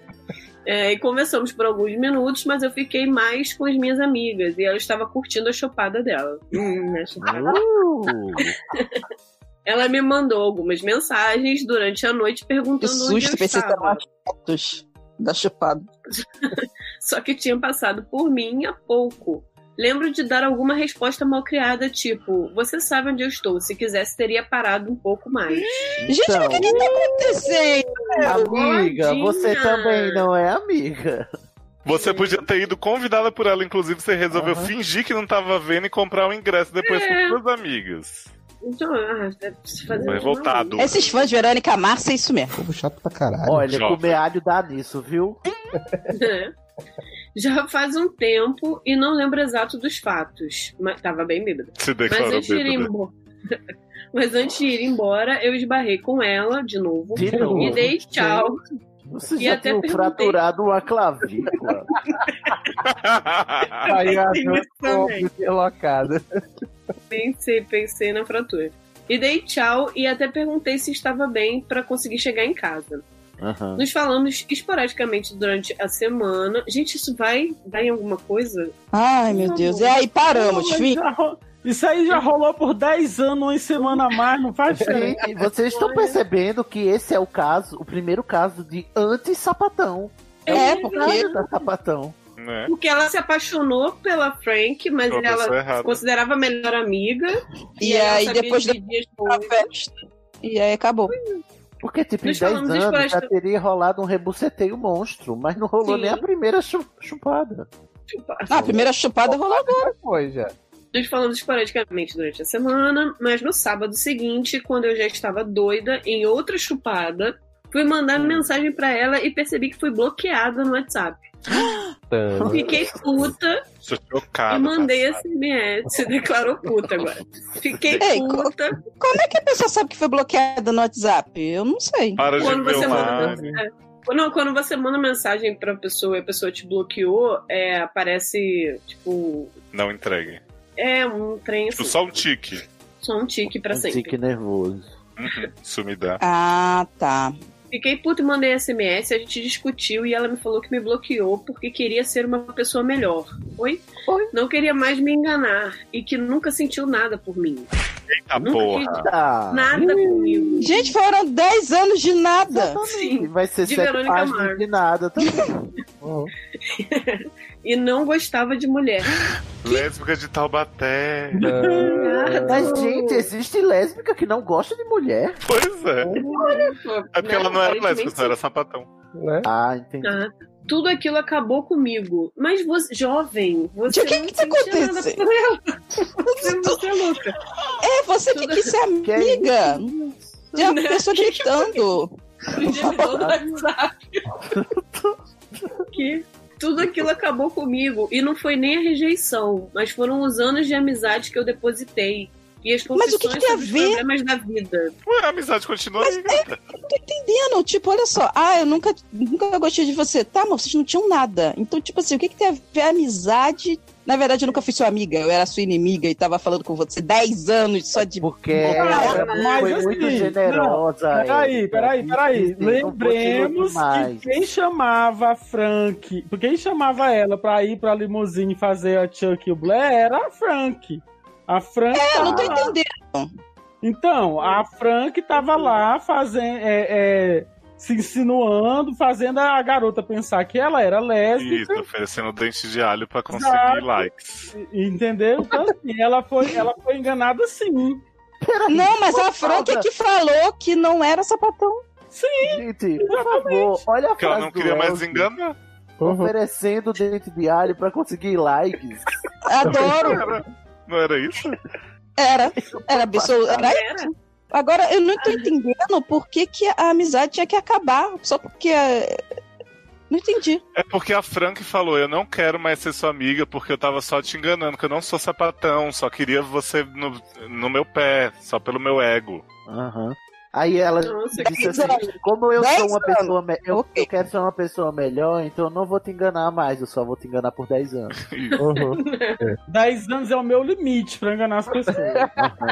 Speaker 2: É, e conversamos por alguns minutos, mas eu fiquei mais com as minhas amigas e ela estava curtindo a chopada dela. Hum, a chupada.
Speaker 5: Uh!
Speaker 2: Ela me mandou algumas mensagens durante a noite
Speaker 5: Que
Speaker 2: perguntando
Speaker 5: susto,
Speaker 2: onde eu
Speaker 5: pensei que eram
Speaker 2: estava.
Speaker 5: as fotos da chupada.
Speaker 2: Só que tinha passado por mim há pouco. Lembro de dar alguma resposta mal criada, tipo, você sabe onde eu estou, se quisesse teria parado um pouco mais.
Speaker 5: Gente,
Speaker 4: Então.
Speaker 5: mas o que que tá acontecendo?
Speaker 6: Então, Amiga,
Speaker 2: Gordinha.
Speaker 6: você também não é amiga.
Speaker 1: Você podia ter ido convidada por ela, inclusive, você resolveu fingir que não tava vendo e comprar o ingresso depois
Speaker 2: É.
Speaker 1: com suas amigas.
Speaker 2: Então, ah, preciso fazer
Speaker 1: Foi
Speaker 2: isso, não.
Speaker 1: voltado.
Speaker 5: Esses fãs de Verônica Márcia é isso mesmo.
Speaker 3: Povo chato pra caralho.
Speaker 6: Olha,
Speaker 1: Jovem.
Speaker 6: comer alho dá nisso, viu?
Speaker 2: É. Já faz um tempo e não lembro exato dos fatos. Mas tava bem bêbada.
Speaker 1: Se
Speaker 2: Mas
Speaker 1: declarou né?
Speaker 2: antes de ir
Speaker 1: bêbada.
Speaker 2: embora. Mas antes de ir embora, eu esbarrei com ela de novo.
Speaker 6: De novo.
Speaker 2: E dei tchau.
Speaker 6: Você
Speaker 2: E
Speaker 6: já
Speaker 2: até
Speaker 6: tem
Speaker 2: perguntei.
Speaker 6: fraturado uma clavícula.
Speaker 3: Aí a
Speaker 2: Tem
Speaker 3: Deus
Speaker 2: isso também.
Speaker 3: deslocada.
Speaker 2: Pensei, pensei na fratura. E dei tchau e até perguntei se estava bem pra conseguir chegar em casa.
Speaker 6: Aham.
Speaker 2: Nos falamos esporadicamente durante a semana. Gente, isso vai dar em alguma coisa?
Speaker 5: Ai, meu Deus. E aí paramos,
Speaker 4: Não, mas
Speaker 5: fim.
Speaker 4: já ro- Isso aí já rolou por 10 anos, uma semana a mais, não faz diferença.
Speaker 6: Gente, vocês estão percebendo que esse é o caso, o primeiro caso de anti-sapatão.
Speaker 5: É,
Speaker 6: o
Speaker 5: porque-
Speaker 6: caso da sapatão.
Speaker 1: Né?
Speaker 2: Porque ela se apaixonou pela Frank, mas
Speaker 6: Pela pessoa
Speaker 2: ela
Speaker 6: errada.
Speaker 2: se considerava a melhor amiga.
Speaker 5: E aí, depois da
Speaker 2: festa.
Speaker 5: E aí acabou.
Speaker 6: Porque, tipo, em
Speaker 2: Nós
Speaker 6: 10
Speaker 2: falamos de
Speaker 6: anos já
Speaker 2: floresta-
Speaker 6: teria rolado um rebuceteio monstro, mas não rolou
Speaker 2: Sim.
Speaker 6: nem a primeira chu- chupada.
Speaker 5: Ah, a primeira chupada rolou agora.
Speaker 3: Foi já.
Speaker 2: Nós falamos esporadicamente durante a semana, mas no sábado seguinte, quando eu já estava doida em outra chupada, fui mandar
Speaker 5: Hum.
Speaker 2: mensagem pra ela e percebi que fui bloqueada no WhatsApp.
Speaker 5: Hum.
Speaker 2: Fiquei puta
Speaker 1: Sou
Speaker 2: e
Speaker 1: chocado.
Speaker 2: mandei SMS. Se declarou puta agora. Fiquei
Speaker 5: Ei, co-
Speaker 2: puta.
Speaker 5: como é que a pessoa sabe que foi bloqueada no WhatsApp? Eu não sei.
Speaker 1: Para de
Speaker 2: quando você manda
Speaker 1: Leonardo.
Speaker 2: mensagem- é. Não, quando você manda mensagem pra pessoa e a pessoa te bloqueou, é, aparece, tipo,
Speaker 1: Não entregue.
Speaker 2: é um trem,
Speaker 1: Tipo,
Speaker 2: assim,
Speaker 1: só um tique.
Speaker 2: só um tique pra sempre.
Speaker 6: Fique nervoso.
Speaker 1: Uhum, Isso me dá.
Speaker 5: Ah, tá.
Speaker 2: Fiquei puto e mandei SMS, a gente discutiu e ela me falou que me bloqueou porque queria ser uma pessoa melhor. Oi? Não queria mais me enganar e que nunca sentiu nada por mim.
Speaker 1: Eita
Speaker 2: Nunca quis
Speaker 1: porra.
Speaker 6: Ah.
Speaker 2: nada comigo.
Speaker 5: Gente, foram 10 anos de nada.
Speaker 6: E vai ser
Speaker 2: de
Speaker 6: sete
Speaker 2: Verônica
Speaker 6: páginas
Speaker 2: Mars.
Speaker 6: de nada também.
Speaker 2: E não gostava de mulher.
Speaker 1: Lésbica de Taubaté.
Speaker 2: Ah,
Speaker 6: Mas, gente, existe lésbica que não gosta de mulher?
Speaker 1: Pois é.
Speaker 2: Olha só.
Speaker 1: É porque
Speaker 2: né?
Speaker 1: ela não era
Speaker 2: Aparentemente,
Speaker 3: né?
Speaker 1: lésbica, só era sapatão.
Speaker 6: Ah, entendi.
Speaker 2: Ah, tá. tudo aquilo acabou comigo. Mas você, jovem, você
Speaker 10: O que
Speaker 2: não
Speaker 10: que tá
Speaker 2: sentia nada
Speaker 10: acontecendo?
Speaker 2: por ela. Você, você é louca.
Speaker 10: É, você que quis ser amiga. Já a pessoa gritando.
Speaker 2: um que tudo aquilo acabou comigo. E não foi nem a rejeição, mas foram os anos de amizade que eu depositei. E as
Speaker 10: Mas o que que
Speaker 2: confissões
Speaker 10: tem a
Speaker 2: sobre os
Speaker 10: ver?
Speaker 2: problemas da vida.
Speaker 1: Ué, a amizade continua aí, gata.
Speaker 10: Não tô entendendo. Tipo, olha só. Ah, eu nunca, nunca gostei de você. Tá, mas vocês não tinham nada. Então, tipo assim, o que, que tem a ver a amizade? Na verdade, eu nunca fui sua amiga. Eu era sua inimiga e tava falando com você 10 anos só
Speaker 4: Tipo,
Speaker 10: de.
Speaker 6: Porque ela foi muito generosa.
Speaker 4: assim, Não, peraí,
Speaker 6: Erika.
Speaker 4: peraí, peraí.
Speaker 6: Isso, isso, não continua
Speaker 4: Lembremos que
Speaker 6: demais.
Speaker 4: quem chamava a Frank, quem chamava ela pra ir pra limusine fazer a Chuck e o Blair era a Frank. A Frank.
Speaker 10: É, eu não tô
Speaker 4: tava lá.
Speaker 10: entendendo.
Speaker 4: Então, a Frank tava lá fazendo. é, é, se insinuando, fazendo a garota pensar que ela era
Speaker 2: é.
Speaker 4: lésbica.
Speaker 1: Isso, oferecendo dente de alho pra conseguir
Speaker 4: Exato.
Speaker 1: likes.
Speaker 4: Entendeu? Então, assim, ela foi, ela foi enganada sim.
Speaker 10: Não, mas a Frank é que falou que não era sapatão.
Speaker 4: Sim.
Speaker 6: Gente, por favor, olha a
Speaker 1: Porque ela
Speaker 6: frase
Speaker 1: não
Speaker 6: do
Speaker 1: queria mais
Speaker 6: Elcio.
Speaker 1: enganar.
Speaker 6: Oferecendo dente de alho pra conseguir likes.
Speaker 10: Adoro.
Speaker 1: Não era isso?
Speaker 10: Era. Era absoluto.
Speaker 1: Era.
Speaker 10: Era isso. Agora, eu não tô entendendo por que, que a amizade tinha que acabar. Só porque. é, Não entendi.
Speaker 1: É porque a Frank falou: Eu não quero mais ser sua amiga porque eu tava só te enganando, que eu não sou sapatão, só queria você no, no meu pé, só pelo meu ego.
Speaker 6: Aham. Aí ela
Speaker 1: Nossa,
Speaker 6: disse
Speaker 1: que
Speaker 6: assim:
Speaker 1: doido.
Speaker 6: Como eu
Speaker 1: Dez
Speaker 6: sou uma
Speaker 1: anos.
Speaker 6: pessoa me- eu, eu quero ser uma pessoa melhor, então eu não vou te enganar mais, eu só vou te enganar por 10 anos.
Speaker 4: Uhum. 10 anos é o meu limite pra enganar as pessoas.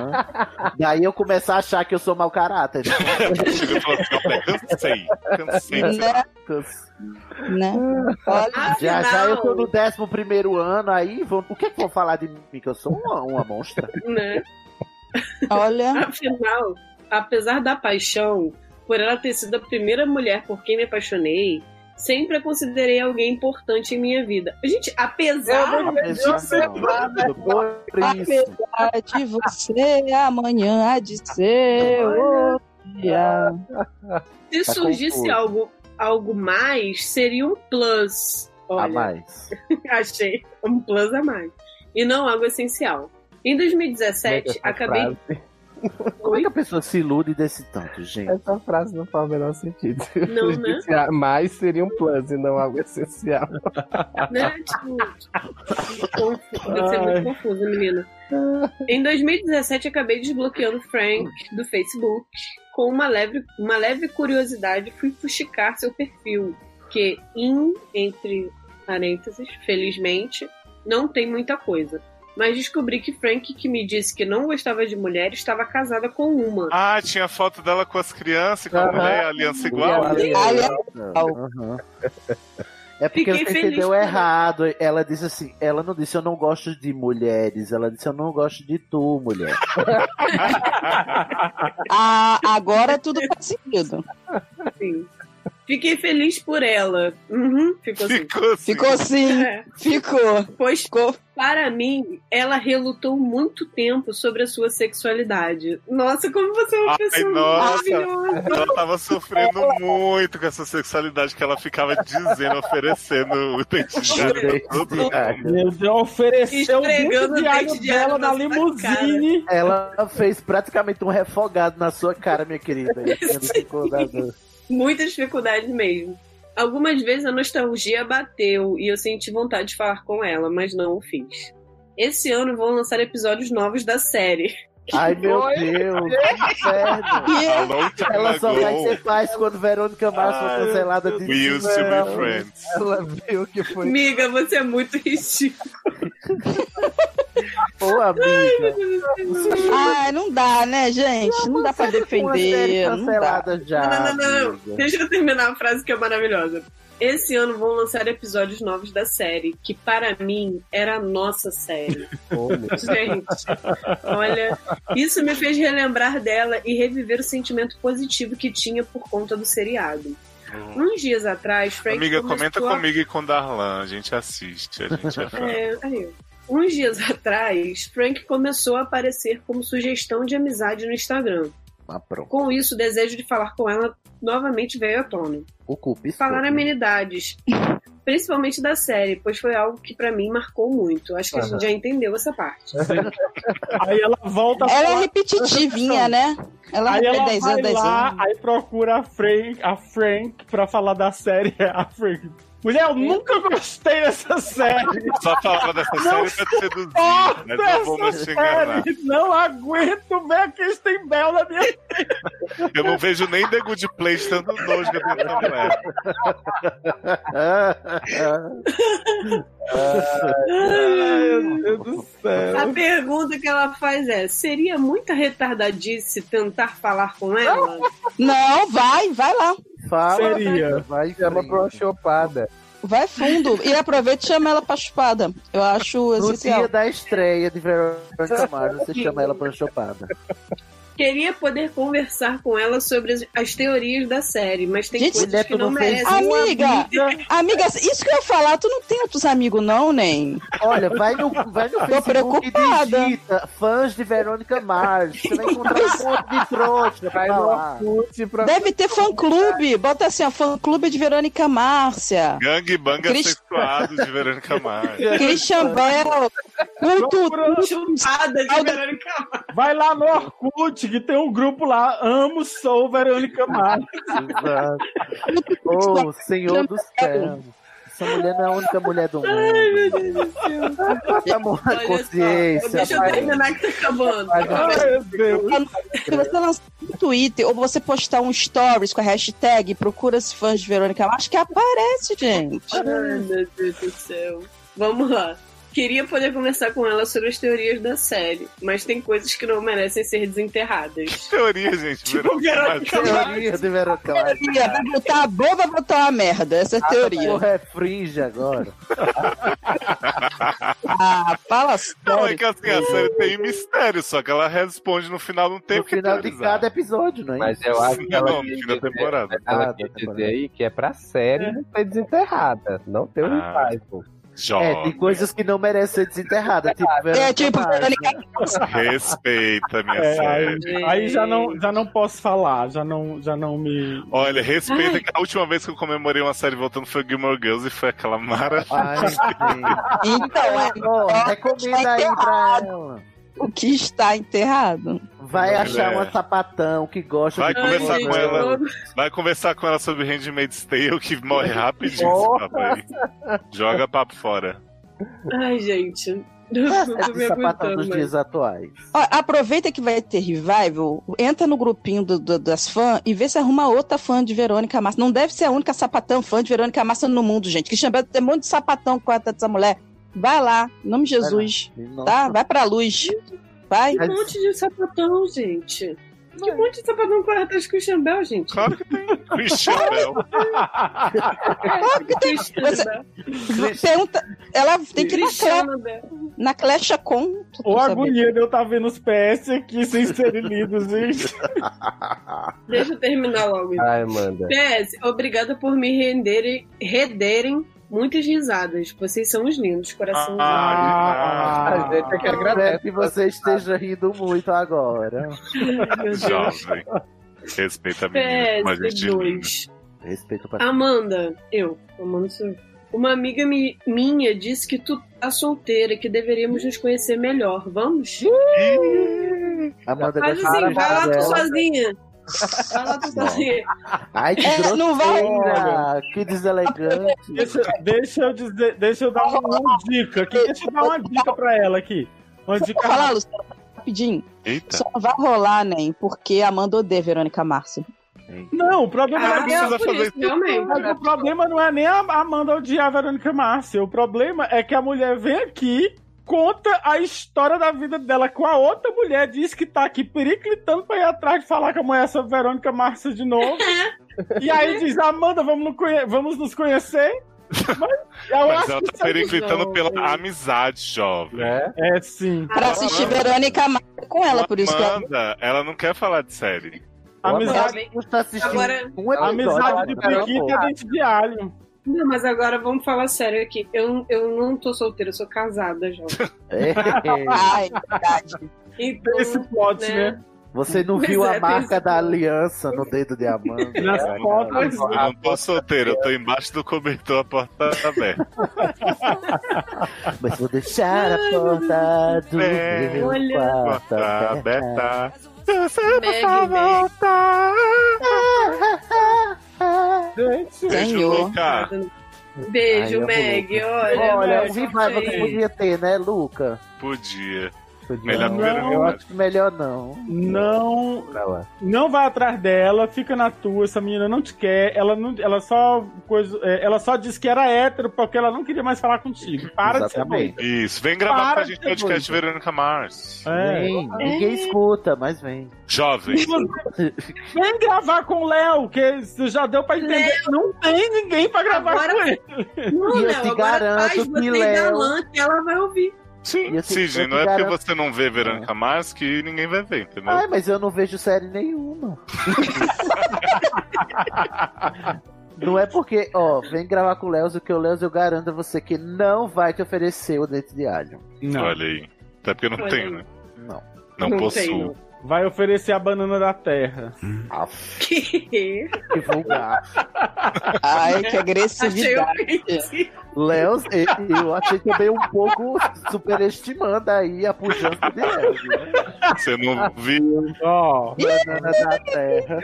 Speaker 6: Daí eu começar a achar que eu sou mau caráter.
Speaker 1: Chegou e falou assim: "Olha, Cansei, cansei. de ser
Speaker 6: Né?
Speaker 10: Né?
Speaker 6: já, já
Speaker 1: Afinal-
Speaker 6: eu tô no 11 primeiro ano, aí vão, o que é que vão falar de mim? Que eu sou uma, uma monstra?
Speaker 2: Né?
Speaker 10: Olha.
Speaker 2: Afinal, apesar da paixão, por ela ter sido a primeira mulher por quem me apaixonei, sempre a considerei alguém importante em minha vida. Gente, apesar
Speaker 6: Apesar de- Por isso.
Speaker 10: Apesar de você, amanhã há de ser outro dia.
Speaker 2: se
Speaker 10: Tá
Speaker 2: surgisse
Speaker 10: confuso.
Speaker 2: algo, algo mais, seria um plus. Olha,
Speaker 6: A mais.
Speaker 2: achei um plus a mais. E não algo essencial. Em 2017,
Speaker 3: Essa
Speaker 2: acabei.
Speaker 3: frase-
Speaker 6: Como é que a pessoa se ilude desse tanto, gente?
Speaker 3: Essa frase não faz o menor sentido.
Speaker 2: Não, né?
Speaker 3: Disse, ah, Mas seria um plus e não algo essencial.
Speaker 2: Né? Tipo, confuso, deve ser muito confusa, menina. Em 2017, acabei desbloqueando o Frank do Facebook. Com uma leve, uma leve curiosidade, fui fuxicar seu perfil. Que, em, entre parênteses, felizmente, não tem muita coisa. Mas descobri que Frank, que me disse que não gostava de mulher, estava casada com uma.
Speaker 1: Ah, tinha foto dela com as crianças, e com a
Speaker 6: Aham.
Speaker 1: mulher, aliança igual.
Speaker 6: Aham. É porque
Speaker 1: Fiquei
Speaker 6: você
Speaker 1: feliz
Speaker 6: entendeu
Speaker 1: por ela.
Speaker 6: errado. Ela disse assim, ela não disse eu não gosto de mulheres, ela disse eu não gosto de tu, mulher.
Speaker 10: Ah, agora tudo faz sentido.
Speaker 2: Sim. assim. Fiquei feliz por ela. Uhum, ficou assim.
Speaker 1: Ficou sim.
Speaker 10: Ficou sim.
Speaker 2: É.
Speaker 10: Ficou.
Speaker 2: Pois, para mim, ela relutou muito tempo sobre a sua sexualidade. Nossa, como você é uma
Speaker 1: Ai,
Speaker 2: pessoa
Speaker 1: nossa,
Speaker 2: maravilhosa.
Speaker 1: ela tava sofrendo muito com essa sexualidade que ela ficava dizendo, oferecendo o dente de alho pra todo mundo.
Speaker 4: Meu Deus, ofereceu muito
Speaker 2: Esfregando
Speaker 4: de
Speaker 2: o
Speaker 4: alho
Speaker 2: dente de alho
Speaker 4: dela
Speaker 2: na
Speaker 4: na
Speaker 2: sua
Speaker 4: limusine.
Speaker 6: Ela fez praticamente um refogado na sua cara, minha querida. E tinha dificuldade.
Speaker 2: Muita dificuldade mesmo. Algumas vezes a nostalgia bateu e eu senti vontade de falar com ela, mas não o fiz. Esse ano vão lançar episódios novos da série.
Speaker 6: Ai, meu
Speaker 2: Oi?
Speaker 6: Deus, que Ah, inferno. Ela só vai ser paz quando Verônica Mars for
Speaker 1: Ai,
Speaker 6: cancelada de
Speaker 1: We used to be
Speaker 6: Não.
Speaker 1: friends.
Speaker 6: Ela viu que foi.
Speaker 2: Amiga, você é muito ridícula.
Speaker 6: Ô, amiga.
Speaker 10: Ah, não dá, né, gente? Não dá pra
Speaker 6: Uma série
Speaker 10: defender. Não dá.
Speaker 6: cancelada já.
Speaker 2: não, não, não, não.
Speaker 6: amiga.
Speaker 2: Deixa eu terminar a frase que é maravilhosa. Esse ano vão lançar episódios novos da série, que para mim era a nossa série. Gente, olha, isso me fez relembrar dela e reviver o sentimento positivo que tinha por conta do seriado. Uns dias atrás, Frank
Speaker 1: Uhum. Amiga,
Speaker 2: começou
Speaker 1: comenta
Speaker 2: a-
Speaker 1: comigo e com Darlan. A gente assiste, a gente é fã.
Speaker 2: É, aí. Uns dias atrás, Frank começou a aparecer como sugestão de amizade no Instagram.
Speaker 6: Ah, pronto.
Speaker 2: Com isso, o desejo de falar com ela novamente veio à tona.
Speaker 1: Uhum.
Speaker 6: O cupido.
Speaker 2: Falar amenidades. principalmente da série, pois foi algo que pra mim marcou muito. Acho que a
Speaker 4: Aham.
Speaker 2: gente já entendeu essa parte.
Speaker 4: Aí ela volta
Speaker 2: Ela é
Speaker 4: pra-
Speaker 2: repetitivinha, né? Ela
Speaker 4: aí
Speaker 2: repete
Speaker 4: ela
Speaker 2: 10
Speaker 4: vai
Speaker 2: anos, 10
Speaker 4: lá,
Speaker 2: anos.
Speaker 4: aí procura a Frank, a Frank pra falar da série. A Frank. Mulher, eu nunca gostei dessa série.
Speaker 1: Só falava dessa
Speaker 4: Não
Speaker 1: série pra te seduzir,
Speaker 4: suporto
Speaker 1: mas não vou me
Speaker 4: essa
Speaker 1: enganar.
Speaker 4: série. Não aguento ver que tem Bell na minha
Speaker 1: Eu não vejo nem The Good Place tanto nojo que eu tenho na mulher.
Speaker 6: Ah,
Speaker 4: Ai, meu Deus do céu.
Speaker 2: A pergunta que ela faz é: seria muita retardadice tentar falar com ela?
Speaker 10: Não, vai, vai lá.
Speaker 3: Seria.
Speaker 6: Vai,
Speaker 3: chama pra uma chopada.
Speaker 10: Vai fundo. E aproveita e chama ela pra chupada. Eu acho
Speaker 6: No
Speaker 10: essencial.
Speaker 6: dia da estreia de Verônica Mars, você chama ela pra uma chopada.
Speaker 2: Queria poder conversar com ela sobre as, as teorias da série, mas tem
Speaker 10: Gente,
Speaker 2: coisas que não merecem.
Speaker 10: Amiga, amiga, isso que eu ia falar, tu não tem outros amigos, não, nem.
Speaker 6: Olha, vai no, vai no
Speaker 10: Tô
Speaker 6: Facebook e
Speaker 10: preocupada.
Speaker 6: digita fãs de Verônica Mars. Você vai encontrar um monte de trouxa pra lá.
Speaker 10: Deve ter fã-clube. Bota assim, ó, fã-clube de Verônica Márcia.
Speaker 1: Gangue banga
Speaker 10: Crist-
Speaker 1: sexuado de Verônica Mars.
Speaker 10: Christian Bell. Culto.
Speaker 2: Chupada de Verônica
Speaker 4: Vai lá no Orkut, que tem um grupo lá. Amo, sou Verônica Mars.
Speaker 2: Tipo,
Speaker 6: Oh, Senhor do céu. Essa mulher não é a única mulher do mundo. Ai,
Speaker 2: meu Deus do céu.
Speaker 6: Amor, consciência.
Speaker 2: Deixa eu
Speaker 6: pai.
Speaker 2: terminar que tá acabando.
Speaker 4: Oh,
Speaker 10: Se você lançar no Twitter ou você postar um stories com a hashtag procura-se fãs de Verônica Márcia, que aparece, gente.
Speaker 2: Ai, meu Deus do céu. Vamos lá. Queria poder conversar com ela sobre as teorias da série, mas tem coisas que não merecem ser desenterradas.
Speaker 1: Teoria, gente.
Speaker 4: Tipo
Speaker 2: Verônica Mars.
Speaker 6: Teoria de Verônica Mars.
Speaker 10: Teoria, vai botar a boa, vai botar uma merda. Essa é a teoria.
Speaker 6: Porra, é fringe agora.
Speaker 10: Ah, fala
Speaker 1: Não, é que assim, a série tem mistério, só que ela responde no final, um não tem o que
Speaker 6: final de cada episódio, não é?
Speaker 3: Mas eu acho que ela né?
Speaker 1: Não,
Speaker 3: quis
Speaker 1: fim da
Speaker 3: dizer-
Speaker 1: temporada.
Speaker 3: Ela
Speaker 1: Ah,
Speaker 3: quis
Speaker 1: da
Speaker 3: dizer aí que é pra série
Speaker 1: É.
Speaker 3: não ser desenterrada. Não ter um
Speaker 1: Ah.
Speaker 3: revival.
Speaker 6: É, tem coisas que não merecem ser desenterradas. Tipo,
Speaker 10: É,
Speaker 6: Verônica
Speaker 10: tá
Speaker 6: Mars.
Speaker 1: Respeita, minha
Speaker 4: É, aí,
Speaker 1: série.
Speaker 4: aí já, não, já não posso falar, já não, já não me.
Speaker 1: Olha, respeita que a última vez que eu comemorei uma série voltando foi Gilmore Girls e foi aquela maravilha.
Speaker 10: Então, é.
Speaker 6: recomenda aí pra ela.
Speaker 10: O que está enterrado?
Speaker 6: Vai
Speaker 1: Olha.
Speaker 6: achar uma sapatão que gosta
Speaker 1: Vai
Speaker 6: de
Speaker 1: conversar
Speaker 6: Verônica
Speaker 1: com ela.
Speaker 6: Mars.
Speaker 1: Vai conversar com ela sobre Handmaid's Tale, que morre rapidinho esse
Speaker 6: Nossa.
Speaker 1: papo aí. Joga papo fora.
Speaker 2: Ai, gente.
Speaker 6: Essa
Speaker 2: Não
Speaker 6: é
Speaker 2: tô me
Speaker 6: de sapatão
Speaker 2: aguentando.
Speaker 6: dos
Speaker 2: mais.
Speaker 6: dias atuais.
Speaker 10: Ó, aproveita que vai ter revival, entra no grupinho do- do- das fãs e vê se arruma outra fã de Verônica Massa. Não deve ser a única sapatão fã de Verônica Massa no mundo, gente. Christian Bell tem um monte de sapatão com a dessa mulher. Vai lá, em nome de Jesus,
Speaker 6: Nossa.
Speaker 10: tá? Vai pra luz. Vai.
Speaker 2: Um monte de sapatão, gente. Que monte de sapatão com atrás de Christian Bell, gente?
Speaker 1: Claro que tem. Christian Bell.
Speaker 10: Claro que tem. Você- pergunta, ela tem que ir na,
Speaker 2: Cristiano
Speaker 10: Cle- na Clecha com.
Speaker 4: Ô, agonia de eu estar vendo os PS aqui sem serem lidos, gente.
Speaker 2: Deixa eu terminar logo. então.
Speaker 3: Ai, manda.
Speaker 2: PS, obrigada por me renderem, renderem muitas risadas. Vocês são os lindos, coração.
Speaker 6: Ah,
Speaker 3: a gente é que
Speaker 6: Espero
Speaker 3: agradece.
Speaker 6: que você esteja rindo muito agora.
Speaker 1: Jovem. Respeita a menina, mas gente linda.
Speaker 2: PS2.
Speaker 6: Respeito pra
Speaker 2: Amanda, eu, Amanda sou eu. Uma amiga mi- minha disse que tu tá solteira, que deveríamos nos conhecer melhor. Vamos?
Speaker 6: Amanda
Speaker 2: Faz
Speaker 6: gosta
Speaker 2: assim,
Speaker 6: de
Speaker 2: vai lá tu
Speaker 6: dela.
Speaker 2: sozinha. Vai lá tu sozinha.
Speaker 6: Ai, que
Speaker 2: É,
Speaker 6: grosseira,
Speaker 2: não
Speaker 6: que deselegante.
Speaker 4: Deixa, deixa eu dizer, deixa eu dar uma, uma dica aqui. Deixa eu dar uma dica pra ela aqui. Uma dica
Speaker 10: Fala, Luciano, rapidinho.
Speaker 1: Eita.
Speaker 10: Só não vai rolar, nem, porque Amanda odeia Verônica Márcia.
Speaker 4: Não, o problema
Speaker 10: Ah,
Speaker 4: não é nem a-
Speaker 10: precisa fazer isso, realmente.
Speaker 4: Mas O problema não é nem a Amanda odiar a Verônica Márcia. O problema é que a mulher vem aqui, conta a história da vida dela com a outra mulher, diz que tá aqui periclitando pra ir atrás de falar com a mulher sobre Verônica Márcia de novo. e aí diz, Amanda, vamos, no conhe- vamos nos conhecer? Mas, eu
Speaker 1: Mas
Speaker 4: acho
Speaker 1: ela
Speaker 4: que
Speaker 1: tá
Speaker 4: isso é
Speaker 1: periclitando
Speaker 4: bizarro.
Speaker 1: pela amizade, jovem.
Speaker 3: né?
Speaker 4: É, sim.
Speaker 10: Pra assistir Verônica Márcia com ela, por isso que ela.
Speaker 1: Amanda, ela não quer falar de série.
Speaker 4: tá
Speaker 6: Amizade custa assistir
Speaker 2: Agora-
Speaker 6: um episódio.
Speaker 4: Amizade de
Speaker 6: Caramba.
Speaker 4: periquita é dente de alho.
Speaker 2: Não, mas agora vamos falar sério aqui. Eu, eu não tô solteira, eu sou casada já.
Speaker 6: É.
Speaker 2: Ai,
Speaker 10: verdade.
Speaker 2: Então,
Speaker 4: Esse plot, né?
Speaker 6: Você não
Speaker 1: Mas
Speaker 6: viu
Speaker 1: é,
Speaker 6: a
Speaker 1: tem
Speaker 6: marca da aliança no dedo de Amanda?
Speaker 1: Nas
Speaker 6: Cara,
Speaker 1: fotos.
Speaker 6: não.
Speaker 1: Eu não
Speaker 4: é.
Speaker 1: tô solteiro, eu tô embaixo do cobertor, a porta tá aberta.
Speaker 6: Mas vou deixar a porta do
Speaker 1: É,
Speaker 6: meu
Speaker 1: olha.
Speaker 6: quarto
Speaker 1: Tá
Speaker 6: aberta.
Speaker 1: Beijo, Luca.
Speaker 2: Beijo,
Speaker 6: Ai, eu
Speaker 2: Meg.
Speaker 6: vou-
Speaker 2: Olha,
Speaker 6: Olha,
Speaker 2: Meg,
Speaker 6: um revival que
Speaker 2: aí.
Speaker 6: podia ter, né, Luca?
Speaker 1: Podia. Melhor primeiro
Speaker 6: eu
Speaker 1: remédio.
Speaker 6: acho que melhor não.
Speaker 4: Não.
Speaker 6: Pra lá.
Speaker 4: Não vai atrás dela, fica na tua, essa menina não te quer, ela, não, ela, só, coisa, é, ela só disse que era hétero porque ela não queria mais falar contigo. Para de ser doida.
Speaker 1: Isso, vem gravar
Speaker 4: Para
Speaker 1: com a gente
Speaker 4: de ser
Speaker 1: podcast
Speaker 4: doida.
Speaker 1: Verônica Mars.
Speaker 4: É.
Speaker 6: Vem, ninguém escuta, mas vem.
Speaker 1: Jovem.
Speaker 4: Vem gravar com o Léo, que você já deu pra entender que não tem ninguém pra gravar
Speaker 2: Agora-
Speaker 4: com ele.
Speaker 2: Não,
Speaker 6: E eu
Speaker 2: Léo,
Speaker 6: te
Speaker 2: agora
Speaker 6: garanto
Speaker 2: faz você
Speaker 6: que Léo-
Speaker 2: galã que ela vai ouvir.
Speaker 1: Sim,
Speaker 6: eu te-
Speaker 1: Cid,
Speaker 6: eu
Speaker 1: não
Speaker 6: te
Speaker 1: é porque
Speaker 6: garanto-
Speaker 1: você não vê Verônica Mars que ninguém vai ver, entendeu?
Speaker 6: Ai, mas eu não vejo série nenhuma. não é porque, ó, vem gravar com o Leozio, que o Leozio eu garanto a você que não vai te oferecer o dente de alho.
Speaker 1: Olha aí. Até porque eu não
Speaker 6: Olha
Speaker 1: tenho,
Speaker 6: aí.
Speaker 1: né?
Speaker 6: Não.
Speaker 1: Não,
Speaker 4: Não
Speaker 1: possuo.
Speaker 4: tenho. Vai oferecer a banana da terra.
Speaker 6: Que vulgar.
Speaker 10: Ai, que agressividade.
Speaker 6: Leos, e- e eu achei também um pouco superestimando aí a pujança de Leozio. né?
Speaker 1: Você não viu.
Speaker 4: Ó,
Speaker 6: banana da terra.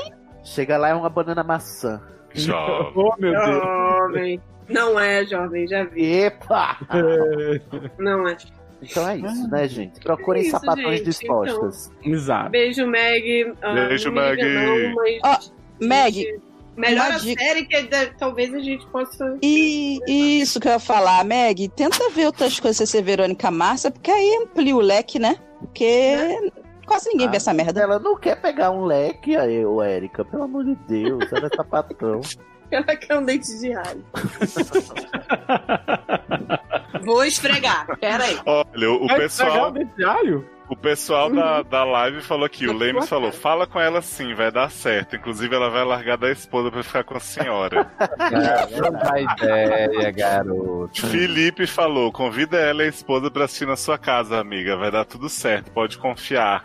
Speaker 6: Chega lá é uma banana maçã.
Speaker 1: Jovem.
Speaker 4: Oh, meu
Speaker 2: Jovem. Não é, jovem, já vi.
Speaker 6: Epa!
Speaker 4: É.
Speaker 2: Não é.
Speaker 6: Então é isso, né, gente? Procurem
Speaker 2: É isso,
Speaker 6: sapatões
Speaker 2: gente, então.
Speaker 6: dispostas.
Speaker 4: Exato.
Speaker 2: Beijo, Meg. Ah,
Speaker 6: Beijo,
Speaker 2: não liga
Speaker 6: Meg.
Speaker 2: não, mas-
Speaker 10: Meg,
Speaker 2: Melhor
Speaker 10: uma
Speaker 2: a
Speaker 10: dica.
Speaker 2: série que da- talvez a gente possa.
Speaker 10: E isso que eu ia falar, Meg, tenta ver outras coisas sem ser Verônica Márcia, porque aí amplia o leque, né? Porque
Speaker 2: É.
Speaker 10: quase ninguém
Speaker 2: Ah,
Speaker 10: vê essa merda.
Speaker 6: Ela não quer pegar um leque aí, ô Érica. Pelo amor de Deus, ela é sapatão.
Speaker 2: Ela quer um dente de ralho. Vou esfregar. Pera aí.
Speaker 1: Olha, o, o
Speaker 4: Vai estragar o
Speaker 1: pessoal.
Speaker 4: dente de alho?
Speaker 1: O pessoal da, da live falou aqui, o Lemes falou, fala com ela sim, vai dar certo. Inclusive, ela vai largar da esposa pra ficar com a senhora.
Speaker 3: É, Não dá ideia, garoto.
Speaker 1: Felipe falou, convida ela e a esposa pra assistir na sua casa, amiga. Vai dar tudo certo, pode confiar.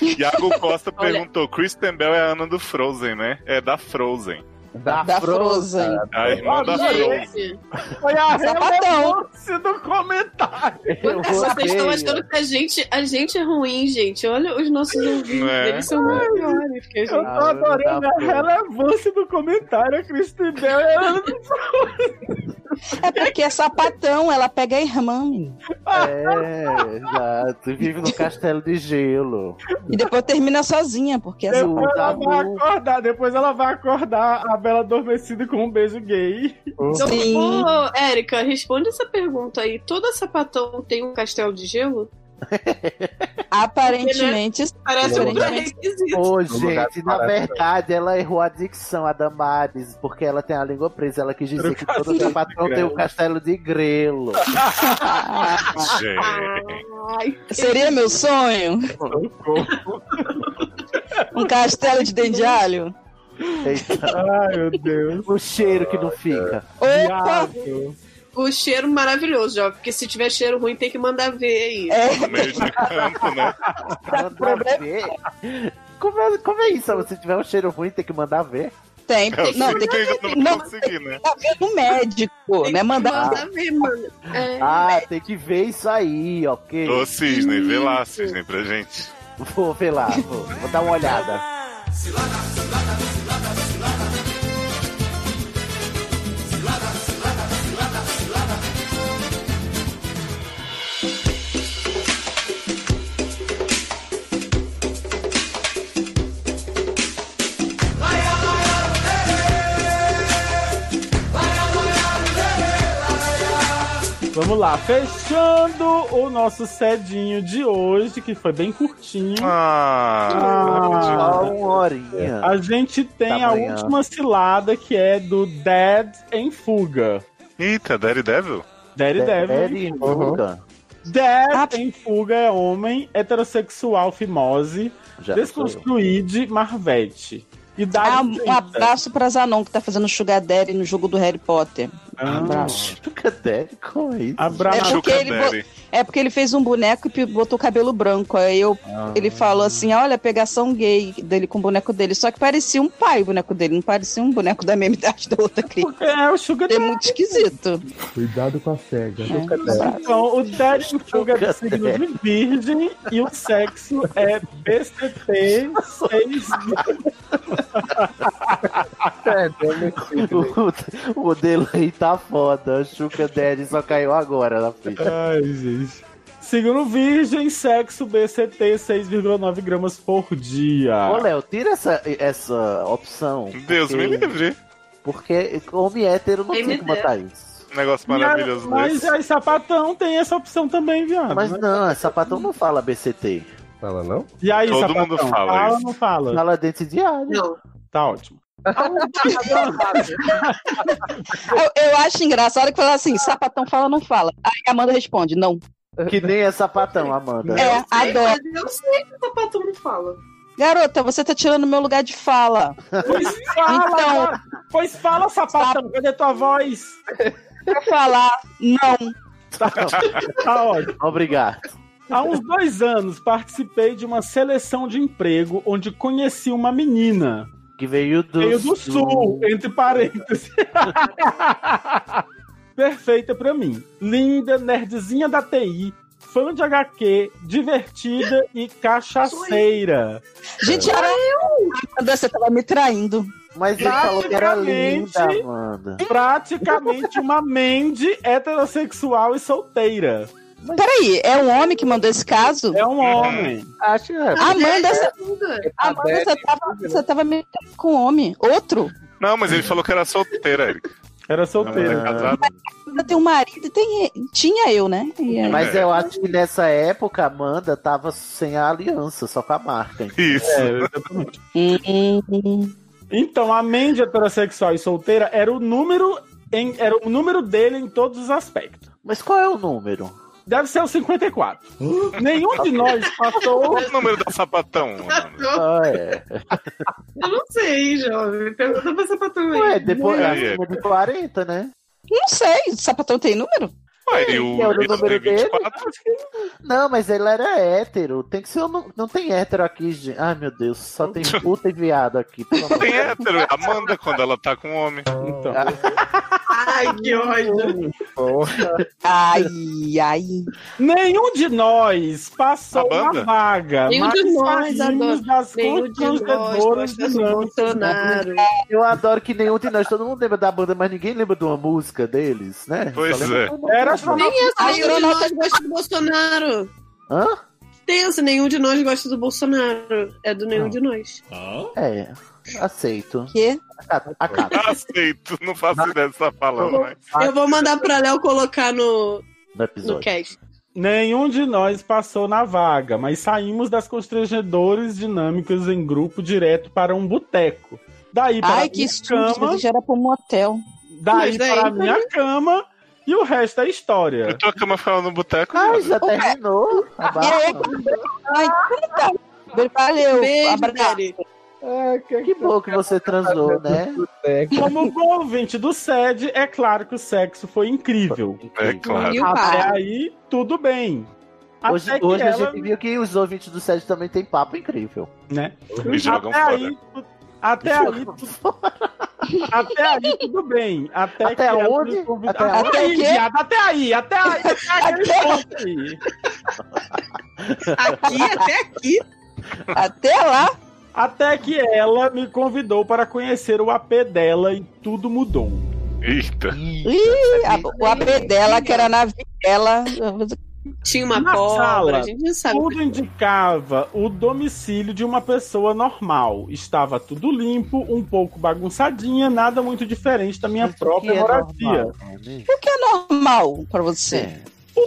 Speaker 1: Iago Costa
Speaker 10: Olha.
Speaker 1: perguntou, Kristen Bell é a Ana do Frozen, né? É da Frozen.
Speaker 3: Da,
Speaker 10: Frozen.
Speaker 1: A irmã da Frozen.
Speaker 4: Foi a
Speaker 10: Sapatão.
Speaker 4: relevância do comentário.
Speaker 2: Vocês estão achando que a gente, a gente é ruim, gente. Olha os nossos ouvintes.
Speaker 1: né?
Speaker 4: É.
Speaker 2: Eles são maiores que a
Speaker 4: Eu
Speaker 2: gente.
Speaker 6: Ah,
Speaker 4: tô adorando a relevância do comentário, a Kristen Bell é Ana do
Speaker 10: É porque é sapatão, ela pega a irmã. menino.
Speaker 6: É, exato. Vive no castelo de gelo.
Speaker 10: E depois termina sozinha, porque é
Speaker 4: Depois ela
Speaker 10: sapatão.
Speaker 4: vai acordar, depois ela vai acordar a Bela adormecida com um beijo gay.
Speaker 2: Então, ô, Érica, responde essa pergunta aí. Toda sapatão tem um castelo de gelo?
Speaker 10: Aparentemente,
Speaker 2: Parece um
Speaker 10: aparentemente.
Speaker 2: pré-requisito.
Speaker 6: Ô,
Speaker 3: lugar
Speaker 6: gente,
Speaker 3: que
Speaker 6: na
Speaker 3: parece-
Speaker 6: verdade, ela errou a dicção, a Damares, porque ela tem a língua presa. Ela quis dizer que todo sapatão tem o castelo de grelo.
Speaker 1: Gente.
Speaker 2: Ai,
Speaker 10: Seria meu sonho? Um castelo de dente de alho?
Speaker 6: Eita,
Speaker 4: Ai, meu Deus.
Speaker 6: Então, o cheiro que não fica.
Speaker 10: Opa!
Speaker 2: o cheiro maravilhoso, ó. Porque se tiver cheiro ruim, tem que mandar ver aí.
Speaker 1: No meio de campo, né?
Speaker 2: Tá
Speaker 6: Manda ver. Como é, como é isso? Se tiver um cheiro ruim, tem que mandar ver.
Speaker 10: Tem,
Speaker 1: Eu
Speaker 10: não,
Speaker 1: sei
Speaker 10: tem
Speaker 1: que eu já não
Speaker 10: não.
Speaker 1: vou conseguir, né?
Speaker 10: que ver no Tá um médico, né? Mandar.
Speaker 11: Tá
Speaker 2: Manda ver, mano. É,
Speaker 6: Ah, tem que ver isso aí, ok.
Speaker 1: Ô, Cisne, vê lá, Cisne, pra gente.
Speaker 6: Vou ver lá, vou, vou dar uma olhada.
Speaker 4: Vamos lá, fechando o nosso cedinho de hoje, que foi bem curtinho.
Speaker 1: Ah,
Speaker 6: Só uma horinha.
Speaker 4: A gente tem
Speaker 6: Da
Speaker 4: a
Speaker 6: manhã.
Speaker 4: última cilada que é do Dead em Fuga.
Speaker 1: Eita, Daredevil?
Speaker 4: Daredevil.
Speaker 6: Daddy Tá.
Speaker 3: Uhum.
Speaker 6: Luca.
Speaker 4: Dead em Fuga é homem heterossexual fimose,
Speaker 6: Já sou eu. É
Speaker 4: desconstruído, marvete. Idade
Speaker 10: Ah, um
Speaker 4: 30.
Speaker 10: abraço pra Zanon, que tá fazendo Sugar Daddy no jogo do Harry Potter.
Speaker 4: Ah,
Speaker 10: abraço.
Speaker 6: Sugar Daddy? Como é isso?
Speaker 10: É porque, ele bo- é porque ele fez um boneco e pe- botou cabelo branco. Aí eu,
Speaker 6: Ah.
Speaker 10: ele falou assim: olha, pegação gay dele com o boneco dele. Só que parecia um pai o boneco dele, não parecia um boneco da mesma idade da outra criança.
Speaker 4: É, o Sugar
Speaker 10: É muito esquisito.
Speaker 14: Cuidado com a cega.
Speaker 4: Então, o Daddy Sugar é do signo de virgem e o sexo é BCT 6.
Speaker 6: o modelo aí tá foda. Chuca Daddy só caiu agora na ficha.
Speaker 4: Ai, gente. Signo virgem, sexo BCT 6,9 gramas por dia.
Speaker 6: Ô, Léo, tira essa, essa opção.
Speaker 1: Deus
Speaker 6: porque-
Speaker 1: me livre.
Speaker 6: Porque homem hétero não tem como botar isso.
Speaker 1: Um Negócio maravilhoso
Speaker 4: Mas
Speaker 1: desse.
Speaker 4: aí, sapatão tem essa opção também, viado. né?
Speaker 6: Mas
Speaker 4: é
Speaker 6: não, sapatão não fala BCT.
Speaker 3: Fala não?
Speaker 4: E aí,
Speaker 6: Todo
Speaker 4: sapatão,
Speaker 6: mundo fala
Speaker 4: fala ou
Speaker 6: isso.
Speaker 4: não fala?
Speaker 6: Fala dente de área.
Speaker 4: Não. Tá ótimo.
Speaker 10: Eu, eu acho engraçado que fala assim: sapatão fala, não fala. Aí a Amanda responde: não.
Speaker 6: Que nem é sapatão, Amanda.
Speaker 10: É, adoro.
Speaker 11: Eu sei que o sapatão não fala.
Speaker 10: Garota, você tá tirando meu lugar de fala.
Speaker 4: Pois fala,
Speaker 10: Então-
Speaker 4: cara. pois fala, sapatão, cadê tua voz?
Speaker 10: Pra falar, não.
Speaker 4: Tá ótimo.
Speaker 6: Obrigado.
Speaker 4: Há uns dois anos participei de uma seleção de emprego onde conheci uma menina.
Speaker 6: Que veio do,
Speaker 4: veio do sul, entre parênteses. Perfeita pra mim. Linda, nerdzinha da TI, fã de HQ, divertida e cachaceira.
Speaker 10: Gente, era eu. Amanda, você tava me traindo.
Speaker 6: Mas
Speaker 10: ele falou que era linda,
Speaker 6: Amanda.
Speaker 4: Praticamente uma Mandy heterossexual e solteira.
Speaker 10: Peraí, é um homem que mandou esse caso?
Speaker 4: É um homem.
Speaker 6: Acho que é.
Speaker 10: Amanda, você,
Speaker 11: Amanda,
Speaker 10: Amanda, você tava, você tava me traindo com um homem. Outro?
Speaker 1: Não, mas ele falou que era solteira, Eric.
Speaker 4: Era
Speaker 1: solteira. Não, é era casada.
Speaker 10: Ainda tem um marido e tem, tinha eu, né? E
Speaker 4: É.
Speaker 10: aí-
Speaker 6: Mas eu acho que nessa época a Amanda tava sem a aliança, só com a marca. entendeu?
Speaker 1: Isso.
Speaker 4: É, exatamente. Então, a Mandy heterossexual e solteira era o número em, era o número dele em todos os aspectos.
Speaker 6: Mas qual é o número?
Speaker 4: Deve ser o 54.
Speaker 1: Hum?
Speaker 4: Nenhum de nós passou.
Speaker 1: Qual o número da sapatão?
Speaker 6: Ah, é.
Speaker 11: Eu não sei, jovem. Pergunta pra sapatão aí.
Speaker 6: Ué, é, depois
Speaker 4: É.
Speaker 1: Não.
Speaker 6: acima de 40, né?
Speaker 10: Não sei, o sapatão um, tem número?
Speaker 1: Ué, e
Speaker 6: Que é
Speaker 1: o
Speaker 6: o número dele?
Speaker 1: 24?
Speaker 6: Não, mas ele era hétero. Tem que ser. um nu- Não tem hétero aqui, gente. Ai, meu Deus. Só tem puta e viado aqui. pelo amor de
Speaker 1: Tem hétero. é Amanda, quando ela tá com um homem.
Speaker 4: Então.
Speaker 11: Ai, que ódio.
Speaker 10: Ai, ai.
Speaker 4: Nenhum de nós passou
Speaker 1: A banda?
Speaker 4: uma vaga.
Speaker 11: Nenhum de
Speaker 4: mas
Speaker 11: nós,
Speaker 4: saímos
Speaker 11: adoro.
Speaker 4: das
Speaker 11: Nenhum de
Speaker 6: é
Speaker 11: nós
Speaker 4: constrangedoras
Speaker 11: gosta do
Speaker 4: lances.
Speaker 11: Bolsonaro.
Speaker 6: Eu adoro que nenhum de nós, todo mundo lembra da banda, mas ninguém lembra de uma música deles, né?
Speaker 1: Pois
Speaker 6: Só lembra
Speaker 1: é.
Speaker 6: de uma
Speaker 4: Era
Speaker 6: música.
Speaker 11: Nem essa, nenhum de nós
Speaker 10: Astronautas
Speaker 11: gosta do Bolsonaro.
Speaker 6: Hã?
Speaker 11: Tensa, nenhum de nós gosta do Bolsonaro. É do nenhum de nós.
Speaker 6: É, aceito.
Speaker 10: Quê?
Speaker 6: Acato, acato.
Speaker 1: Aceito, não faço ideia dessa palavra, mas.
Speaker 6: Ah.
Speaker 11: Eu vou mandar pra Léo colocar no,
Speaker 6: No
Speaker 11: no
Speaker 6: episódio.
Speaker 11: cast.
Speaker 4: Nenhum de nós passou na vaga, mas saímos das constrangedoras dinâmicas em grupo direto para um boteco. Daí para
Speaker 10: Ai,
Speaker 4: a
Speaker 10: que
Speaker 4: minha
Speaker 10: susto,
Speaker 4: cama,
Speaker 10: você já era pra um motel.
Speaker 4: daí
Speaker 11: Mas daí
Speaker 4: para a minha cama e o resto é história.
Speaker 1: Eu tô a cama falando no boteco.
Speaker 6: Ah,
Speaker 1: cara.
Speaker 6: já terminou.
Speaker 10: É,
Speaker 6: Abafa.
Speaker 10: Ai, eita. Valeu,
Speaker 11: Beijo,
Speaker 10: abraço.
Speaker 11: Daddy.
Speaker 3: É,
Speaker 6: Que bom que você transou, né?
Speaker 4: Como bom ouvinte do SED, é claro que o sexo foi incrível.
Speaker 1: É claro.
Speaker 11: E o
Speaker 4: Até
Speaker 11: pai?
Speaker 4: aí, tudo bem. Até
Speaker 6: Hoje,
Speaker 4: que
Speaker 6: hoje
Speaker 4: ela-
Speaker 6: a gente viu que os ouvintes do SED também tem papo incrível.
Speaker 4: né?
Speaker 1: Me jogam
Speaker 4: Até
Speaker 1: fora.
Speaker 4: aí, tu- até aí, tu- até aí tudo bem. Até,
Speaker 6: Até
Speaker 4: que ela
Speaker 6: onde?
Speaker 4: me convidou-
Speaker 6: Até
Speaker 4: Até,
Speaker 10: onde?
Speaker 4: aí,
Speaker 10: Até o quê?
Speaker 4: viado, até aí, até aí, até aquele ponto aí.
Speaker 11: Aqui, até aqui.
Speaker 10: Até lá.
Speaker 4: Até que ela me convidou para conhecer o AP dela e tudo mudou.
Speaker 1: Eita.
Speaker 10: Ih, a- o AP dela, que era na vela.
Speaker 11: Tinha uma
Speaker 4: Na
Speaker 11: cobra,
Speaker 4: sala,
Speaker 11: a gente não sabe.
Speaker 4: Tudo indicava o domicílio de uma pessoa normal. Estava tudo limpo, um pouco bagunçadinha, nada muito diferente da minha
Speaker 6: Mas o
Speaker 4: própria
Speaker 6: que é
Speaker 4: moradia.
Speaker 6: normal, né?
Speaker 10: O que é normal pra você?
Speaker 6: É.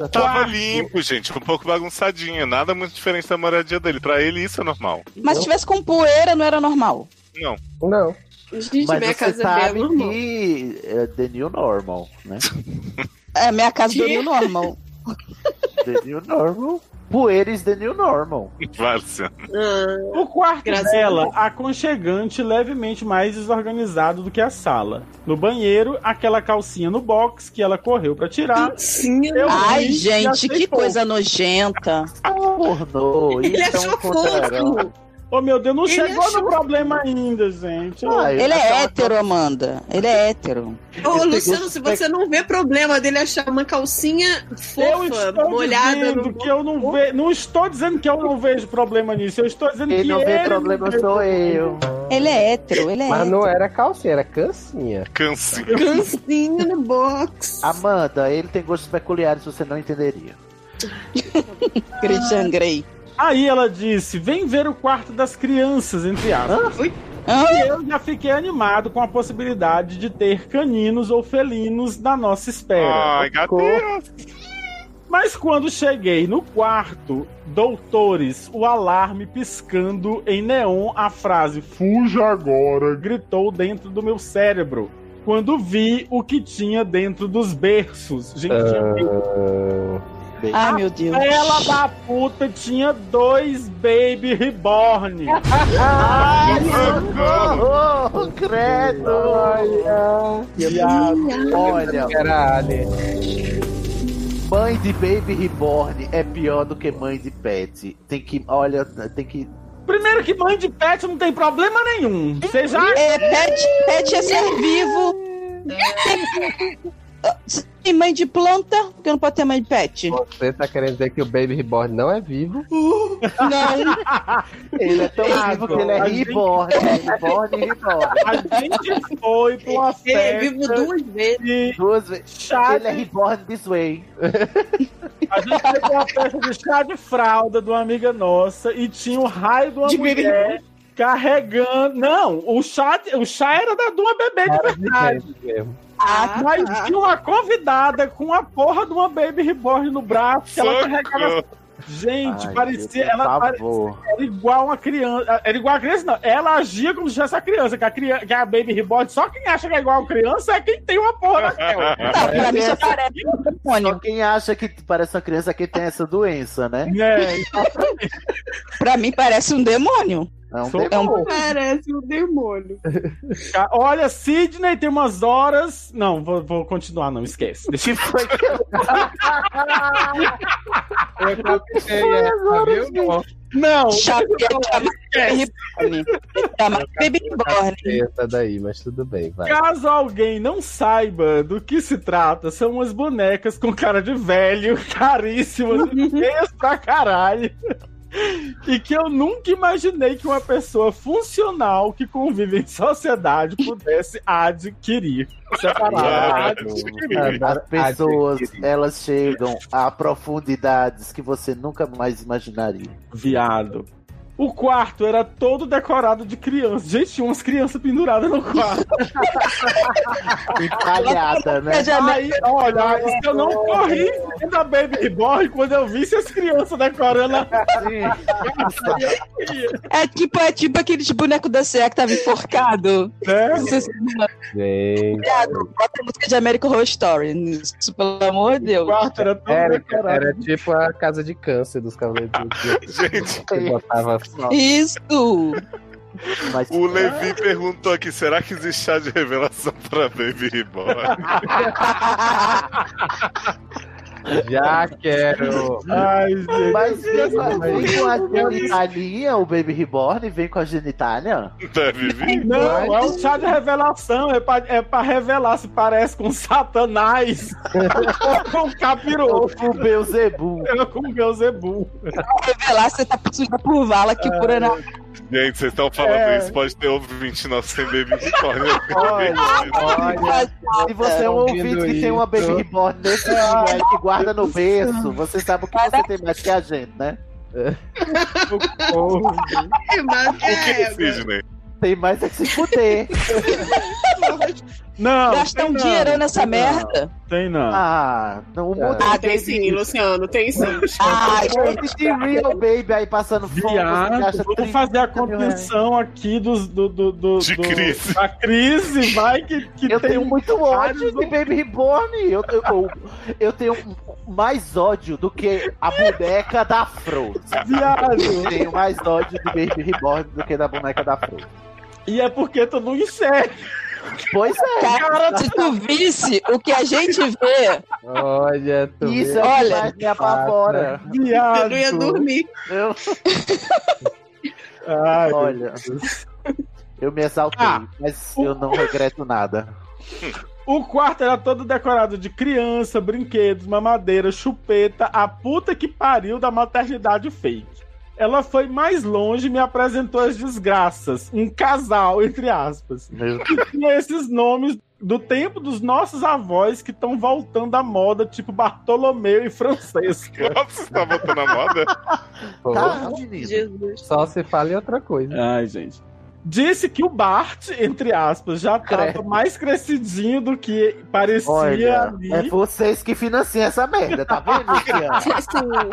Speaker 4: O
Speaker 1: Tava
Speaker 4: quarto-
Speaker 1: limpo, gente, um pouco bagunçadinho, nada muito diferente da moradia dele. Pra ele, isso é normal.
Speaker 10: Mas se tivesse com poeira, não era normal.
Speaker 1: Não.
Speaker 3: Não.
Speaker 11: Gente, minha
Speaker 6: Mas você
Speaker 11: casa é
Speaker 6: sabe
Speaker 11: bem normal.
Speaker 6: que é the new normal, né?
Speaker 10: É, minha casa
Speaker 11: Que?
Speaker 10: dormiu normal.
Speaker 6: The new normal. Poeira is the new normal.
Speaker 1: Vai, Luciano.
Speaker 4: O quarto
Speaker 1: Graças a
Speaker 4: dela,
Speaker 1: Deus.
Speaker 4: aconchegante, levemente mais desorganizado do que a sala. No banheiro, aquela calcinha no box que ela correu pra tirar.
Speaker 2: Calcinha
Speaker 4: Eu
Speaker 10: Ai,
Speaker 4: vi e
Speaker 10: gente,
Speaker 4: achei
Speaker 10: que
Speaker 4: pouco.
Speaker 10: coisa nojenta.
Speaker 6: Pornô,
Speaker 4: Ele isso é um achou contrarão. fofo. Ô meu Deus, não
Speaker 10: Ele
Speaker 4: chegou
Speaker 10: achou-
Speaker 4: no problema ainda, gente.
Speaker 6: Ah,
Speaker 10: Ele é hétero, Amanda. Ele é hétero.
Speaker 11: Ô, Luciano, se você não vê problema dele achar uma calcinha
Speaker 4: Eu
Speaker 11: fofa,
Speaker 4: estou
Speaker 11: molhada
Speaker 4: dizendo
Speaker 11: no
Speaker 4: que eu não vejo. Não estou dizendo que eu não vejo problema nisso. Eu estou dizendo
Speaker 6: Quem
Speaker 4: que
Speaker 6: não vê
Speaker 4: ele
Speaker 6: problema
Speaker 4: não vê
Speaker 6: sou
Speaker 4: problema.
Speaker 6: eu.
Speaker 10: Ele é hétero, ele é
Speaker 3: Mas
Speaker 10: hétero.
Speaker 3: não era calcinha, era cancinha.
Speaker 1: Cancinha.
Speaker 11: Cancinho no box.
Speaker 6: Amanda, ele tem gostos peculiares, você não entenderia.
Speaker 10: Christian Grey.
Speaker 4: Aí ela disse: vem ver o quarto das crianças, entre aspas. E eu já fiquei animado com a possibilidade de ter caninos ou felinos na nossa
Speaker 11: É,
Speaker 4: espera.
Speaker 1: Ai,
Speaker 4: Ficou.
Speaker 1: gatinhos.
Speaker 4: Mas quando cheguei no quarto, doutores, o alarme piscando em neon, a frase Fuja agora! gritou dentro do meu cérebro. Quando vi o que tinha dentro dos berços. Gente, tinha
Speaker 10: Ai, meu Deus.
Speaker 4: ela da puta tinha dois baby reborn.
Speaker 1: Ah,
Speaker 4: Ah,
Speaker 6: Ai,
Speaker 4: socorro,
Speaker 6: Oh, credo.
Speaker 4: Olha,
Speaker 6: Viado. Olha,
Speaker 3: Caralho.
Speaker 6: mãe de baby reborn é pior do que mãe de pet. Tem que, olha, tem que.
Speaker 4: Primeiro que mãe de pet não tem problema nenhum. Você já.
Speaker 10: É, pet, pet é ser vivo. Tem mãe de planta, porque não pode ter mãe de pet.
Speaker 3: Você tá querendo dizer que o Baby Reborn não é vivo?
Speaker 4: é
Speaker 10: Não.
Speaker 6: Ele é tão vivo que ele é reborn, é reborn, reborn.
Speaker 4: A gente foi pra uma festa.
Speaker 6: Ele é vivo duas
Speaker 4: vezes.
Speaker 6: Duas vezes.
Speaker 4: Chá
Speaker 6: Ele é
Speaker 4: de-
Speaker 6: reborn this way.
Speaker 4: A gente foi pra uma festa de chá de fralda de uma amiga nossa e tinha o raio de uma
Speaker 6: De bebê
Speaker 4: mulher carregando. Não, o chá, o chá era da de uma bebê de verdade.
Speaker 6: tá.
Speaker 10: Ah,
Speaker 4: Mas tinha uma convidada com a porra de uma Baby Reborn no braço que ela
Speaker 6: Socorro.
Speaker 4: carregava. Gente,
Speaker 6: Ai,
Speaker 4: parecia.
Speaker 6: Deus,
Speaker 4: Ela
Speaker 6: por
Speaker 4: parecia
Speaker 6: favor.
Speaker 4: era igual uma criança. Era igual a criança, não. Ela agia como se fosse a criança, que a, criança, que a Baby Reborn. Só quem acha que é igual a criança é quem tem uma porra daquela.
Speaker 6: pra
Speaker 4: é
Speaker 6: mim só
Speaker 10: parece um
Speaker 6: Só quem acha que parece uma criança é quem tem essa doença, né?
Speaker 4: É,
Speaker 10: Pra mim parece um demônio.
Speaker 6: É um
Speaker 10: É um-
Speaker 11: Parece um demônio.
Speaker 4: Ca- Olha, Sidney tem umas horas. Não, vou, vou continuar, não esquece. Deixa eu...
Speaker 3: Eu captei essa, viu?
Speaker 4: Não.
Speaker 3: Não.
Speaker 4: é.
Speaker 10: Esquece. Chama Baby Reborn.
Speaker 3: Captei é essa daí, mas tudo bem, vai.
Speaker 4: Caso alguém não saiba do que se trata, são umas bonecas com cara de velho, caríssimas, feias pra caralho. E que eu nunca imaginei que uma pessoa funcional que convive em sociedade pudesse adquirir. é Separar. adquirir.
Speaker 6: As pessoas, elas chegam a profundidades que você nunca mais imaginaria.
Speaker 4: Viado. O quarto era todo decorado de crianças. Gente, tinha umas crianças penduradas no quarto.
Speaker 6: Empalhada, né?
Speaker 4: Aí, olha, aí, se eu não corri da Baby Reborn quando eu vi essas crianças decorando. né? a-
Speaker 10: É tipo, é tipo aqueles bonecos da tá CE que tava enforcado.
Speaker 4: É.
Speaker 3: Gente.
Speaker 10: Bota a música de American Horror Story. nisso, pelo amor de Deus.
Speaker 6: É,
Speaker 3: Era, era tipo a casa de câncer dos cavaleiros do Gente, que botava
Speaker 10: Isso!
Speaker 1: O
Speaker 6: é,
Speaker 1: Levi perguntou aqui: será que existe chá de revelação pra Baby Reborn?
Speaker 3: Já quero.
Speaker 4: Ai, gente.
Speaker 6: Mas vem com a-
Speaker 3: Mas-
Speaker 6: vem com a genitalia, o Baby Reborn vem com a genitália?
Speaker 1: Deve vir.
Speaker 4: Não, é um chá de revelação. É pra, é pra revelar se parece com Satanás ou com capiroto.
Speaker 6: Com Beuzebu.
Speaker 4: Com Beuzebu.
Speaker 10: Revelar se você tá possuída por vala que por Ana.
Speaker 1: Gente, vocês estão falando
Speaker 10: É.
Speaker 1: isso, pode ter ouvinte nosso sem Baby Reborn.
Speaker 6: é. Se você é um ouvinte que tem uma Baby Reborn nesse dia aí que guarda no berço, você sabe o que você tem mais que a gente, né?
Speaker 11: Que
Speaker 6: Tem mais é que se fuder.
Speaker 4: Não.
Speaker 10: Gastar
Speaker 4: tem
Speaker 10: um
Speaker 4: não,
Speaker 10: dinheirão nessa
Speaker 4: tem não.
Speaker 10: merda.
Speaker 4: Tem não.
Speaker 6: Ah, não muda.
Speaker 2: Ah, tem sim, Luciano, tem sim.
Speaker 6: Ah, gente, de real baby aí passando fome. você
Speaker 4: Viado,
Speaker 6: gasta
Speaker 4: vamos
Speaker 6: 30
Speaker 4: fazer a
Speaker 6: mil reais.
Speaker 4: contenção aqui dos, do, do, do,
Speaker 6: De
Speaker 4: do-
Speaker 6: crise.
Speaker 4: A crise vai que, que
Speaker 6: Eu
Speaker 4: tem
Speaker 6: tenho muito ódio de Baby Reborn. Eu, eu, eu, eu tenho mais ódio do que a boneca da Frozen.
Speaker 4: Viado.
Speaker 6: Eu tenho mais ódio do Baby Reborn do que da boneca da Frozen.
Speaker 4: E é porque tu não enxerga.
Speaker 6: Pois é.
Speaker 10: Cara, se tu visse o que a gente vê.
Speaker 3: Olha, tu
Speaker 10: Isso
Speaker 3: vê.
Speaker 10: é o que Olha. mais me
Speaker 6: apavora.
Speaker 4: Viado.
Speaker 2: Eu não ia dormir.
Speaker 6: Eu...
Speaker 4: Ai,
Speaker 6: Olha, eu me exaltei,
Speaker 4: Ah.
Speaker 6: mas eu não regreto nada.
Speaker 4: O quarto era todo decorado de criança, brinquedos, mamadeira, chupeta, a puta que pariu da maternidade fake. Ela foi mais longe e me apresentou as desgraças. Um casal, entre aspas. Que tinha esses nomes do tempo dos nossos avós que estão voltando à moda, tipo Bartolomeu e Francesca.
Speaker 1: Nossa, está voltando à moda?
Speaker 3: Pô,
Speaker 4: tá.
Speaker 2: Jesus.
Speaker 3: Só se fala em outra coisa.
Speaker 4: Ai, gente. Disse que o Bart, entre aspas, já tava
Speaker 6: Credo.
Speaker 4: mais crescidinho do que parecia
Speaker 6: Olha,
Speaker 4: ali.
Speaker 6: é vocês que financiam essa merda, tá vendo, Luciano?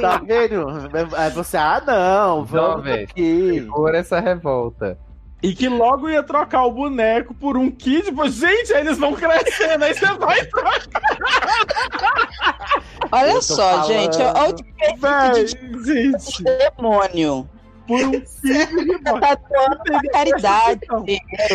Speaker 6: Tá vendo? Aí você, ah, não, vamos
Speaker 3: Jovem,
Speaker 6: aqui.
Speaker 3: Por essa revolta.
Speaker 4: E que logo ia trocar o boneco por um kit. Tipo, gente, aí eles vão né? crescendo, aí você vai trocar.
Speaker 10: Olha
Speaker 4: Eu tô
Speaker 10: só,
Speaker 4: falando.
Speaker 10: gente. Olha o
Speaker 4: Véi, gente.
Speaker 10: demônio.
Speaker 4: Por um filho,
Speaker 10: Tá doando pra caridade.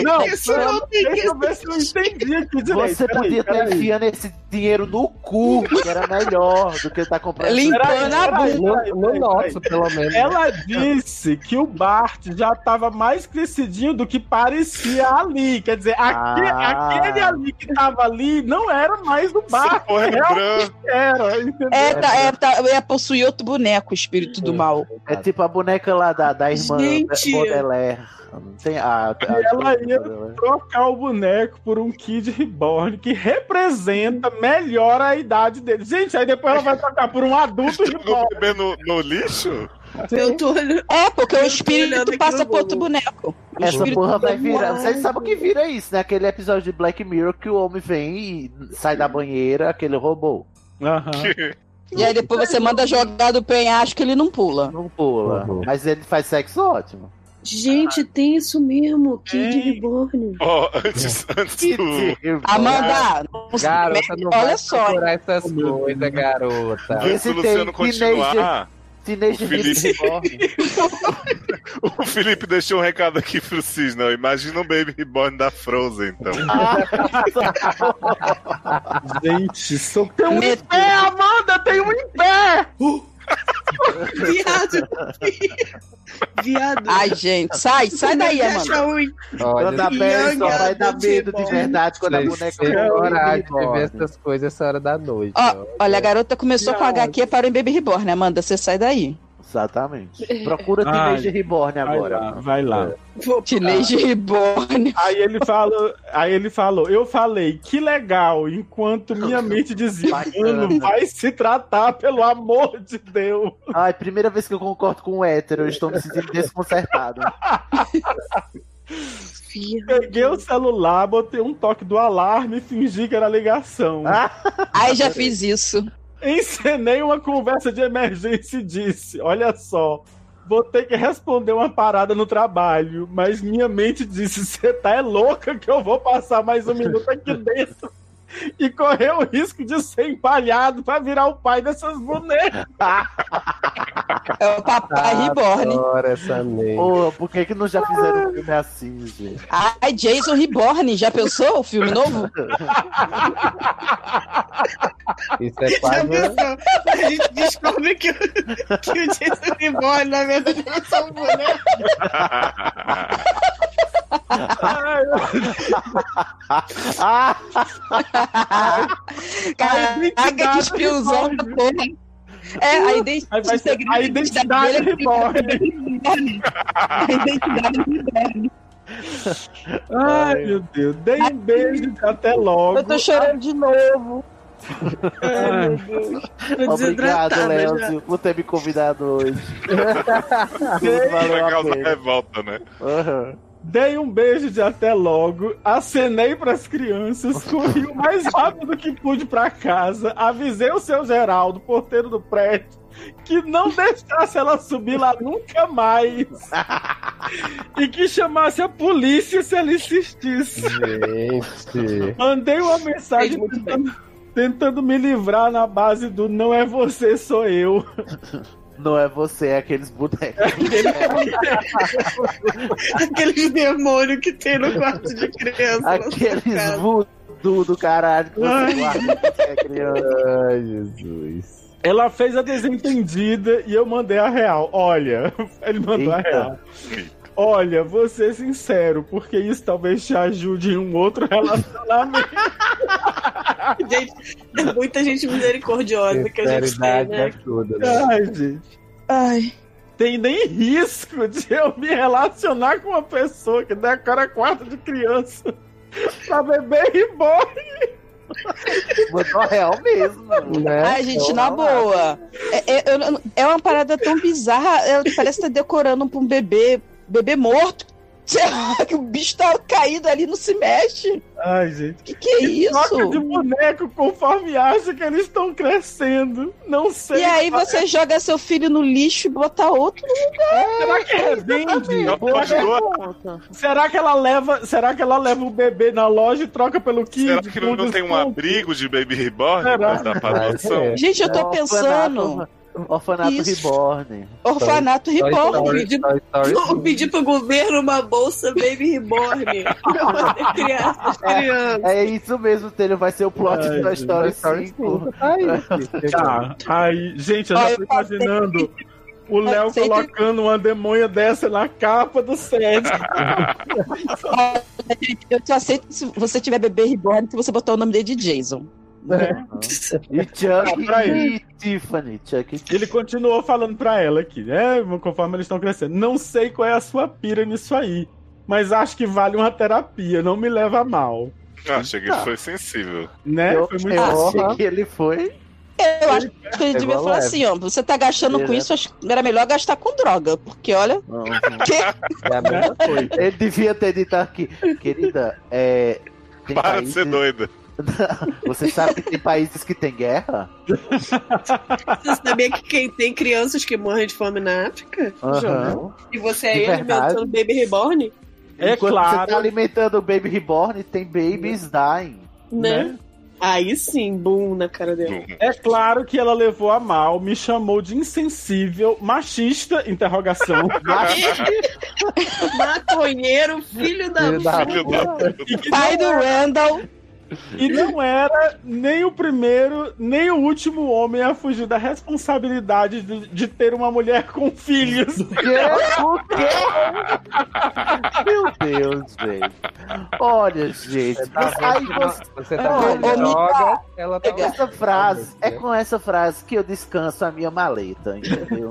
Speaker 4: Não,
Speaker 10: Isso
Speaker 4: pera-
Speaker 10: não tem
Speaker 4: deixa eu ver se eu entendi aqui direito.
Speaker 6: Você
Speaker 4: Peraí,
Speaker 6: podia estar
Speaker 4: peraí.
Speaker 6: enfiando esse dinheiro no cu, que era melhor do que tá comprando.
Speaker 4: Peraí, peraí, peraí,
Speaker 3: No, no
Speaker 4: peraí, peraí.
Speaker 3: nosso, pelo menos.
Speaker 4: Ela disse que o Bart já tava mais crescidinho do que parecia ali. Quer dizer, aque-
Speaker 6: Ah.
Speaker 4: aquele ali que tava ali não era mais o Bart.
Speaker 1: porra é
Speaker 4: realmente era, entendeu?
Speaker 10: É, tá, é, tá, é possuir outro boneco, o espírito do mal.
Speaker 6: né? É tipo a boneca lá da, da irmã né?
Speaker 10: Gente.
Speaker 6: Baudelaire. Não Tem a, né? a-
Speaker 4: E ela ia trocar o boneco por um Kid Reborn que representa melhor a idade dele. Gente, aí depois ela vai trocar por um adulto
Speaker 1: No
Speaker 4: Reborn.
Speaker 1: bebê no, no lixo?
Speaker 2: Eu tô olhando.
Speaker 10: É, porque o
Speaker 2: olhando
Speaker 10: espírito
Speaker 2: aqui
Speaker 10: passa
Speaker 2: no
Speaker 10: pro outro
Speaker 2: Google.
Speaker 10: boneco. O
Speaker 6: Essa
Speaker 10: espírito
Speaker 6: porra
Speaker 10: do
Speaker 6: vai
Speaker 10: demônio.
Speaker 6: virar. Vocês sabem o que vira isso, né? Aquele episódio de Black Mirror que o homem vem e sai da banheira, aquele robô.
Speaker 10: E aí depois você manda jogar do penhasco que ele não pula.
Speaker 6: Não pula. Mas ele faz sexo ótimo.
Speaker 2: Gente, tem isso mesmo, Kid Reborn.
Speaker 1: Ó, antes, antes do.
Speaker 10: Amanda, não se
Speaker 3: Garota,
Speaker 10: mete-
Speaker 3: não
Speaker 10: olha
Speaker 3: vai
Speaker 10: só.
Speaker 3: procurar essas coisas, garota.
Speaker 1: Antes do Luciano continuar.
Speaker 6: Teenage
Speaker 1: O Felipe.
Speaker 6: Mutant Reborn.
Speaker 1: O Felipe deixou um recado aqui pro Cisne. ó. Imagina um Baby Reborn da Frozen, então.
Speaker 4: Gente, sou tem um em
Speaker 10: Medo.
Speaker 4: pé, Amanda, tem um em pé!
Speaker 2: Viado. Viado.
Speaker 10: Ai, gente, sai, sai daí, Amanda.
Speaker 3: Olha,
Speaker 6: Dona Bela só
Speaker 2: Young
Speaker 6: vai dar
Speaker 2: Adult
Speaker 6: medo de
Speaker 2: Reborn.
Speaker 6: verdade quando a
Speaker 3: vocês
Speaker 6: boneca
Speaker 3: têm
Speaker 6: é um
Speaker 3: coragem de ver
Speaker 6: Reborn.
Speaker 3: essas coisas essa hora da noite.
Speaker 10: Ó, olha, a garota começou com HQ para o Baby Reborn, né, Amanda? Você sai daí.
Speaker 6: Exatamente. Procura
Speaker 4: Ai.
Speaker 6: Teenage Reborn agora.
Speaker 4: Vai lá, vai lá.
Speaker 2: Vou
Speaker 10: Teenage Reborn.
Speaker 4: Aí ele falou, aí ele falou, eu falei, que legal, enquanto minha mente dizia, mano, vai se tratar, pelo amor de Deus.
Speaker 6: Ai, primeira vez que eu concordo com o hétero, eu estou me sentindo desconcertado.
Speaker 4: Peguei o celular, botei um toque do alarme e fingi que era ligação.
Speaker 10: Ai, já fiz isso.
Speaker 4: Encenei uma conversa de emergência e disse: Olha só, vou ter que responder uma parada no trabalho, mas minha mente disse: Você tá é louca que eu vou passar mais um minuto aqui dentro. E correr o risco de ser empalhado pra virar o pai dessas bonecas.
Speaker 10: É o papai Reborn.
Speaker 3: Adoro essa mente.
Speaker 6: Ô, por que, que não já fizeram um filme assim, gente?
Speaker 10: Ai, Jason Reborn, já pensou o filme novo?
Speaker 3: Isso é quase.
Speaker 2: A gente descobre que, o- que o Jason Reborn, na verdade, é só um boneco.
Speaker 4: Ai,
Speaker 10: Ah, Caraca, que espiãozão da porra. É,
Speaker 4: Aí
Speaker 10: a
Speaker 4: vai
Speaker 10: identidade,
Speaker 4: ser a identidade
Speaker 10: dele é
Speaker 4: reborn.
Speaker 10: A identidade Reborn.
Speaker 4: Ai, meu Deus. Dei um beijo e até logo. É,
Speaker 10: Eu tô chorando de novo.
Speaker 4: Ai,
Speaker 6: Obrigado,
Speaker 2: desidratada
Speaker 6: Léo, por ter me convidado hoje.
Speaker 1: Vai
Speaker 6: Valeu a
Speaker 1: causar
Speaker 6: pena.
Speaker 1: revolta, né?
Speaker 6: Aham.
Speaker 4: Dei um beijo de até logo, acenei pras crianças, corri o mais rápido que pude pra casa, avisei o seu Geraldo, porteiro do prédio, que não deixasse ela subir lá nunca mais. e que chamasse a polícia se ela insistisse.
Speaker 3: Gente.
Speaker 4: Mandei uma mensagem tentando, tentando me livrar na base do não é você, sou eu.
Speaker 6: Não é você, é aqueles bonecos.
Speaker 11: Aquele demônio que tem no quarto de criança.
Speaker 6: Aqueles voodoo do caralho que você guarda quando você é criança.
Speaker 3: Ai, Jesus.
Speaker 4: Ela fez a desentendida e eu mandei a real. Olha, ele mandou a
Speaker 6: Eita.
Speaker 4: real. Olha, vou ser sincero, porque isso talvez te ajude em um outro relacionamento.
Speaker 11: Gente, é muita gente misericordiosa que a gente tem,
Speaker 3: Sinceridade
Speaker 11: né?
Speaker 3: é tudo, né?
Speaker 4: Ai, gente. Ai. Tem nem risco de eu me relacionar com uma pessoa que dá cara quarto de criança pra beber e morre.
Speaker 6: Mandou a é real mesmo.
Speaker 3: Né?
Speaker 10: Ai, gente, na boa. É, é- eu não- é uma parada tão bizarra. ela parece estar decorando pra um bebê, bebê morto. Sei lá, que o bicho tá caído ali, não se mexe.
Speaker 4: Ai, gente. Que
Speaker 10: que é isso?
Speaker 4: Troca de boneco conforme acha que eles estão crescendo. Não sei.
Speaker 10: E aí
Speaker 4: né?
Speaker 10: você joga seu filho no lixo e bota outro no lugar.
Speaker 4: Será que revende?
Speaker 10: Exatamente.
Speaker 4: Boa pergunta. Será que ela leva, será que ela leva o bebê na loja e troca pelo kit?
Speaker 1: Será que não, não tem um abrigo de Baby Reborn
Speaker 4: Será?
Speaker 1: Tá pra dar pra adoção?
Speaker 10: Gente, eu tô
Speaker 6: É um
Speaker 10: pensando.
Speaker 6: Orfanato
Speaker 10: Isso.
Speaker 6: Reborn.
Speaker 10: Orfanato
Speaker 6: Toy
Speaker 10: Reborn.
Speaker 6: Story,
Speaker 10: Pedir-
Speaker 6: Toy Story.
Speaker 11: Vou pedir pro governo uma bolsa Baby Reborn. pra poder criar essas crianças.
Speaker 6: É isso mesmo, Telho. Vai ser o plot
Speaker 4: Ai,
Speaker 6: da
Speaker 4: Toy
Speaker 6: história
Speaker 4: Story
Speaker 6: 5.
Speaker 4: Tá. Aí, gente, eu já tô imaginando o Léo colocando uma demônia dessa na capa do set.
Speaker 10: Eu te aceito se você tiver bebê reborn se você botar o nome dele de Jason.
Speaker 11: É.
Speaker 6: E Chuck
Speaker 4: pra
Speaker 6: e
Speaker 4: ele.
Speaker 6: Tiffany. Chuck e
Speaker 4: Ele continuou falando pra ela aqui, né? Conforme eles estão crescendo. Não sei qual é a sua pira nisso aí, mas acho que vale uma terapia, não me leva a mal.
Speaker 1: Ah, cheguei, foi sensível.
Speaker 4: Né?
Speaker 6: Eu-
Speaker 4: Foi muito
Speaker 6: eu
Speaker 4: fácil.
Speaker 6: achei que ele foi.
Speaker 10: Eu acho que ele
Speaker 11: É
Speaker 6: Pegou
Speaker 10: devia falar
Speaker 6: leve.
Speaker 10: assim, ó. Você tá gastando com
Speaker 6: Direto.
Speaker 10: isso, acho que era melhor gastar com droga. Porque, olha. Que?
Speaker 3: É a
Speaker 4: né?
Speaker 3: mesma coisa.
Speaker 6: Ele devia ter dito aqui, querida, é. tem
Speaker 1: Para de
Speaker 6: países-
Speaker 1: ser doida.
Speaker 6: Você sabe que tem países que tem guerra?
Speaker 11: Você sabia que quem tem crianças que morrem de fome na África?
Speaker 6: Aham.
Speaker 3: né?
Speaker 11: João? E você é
Speaker 6: De
Speaker 11: ele
Speaker 6: verdade.
Speaker 11: alimentando Baby Reborn?
Speaker 4: É
Speaker 6: Enquanto
Speaker 4: claro.
Speaker 6: Você tá alimentando o Baby Reborn, tem babies dying.
Speaker 11: Né? Aí sim, boom na cara dela.
Speaker 4: É claro que ela levou a mal, me chamou de insensível, machista, interrogação.
Speaker 11: Maconheiro, filho da
Speaker 4: Filho da
Speaker 11: puta.
Speaker 10: Pai do Randall.
Speaker 4: E não era nem o primeiro, nem o último homem a fugir da responsabilidade de, de ter uma mulher com filhos.
Speaker 6: Meu Deus, velho. Olha, gente.
Speaker 3: Você tá
Speaker 6: mas aí
Speaker 3: vendo que não-
Speaker 6: você...
Speaker 3: você tá vendo que
Speaker 6: Olha,
Speaker 3: droga, ela tá
Speaker 6: é com essa frase, é com essa frase que eu descanso a minha maleta, entendeu?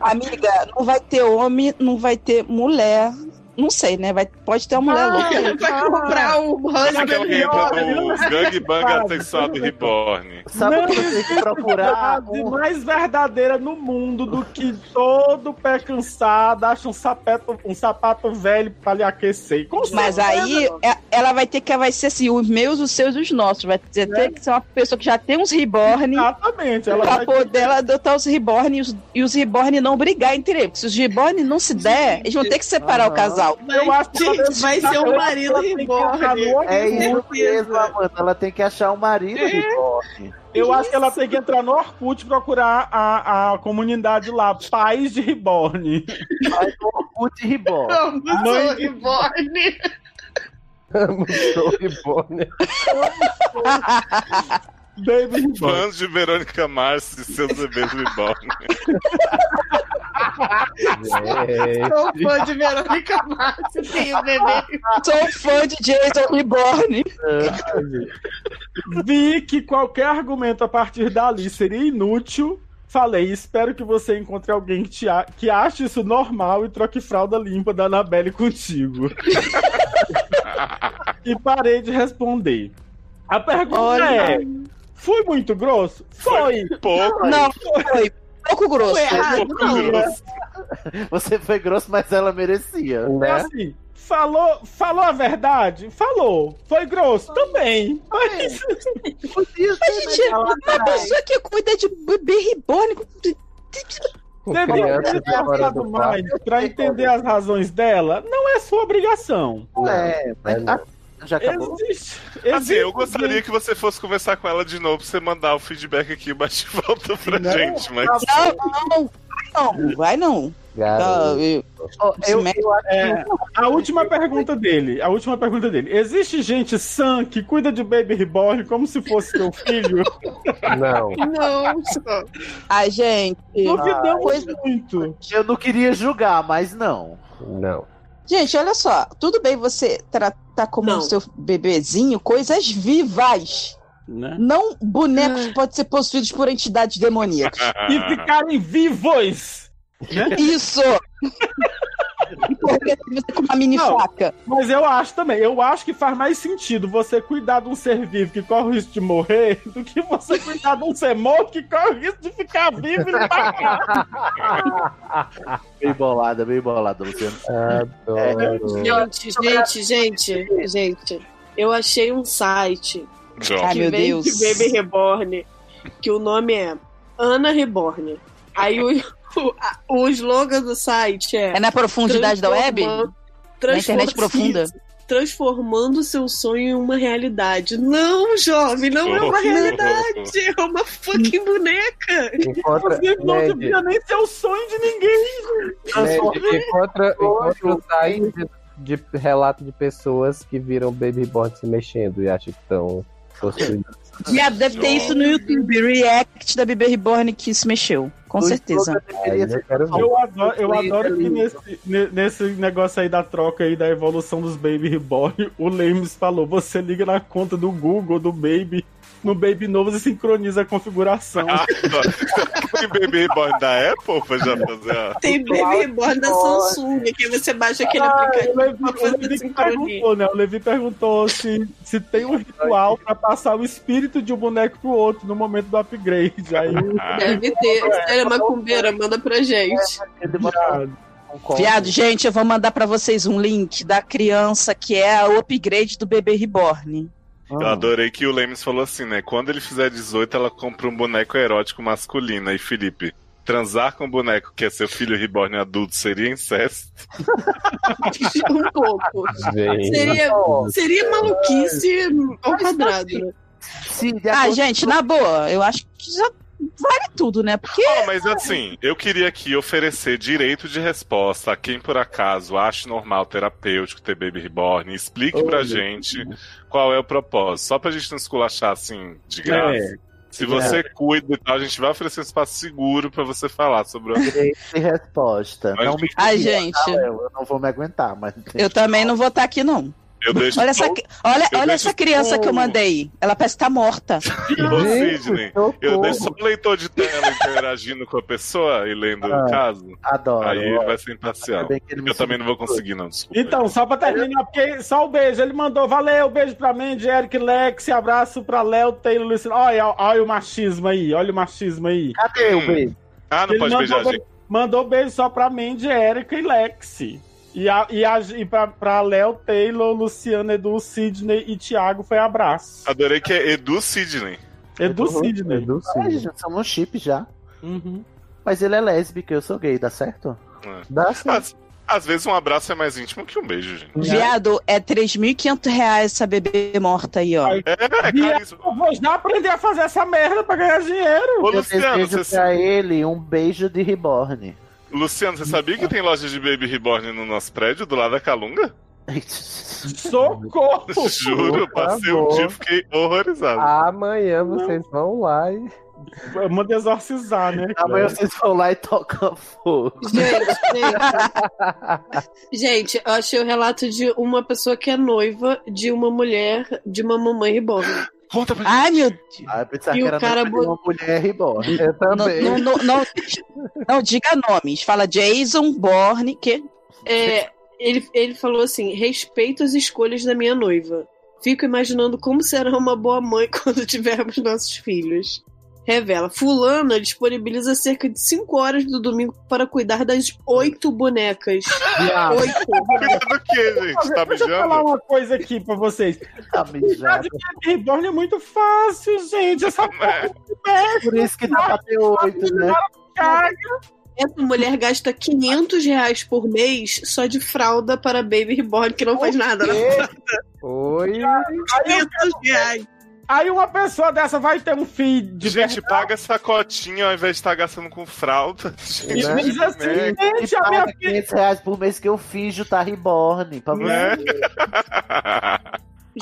Speaker 10: Amiga, não vai ter homem, não vai ter mulher. Não sei, né? Vai, pode ter uma mulher louca.
Speaker 11: Vai comprar o
Speaker 1: Mas é
Speaker 11: Honey
Speaker 1: que ela entra no gangbang
Speaker 4: Cara,
Speaker 1: sexual do Reborn.
Speaker 6: Sabe o que eu tenho
Speaker 4: existe
Speaker 6: que procurar?
Speaker 4: frase
Speaker 6: Um-
Speaker 4: mais verdadeira no mundo do que todo pé cansado acha um sapato, um sapato velho pra lhe aquecer. Com
Speaker 10: Mas
Speaker 4: certeza,
Speaker 10: aí é- ela vai ter que vai ser assim, os meus, os seus, os nossos. Vai ter, ter que ser uma pessoa que já tem uns reborn.
Speaker 4: Exatamente. Ela
Speaker 10: pra
Speaker 4: vai-
Speaker 10: poder ela é adotar os reborn e os, e os reborn não brigar entre eles. Se os reborn não se der, eles vão ter que separar o casal.
Speaker 2: um
Speaker 11: Eu acho que ela Gente, vai ser um marido
Speaker 4: ela tem que achar
Speaker 11: reborn.
Speaker 4: no
Speaker 6: É isso
Speaker 4: Orkut.
Speaker 6: mesmo, Amanda. Ela tem que achar um marido
Speaker 3: É.
Speaker 6: Reborn.
Speaker 4: Eu acho que ela tem que entrar no Orkut e procurar a, a comunidade lá, Pais de Reborn.
Speaker 6: Pais do Orkut Reborn.
Speaker 4: Mãe de-
Speaker 11: Reborn.
Speaker 3: um
Speaker 4: Baby Reborn.
Speaker 1: Fãs de Verônica Mars e seus bebês Reborn.
Speaker 3: né?
Speaker 11: Sou um fã de Verônica Márcio, tenho um bebê.
Speaker 10: Sou um fã de Jason Reborn.
Speaker 4: Vi que qualquer argumento a partir dali seria inútil. Falei, espero que você encontre alguém que, te a- que ache isso normal e troque fralda limpa da Anabelle contigo. e parei de responder. A pergunta
Speaker 10: Olha.
Speaker 4: é: fui muito grosso? Foi!
Speaker 1: Pouco.
Speaker 10: Não, foi. pouco grosso.
Speaker 11: é
Speaker 6: Foi
Speaker 2: Ah,
Speaker 6: errado,
Speaker 10: Um pouco
Speaker 6: não.
Speaker 10: grosso.
Speaker 6: Você foi grosso, mas ela merecia, né?
Speaker 4: Assim, falou, falou a verdade? Falou. Foi grosso? Também. Mas...
Speaker 10: Mas, gente, é uma pessoa que cuida de bebê reborn.
Speaker 4: Deveria ter pensado mais pra entender as razões dela. Não é sua obrigação.
Speaker 1: É,
Speaker 3: né,
Speaker 6: tá- ah, já
Speaker 1: acabou.
Speaker 4: Existe,
Speaker 1: Assim, eu
Speaker 4: existe-
Speaker 1: gostaria que você fosse conversar com ela de novo pra você mandar o feedback aqui embaixo de volta pra
Speaker 10: Não,
Speaker 1: gente, mas.
Speaker 10: Não, não, vai não.
Speaker 4: Garoto.
Speaker 10: Tá, eu-
Speaker 4: Eu-
Speaker 10: Smack-
Speaker 4: é, a última pergunta dele. A última pergunta dele. Existe gente sã que cuida de Baby Reborn como se fosse seu filho?
Speaker 3: Não.
Speaker 10: Não. Ai, gente.
Speaker 4: Duvidamos
Speaker 10: Coisa-
Speaker 4: muito.
Speaker 6: Eu não queria julgar, mas não.
Speaker 3: Não.
Speaker 10: Gente, olha só. Tudo bem você tratar como
Speaker 6: Não.
Speaker 10: seu bebezinho coisas vivas.
Speaker 4: né?
Speaker 10: Não bonecos que podem ser possuídos por entidades demoníacas.
Speaker 1: Ah,
Speaker 4: E ficarem vivos!
Speaker 10: Isso! Porque você com uma mini faca.
Speaker 4: Mas eu acho também, eu acho que faz mais sentido você cuidar de um ser vivo que corre o risco de morrer do que você cuidar de um ser morto que corre o risco de ficar vivo e não tá pagar.
Speaker 10: Ah.
Speaker 6: Bem bolada, bem bolada, Luciano.
Speaker 3: Adoro.
Speaker 2: Gente, gente, gente, gente. Eu achei um site
Speaker 6: John.
Speaker 2: que
Speaker 6: Ai, meu
Speaker 2: vem
Speaker 6: Deus.
Speaker 2: de Baby Reborn, que o nome é Ana Reborn. Aí o, o, a- o slogan do site é...
Speaker 10: É na profundidade da web?
Speaker 2: transforma-
Speaker 10: Na internet profunda?
Speaker 2: Transformando seu sonho em uma realidade. Não, jovem, não é uma
Speaker 3: Oh.
Speaker 2: realidade. É uma fucking boneca.
Speaker 3: Encontra- né,
Speaker 2: Inclusive, não
Speaker 3: Ned.
Speaker 2: devia
Speaker 4: nem ser o sonho de ninguém.
Speaker 3: Né, encontra, encontra o site de, de relato de pessoas que viram Baby Born se mexendo e acham que estão possuídos.
Speaker 10: Diabo, deve ter isso no YouTube. React da Bebê Reborn que se mexeu. Com certeza.
Speaker 3: Aí eu quero ver.
Speaker 4: Eu adoro, eu adoro que nesse, ne- nesse negócio aí da troca aí da evolução dos Baby Reborn, o Lemes falou: você liga na conta do Google, do Baby, no Baby novo você sincroniza a configuração.
Speaker 1: Ah, Tem bebê reborn da Apple pra já fazer a.
Speaker 2: Tem Baby Reborn da Samsung, que você baixa aquele
Speaker 4: Ah,
Speaker 2: aplicativo
Speaker 4: o Levi,
Speaker 2: pra
Speaker 4: o
Speaker 2: fazer
Speaker 4: Levi que
Speaker 2: sincronia.
Speaker 4: perguntou, né? O Levi perguntou se, se tem um ritual pra passar o espírito de um boneco pro outro no momento do upgrade. Aí o-
Speaker 2: Deve ter. Se ela é macumbeira, manda pra gente.
Speaker 10: Viado, gente, eu vou mandar pra vocês um link da criança que é o upgrade do bebê reborn.
Speaker 6: Ah.
Speaker 1: Eu
Speaker 6: Hum.
Speaker 1: adorei que o Lemes falou assim, né? Quando ele fizer 18, ela compra um boneco erótico masculino. Aí, Felipe, transar com um boneco que é seu filho reborn adulto seria incesto?
Speaker 2: um pouco.
Speaker 1: Gente.
Speaker 2: Seria, seria maluquice ao quadrado. né?
Speaker 10: ah, gente, na boa, eu acho que já vale tudo, né? Porque.
Speaker 1: Mas assim, eu queria aqui oferecer direito de resposta a quem por acaso acha normal terapêutico ter baby reborn. Explique
Speaker 3: Oh,
Speaker 1: pra
Speaker 3: meu
Speaker 1: gente qual é o propósito. Só pra gente não esculachar assim de graça.
Speaker 6: É.
Speaker 1: Se
Speaker 6: É.
Speaker 1: você cuida e tal, a gente vai oferecer um espaço seguro pra você falar sobre o
Speaker 6: Direito de resposta.
Speaker 1: Mas-
Speaker 6: Não me
Speaker 10: Ai,
Speaker 6: queria,
Speaker 10: gente.
Speaker 6: tá, Léo? Eu não vou me aguentar, mas.
Speaker 10: Eu também não vou estar aqui, não.
Speaker 1: Eu deixo
Speaker 10: Olha essa,
Speaker 1: todo-
Speaker 10: cri- olha,
Speaker 1: eu
Speaker 10: olha
Speaker 1: deixo
Speaker 10: essa criança que eu
Speaker 1: todo-
Speaker 10: mandei. Ela parece estar morta.
Speaker 1: Ô, Sidney, eu
Speaker 10: socorro.
Speaker 1: deixo só o leitor de tela interagindo com a pessoa e lendo
Speaker 4: Ah,
Speaker 1: o caso.
Speaker 6: Adoro.
Speaker 1: Aí ele
Speaker 6: Ó,
Speaker 1: vai ser imparcial. Eu também não vou conseguir, não, desculpa.
Speaker 4: Então, só pra terminar, porque só o beijo. Ele mandou, valeu, beijo pra Mandy, Eric, Lex, abraço pra Léo, Taylor, Luciano. Olha, olha o machismo aí, olha o machismo aí.
Speaker 6: Cadê
Speaker 1: o beijo? Ah, não pode beijar a gente.
Speaker 4: Mandou beijo só pra Mandy, Eric e Lex. E, a, e, a, e pra, pra Léo, Taylor, Luciano, Edu, Sidney e Thiago foi abraço.
Speaker 1: Adorei que é Edu Sidney.
Speaker 4: Edu
Speaker 6: Uhum.
Speaker 4: Sidney.
Speaker 3: Edu
Speaker 6: Ai, gente, somos um chip já.
Speaker 4: Uhum.
Speaker 6: Mas ele é lésbica, eu sou gay, dá certo?
Speaker 1: É.
Speaker 6: Dá
Speaker 1: Às, às vezes um abraço é mais íntimo que um beijo, gente.
Speaker 10: Viado, é 3.500 reais essa bebê morta aí, ó.
Speaker 1: É, Viado,
Speaker 4: eu vou já aprender a fazer essa merda pra ganhar dinheiro.
Speaker 1: Ô,
Speaker 6: eu
Speaker 1: Luciano,
Speaker 6: desejo
Speaker 1: você
Speaker 6: pra
Speaker 1: sabe-
Speaker 6: ele um beijo de reborn.
Speaker 1: Luciano, você sabia que tem loja de Baby Reborn no nosso prédio, do lado da Calunga?
Speaker 4: Socorro!
Speaker 1: Juro, passei um dia e fiquei horrorizado.
Speaker 3: Ah, Amanhã vocês vão lá e.
Speaker 4: Vamos exorcizar, né?
Speaker 1: Tá
Speaker 6: Amanhã vocês vão lá e tocam fogo.
Speaker 2: Gente, eu achei o relato de uma pessoa que é noiva de uma mulher, de uma mamãe reborn.
Speaker 1: Conta pra
Speaker 10: Ai, meu
Speaker 6: Ah, eu pensava
Speaker 2: E
Speaker 6: que
Speaker 2: o
Speaker 6: era
Speaker 2: cara
Speaker 6: nome de uma mulher reborn. Eu
Speaker 10: Não, não, não, não, não diga nomes. Fala Jason Bourne, que.
Speaker 2: É, ele, ele falou assim: respeito as escolhas da minha noiva. Fico imaginando como será uma boa mãe quando tivermos nossos filhos. revela: Fulana disponibiliza cerca de 5 horas do domingo para cuidar das 8 bonecas.
Speaker 1: Viado.
Speaker 2: Oito.
Speaker 1: Do que, gente? Tá
Speaker 4: Deixa eu falar um
Speaker 1: mijando?
Speaker 4: uma coisa aqui pra vocês. Tá
Speaker 6: mijando.
Speaker 4: de bebê reborn é muito fácil, gente. Essa porra é
Speaker 6: Por isso que dá pra ter oito, né?
Speaker 2: Essa mulher gasta 500 reais por mês só de fralda para Baby Reborn, que não faz nada.
Speaker 3: Oi.
Speaker 2: 500 é reais.
Speaker 4: Aí uma pessoa dessa vai ter um filho de
Speaker 1: Gente, paga essa cotinha ao invés de estar gastando com fralda. Gente,
Speaker 4: E diz assim,
Speaker 1: né?
Speaker 4: gente, a minha
Speaker 6: Paga 500 reais por mês que eu finjo tá reborn. Pra
Speaker 1: Né?
Speaker 6: você.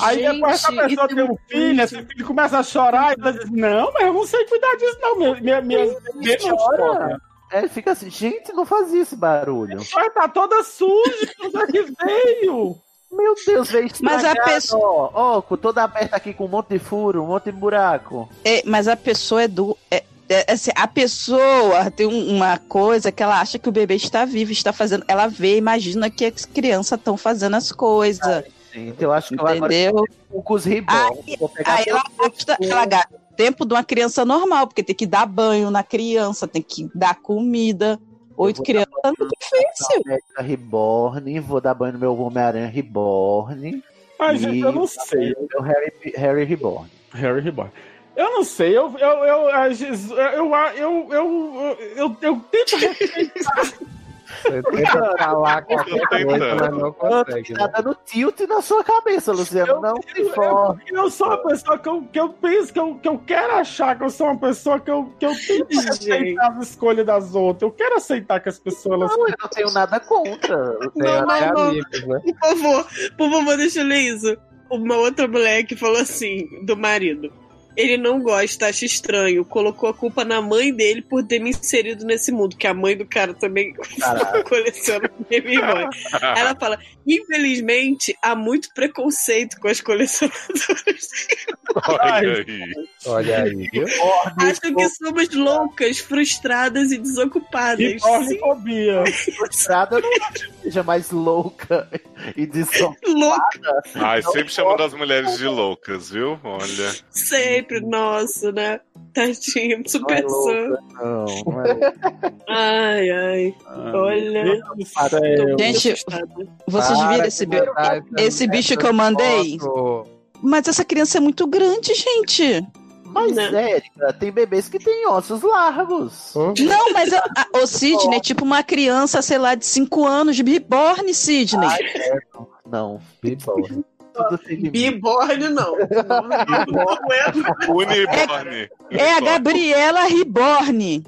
Speaker 4: Aí
Speaker 2: é
Speaker 4: depois essa
Speaker 11: Gente,
Speaker 4: pessoa
Speaker 11: isso
Speaker 4: tem um filho, esse filho começa a chorar e ela diz: Não, mas eu não sei cuidar disso, não. Minha, minha, minha, minha
Speaker 6: Chora. É, fica assim, gente, não faz esse barulho.
Speaker 4: Mas tá toda suja, tudo que veio.
Speaker 6: Meu Deus, veio
Speaker 10: Mas a
Speaker 6: estragado,
Speaker 10: pessoa-
Speaker 6: Ó, ó, com toda aberta aqui com um monte de furo, um monte de buraco.
Speaker 10: É, mas a pessoa é do. É, é, assim, a pessoa tem um- uma coisa que ela acha que o bebê está vivo, está fazendo. Ela vê, imagina que as crianças estão fazendo as coisas.
Speaker 6: Gente, Então, eu acho que eu
Speaker 10: Entendeu?
Speaker 6: Ah, agora fico com os reborn. Vou pegar
Speaker 10: Aí ela gasta, ela gasta o tempo de uma criança normal, porque tem que dar banho na criança, tem que dar comida. Oito crianças é muito difícil.
Speaker 6: América Reborn, vou dar banho no meu Homem-Aranha Reborn.
Speaker 4: Ai, gente, eu não
Speaker 6: e
Speaker 4: sei.
Speaker 6: Meu Harry, Harry Reborn.
Speaker 4: Harry Reborn. Eu não sei, eu, eu, eu, a Jesus- eu, eu, eu, eu, eu, eu tento respeitar.
Speaker 3: Você tenta falar qualquer coisa, mas não consegue. né?
Speaker 6: Tá dando tilt na sua cabeça, Luciano. não se forme.
Speaker 4: Eu, eu sou uma pessoa que eu, que eu penso, que eu, que eu quero achar que eu sou uma pessoa que eu, que eu tento aceitar as escolhas das outras. Eu quero aceitar que as pessoas. elas-
Speaker 6: Não, eu não tenho nada contra.
Speaker 2: Não, não, não.
Speaker 3: né?
Speaker 2: Por favor, por favor, deixa eu ler isso. Uma outra mulher que falou assim, do marido. Ele não gosta, acha estranho. Colocou a culpa na mãe dele por ter me inserido nesse mundo, que a mãe do cara também
Speaker 6: Caraca.
Speaker 2: coleciona Baby Boy. Aí Ela fala: infelizmente, há muito preconceito com as colecionadoras.
Speaker 1: Olha aí.
Speaker 3: Olha aí, viu?
Speaker 2: Acham que somos loucas, frustradas e desocupadas. Sim,
Speaker 4: Pornofobia.
Speaker 6: Frustrada não seja mais louca e desconfiada.
Speaker 2: Louca.
Speaker 1: Ai, sempre chamando as mulheres de loucas, viu? Olha.
Speaker 2: sempre, nossa, né? Tadinho, super santo.
Speaker 6: Não, não é louca.
Speaker 2: Ai, ai. Olha.
Speaker 4: Meu Deus do
Speaker 6: É,
Speaker 4: céu.
Speaker 10: Gente, vocês
Speaker 3: Para
Speaker 10: viram
Speaker 3: de
Speaker 10: esse bicho?
Speaker 3: mandar essa- é
Speaker 10: Esse bicho que eu
Speaker 3: essas
Speaker 10: mandei?
Speaker 3: fotos.
Speaker 10: Mas essa criança é muito grande, gente.
Speaker 6: Mas,
Speaker 2: Não.
Speaker 6: Érica, tem bebês que têm ossos largos.
Speaker 10: Não, mas a- a- o Sidney é tipo uma criança, sei lá, de 5 anos, reborn, Sidney.
Speaker 6: Ai, é, não. não, reborn. Tudo tem limite.
Speaker 2: Biborn, não. Não é,
Speaker 1: Uniborn.
Speaker 10: É a Gabriela Reborn.
Speaker 6: né?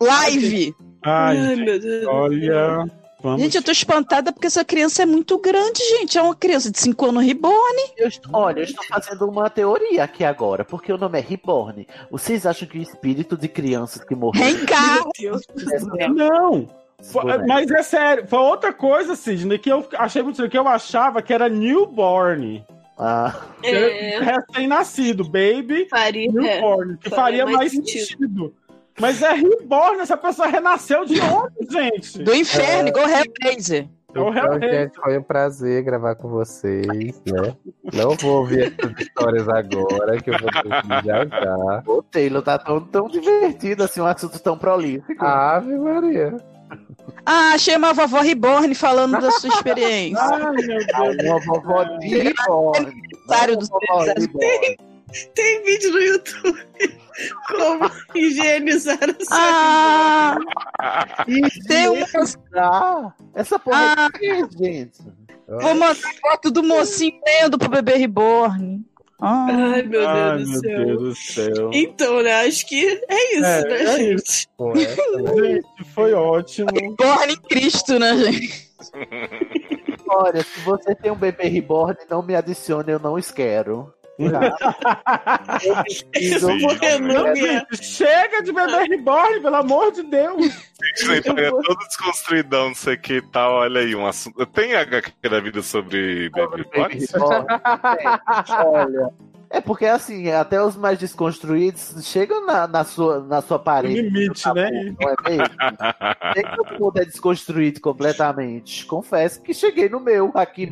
Speaker 10: Live.
Speaker 4: Ai,
Speaker 2: Ai,
Speaker 4: gente,
Speaker 2: meu Deus.
Speaker 4: olha. Vamos.
Speaker 10: Gente, eu tô espantada porque essa criança é muito grande, gente. É uma criança de 5 anos reborn.
Speaker 6: Eu est- olha, eu estou fazendo uma teoria aqui agora, porque o nome é Reborn. Vocês acham que o espírito de crianças que morreram né?
Speaker 10: Reencarna.
Speaker 2: Deus do
Speaker 6: Essa-
Speaker 2: céu.
Speaker 4: Não! Foi-
Speaker 6: Boneco.
Speaker 4: mas é sério, foi outra coisa, Sidney, que eu achei muito estranho, que eu achava que era newborn.
Speaker 6: Ah,
Speaker 2: É,
Speaker 4: Recém-nascido, baby
Speaker 2: faria. é.
Speaker 4: newborn, que faria mais sentido. Mas é reborn, essa pessoa renasceu de onde, gente?
Speaker 10: Do inferno, igual Hellraiser.
Speaker 4: É o
Speaker 3: Então,
Speaker 4: Hellraiser.
Speaker 3: gente, foi um prazer gravar com vocês, né? Não vou ouvir essas histórias agora, que eu vou dormir já já.
Speaker 6: o Taylor tá tão, tão divertido, assim, um assunto tão prolífico.
Speaker 3: Ave Maria.
Speaker 10: Ah, achei uma vovó reborn falando da sua experiência.
Speaker 4: Ai, meu
Speaker 6: Ah,
Speaker 4: Deus.
Speaker 6: uma
Speaker 3: É.
Speaker 6: vovó de Reborn.
Speaker 10: Aniversário dos
Speaker 6: Vovó de Reborn.
Speaker 2: Tem vídeo no YouTube como higienizar a
Speaker 10: Ah, tem um,
Speaker 6: Ah, essa porra
Speaker 10: ah,
Speaker 6: é de quê, gente?
Speaker 10: vou mandar foto do mocinho lendo pro bebê reborn. Ah.
Speaker 2: Ai, meu Deus
Speaker 4: Ai,
Speaker 2: do
Speaker 4: meu
Speaker 2: céu.
Speaker 4: Deus do céu.
Speaker 2: Então, né? Acho que é isso,
Speaker 4: É,
Speaker 2: né,
Speaker 4: é
Speaker 2: gente?
Speaker 3: Com essa, né?
Speaker 4: Gente, foi ótimo.
Speaker 10: Reborn em Cristo, né, gente?
Speaker 6: Olha, se você tem um bebê reborn, não me adicione, eu não os quero. Tá? Eu preciso- um
Speaker 1: Sim,
Speaker 2: vou- eu não-
Speaker 1: né?
Speaker 2: é.
Speaker 4: Gente, Chega de bebê reborn, pelo amor de Deus.
Speaker 1: Disney tá todo desconstruidão, não sei o que e tal. Olha aí, um assunto. Tem HQ da vida sobre Baby
Speaker 6: Baby
Speaker 1: Bones?
Speaker 6: reborn. É, olha. É porque assim, até os mais desconstruídos chegam na, na sua, na sua parede.
Speaker 4: limite,
Speaker 6: Tá bom,
Speaker 4: né?
Speaker 6: Não é mesmo? Nem todo mundo é desconstruído completamente. Confesso que cheguei no meu aqui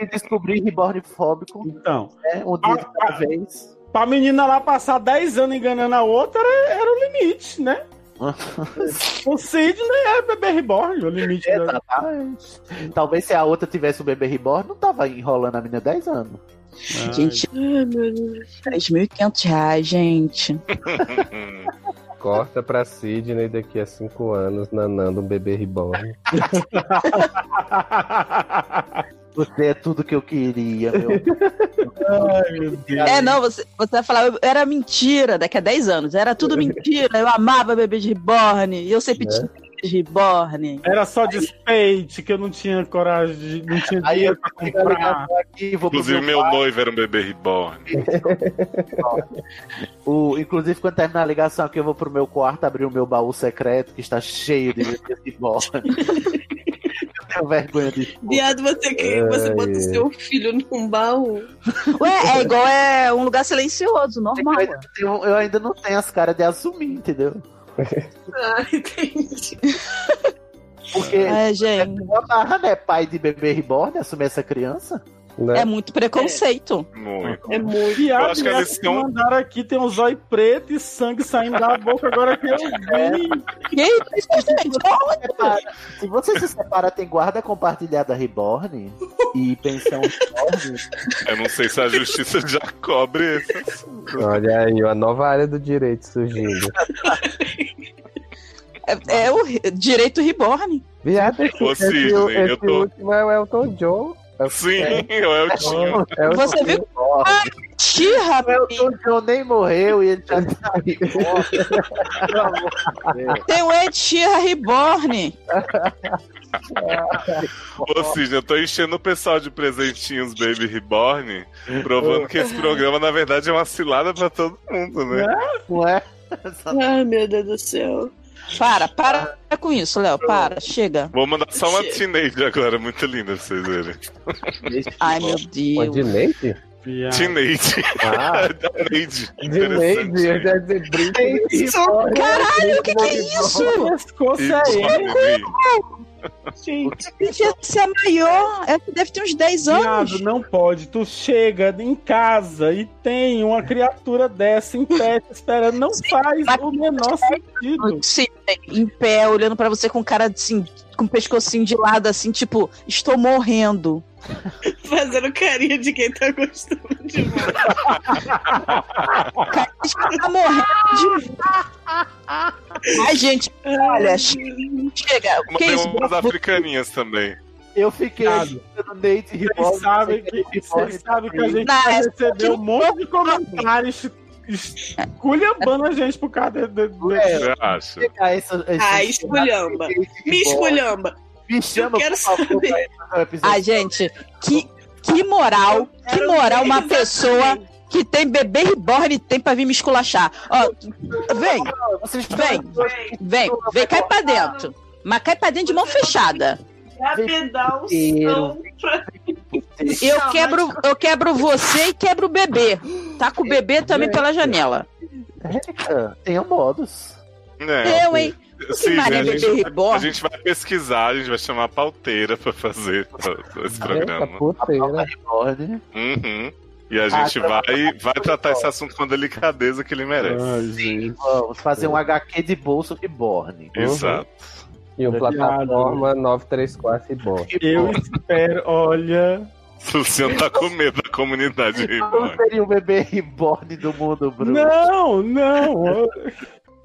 Speaker 6: e descobri reborn fóbico,
Speaker 4: Então,
Speaker 6: né? Um dia de cada vez.
Speaker 4: Pra menina lá passar 10 anos enganando a outra, era, era o limite, né? o Sidney é bebê reborn, o limite da-
Speaker 6: Exatamente. É, tá, Talvez se a outra tivesse um bebê reborn, não tava enrolando a menina 10 anos.
Speaker 10: Gente, 3.500 reais, gente.
Speaker 3: Corta pra Sidney daqui a cinco anos, nanando um bebê reborn.
Speaker 6: Você é tudo que eu queria, meu.
Speaker 4: Ai, meu Deus.
Speaker 10: É, não, você, você vai falar, eu- era mentira daqui a 10 anos, era tudo mentira, eu amava bebê de reborn, e eu sempre tinha bebê de reborn.
Speaker 4: Era só despeite que eu não tinha coragem, de, não tinha
Speaker 6: Aí
Speaker 4: dinheiro
Speaker 6: eu
Speaker 4: pra
Speaker 6: fico
Speaker 4: comprar.
Speaker 6: ligado aqui, vou pro
Speaker 1: Inclusive,
Speaker 6: meu
Speaker 1: meu noivo era um bebê reborn.
Speaker 6: O, inclusive, quando terminar a ligação aqui, eu vou pro meu quarto abrir o meu baú secreto, que está cheio de bebês de bola. Eu tenho vergonha disso.
Speaker 11: Viado, você, que você
Speaker 6: Ai.
Speaker 11: bota o seu filho num baú.
Speaker 10: Ué, é igual é um lugar silencioso, normal.
Speaker 6: Eu, eu ainda não tenho as caras de assumir, entendeu?
Speaker 11: Ah, entendi.
Speaker 6: Porque
Speaker 10: É, gente.
Speaker 6: é uma barra, né? Pai de bebê reborn, assumir essa criança.
Speaker 3: Né?
Speaker 10: É muito preconceito.
Speaker 1: Muito.
Speaker 10: É muito.
Speaker 4: E
Speaker 6: Eu
Speaker 4: a
Speaker 6: acho que a
Speaker 4: mulher que
Speaker 6: lição-
Speaker 4: mandaram aqui tem um zóio preto e sangue saindo da boca agora um que eu vi.
Speaker 10: E aí, gente,
Speaker 6: Se você se separa, tem guarda compartilhada reborn e pensão reborn.
Speaker 1: Eu não sei se a justiça já cobre esse assunto.
Speaker 3: Olha aí, uma nova área do direito surgindo.
Speaker 10: É, é o re- direito reborn.
Speaker 3: Viado, esse,
Speaker 1: Ô,
Speaker 3: esse-
Speaker 1: Sidney, eu
Speaker 3: esse
Speaker 1: tô-
Speaker 3: último é o Elton John.
Speaker 1: Sim, é o Eltinho.
Speaker 3: É o
Speaker 10: Você viu? Ah, tira,
Speaker 6: O Elton John nem morreu e ele já tá reborn. Pelo amor de Deus.
Speaker 10: Tem um o Ed Sheeran reborn.
Speaker 1: Ou seja, eu tô enchendo o pessoal de presentinhos Baby Reborn, provando que esse programa, na verdade, é uma cilada pra todo mundo, né?
Speaker 6: Não é?
Speaker 11: Ai, meu Deus do céu.
Speaker 10: Para, para com isso, Léo, para, chega.
Speaker 1: Vou mandar só uma teenage agora, muito linda pra vocês verem.
Speaker 10: Ai, meu
Speaker 3: Uma
Speaker 10: Deus.
Speaker 3: de Neide?
Speaker 1: Teenage.
Speaker 3: Ah.
Speaker 1: da Neide.
Speaker 3: De Neide, eu já disse Britney.
Speaker 10: É Caralho, o que, que é isso?
Speaker 4: Pescoço
Speaker 1: E
Speaker 4: é ele.
Speaker 1: Britney.
Speaker 10: Gente, Essa é maior, essa deve ter uns 10 anos.
Speaker 4: Viado, não pode. Tu chega em casa e tem uma criatura dessa em pé te esperando. Não faz o menor sentido.
Speaker 10: Sim, em pé, olhando pra você com cara de assim, com o pescocinho de lado, assim, tipo, estou morrendo.
Speaker 11: Fazendo carinha de quem tá gostando de mim.
Speaker 10: Cara, está morrendo de Ai, gente, olha, chega. O que é
Speaker 1: Tem
Speaker 10: isso?
Speaker 1: umas africaninhas também.
Speaker 6: Eu fiquei
Speaker 4: Viado.
Speaker 6: no Neide
Speaker 4: Vocês
Speaker 6: reborn.
Speaker 4: sabem que, vocês sabem que a gente
Speaker 10: Não,
Speaker 4: vai
Speaker 10: é-
Speaker 4: receber um monte de comentários es- esculhambando a gente por causa de, de- de-
Speaker 6: É,
Speaker 1: Você acha?
Speaker 6: pegar essa, essa-
Speaker 11: Ah, esculhamba. Me esculhamba.
Speaker 6: é Me chama,
Speaker 11: Eu quero
Speaker 6: por favor, pra
Speaker 11: saber.
Speaker 6: entrar no episódio.
Speaker 10: Ai, gente, que, que moral, que moral uma pessoa que tem bebê reborn tem pra vir me esculachar. Ó, vem,
Speaker 6: Vocês
Speaker 10: vem, vem, vem, cai pra dentro. Mas cai pra dentro de mão fechada.
Speaker 11: Pra pedal,
Speaker 6: Inteiro.
Speaker 11: som pra...
Speaker 10: Eu quebro, eu quebro você e quebro o bebê. Tá com o bebê também pela janela.
Speaker 6: né? Érica, tenha modos.
Speaker 1: É.
Speaker 10: Eu, hein?
Speaker 1: Sim,
Speaker 10: Maria
Speaker 1: a, gente,
Speaker 10: Bebê
Speaker 1: a
Speaker 10: Reborn.
Speaker 1: gente vai pesquisar, a gente vai chamar a pauteira pra fazer esse
Speaker 3: Essa
Speaker 1: programa. Tá
Speaker 3: puteira.
Speaker 6: Reborn.
Speaker 1: Uhum. E a gente
Speaker 6: Ah,
Speaker 1: vai, vai tratar esse assunto com a delicadeza que ele merece.
Speaker 3: Ai, gente.
Speaker 6: Vamos fazer
Speaker 4: É.
Speaker 6: um HQ de bolso reborn.
Speaker 1: Exato.
Speaker 3: E um plataforma 934 e bom.
Speaker 4: Eu espero, olha.
Speaker 1: O Luciano tá com medo da comunidade
Speaker 6: Como
Speaker 1: reborn.
Speaker 6: seria o bebê reborn do mundo, Bruno?
Speaker 4: Não, é não. eu-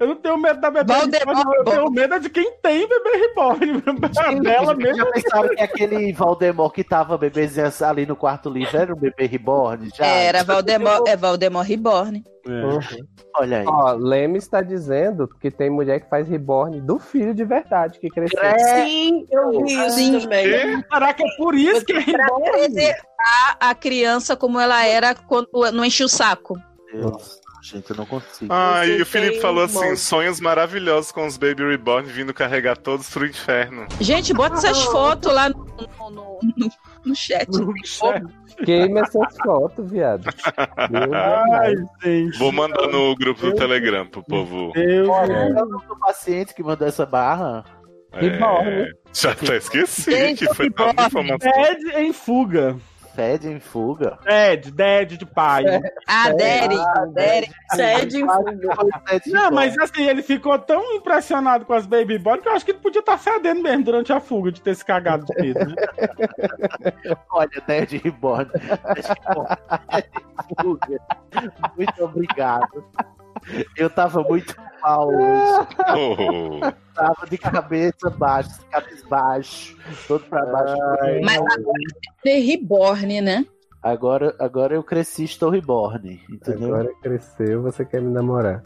Speaker 4: Eu não tenho medo da bebê
Speaker 10: Valdemar
Speaker 4: reborn, eu tenho medo é de quem tem bebê reborn. A Bela
Speaker 6: Vocês
Speaker 4: mesmo.
Speaker 6: já pensaram que aquele Valdemor que tava bebezinho ali no quarto livre era um bebê reborn? Já?
Speaker 10: Era Valdemor, é Valdemor Reborn.
Speaker 3: É.
Speaker 6: Olha aí.
Speaker 3: Ó, Leme está dizendo que tem mulher que faz reborn do filho de verdade que cresceu.
Speaker 11: Sim, eu vi isso
Speaker 10: Sim.
Speaker 11: também.
Speaker 4: Caraca, é por isso que é reborn.
Speaker 10: Preservar a criança como ela era quando não enchia o saco.
Speaker 6: Meu Deus, gente, eu não consigo.
Speaker 1: Ah,
Speaker 11: Você
Speaker 1: e o Felipe
Speaker 11: tem
Speaker 1: falou
Speaker 11: um
Speaker 1: assim:
Speaker 11: monte.
Speaker 1: sonhos maravilhosos com os Baby Reborn vindo carregar todos pro inferno.
Speaker 10: Gente, bota essas fotos lá no, no, no, no- no chat.
Speaker 3: Queima essas fotos, viado. Meu Deus,
Speaker 4: Ai, gente.
Speaker 1: Vou mandar no grupo do Telegram pro povo.
Speaker 4: Deus.
Speaker 6: Olha, eu não sou paciente que mandou essa barra.
Speaker 1: É,
Speaker 3: Reborn.
Speaker 1: já tá esqueci
Speaker 10: Gente,
Speaker 1: que foi tanta
Speaker 10: reborn.
Speaker 4: né?
Speaker 1: informação.
Speaker 4: Ted em fuga.
Speaker 6: Fed em fuga.
Speaker 4: Dead, dead de pai.
Speaker 20: Ah, Derek, Derek.
Speaker 2: Sede em
Speaker 4: Não, mas assim, ele ficou tão impressionado com as baby body que eu acho que ele podia estar fedendo mesmo durante a fuga de ter se cagado de medo. né?
Speaker 6: Olha, Dead Reborn. Dead em fuga. Muito obrigado. Eu tava muito mal hoje.
Speaker 1: Oh.
Speaker 6: Tava de cabeça baixa, cabeça baixo, todo pra baixo.
Speaker 10: Mas agora é reborn, né?
Speaker 6: Agora, agora eu cresci, estou reborn. Entendeu?
Speaker 3: Agora cresceu, você quer me namorar.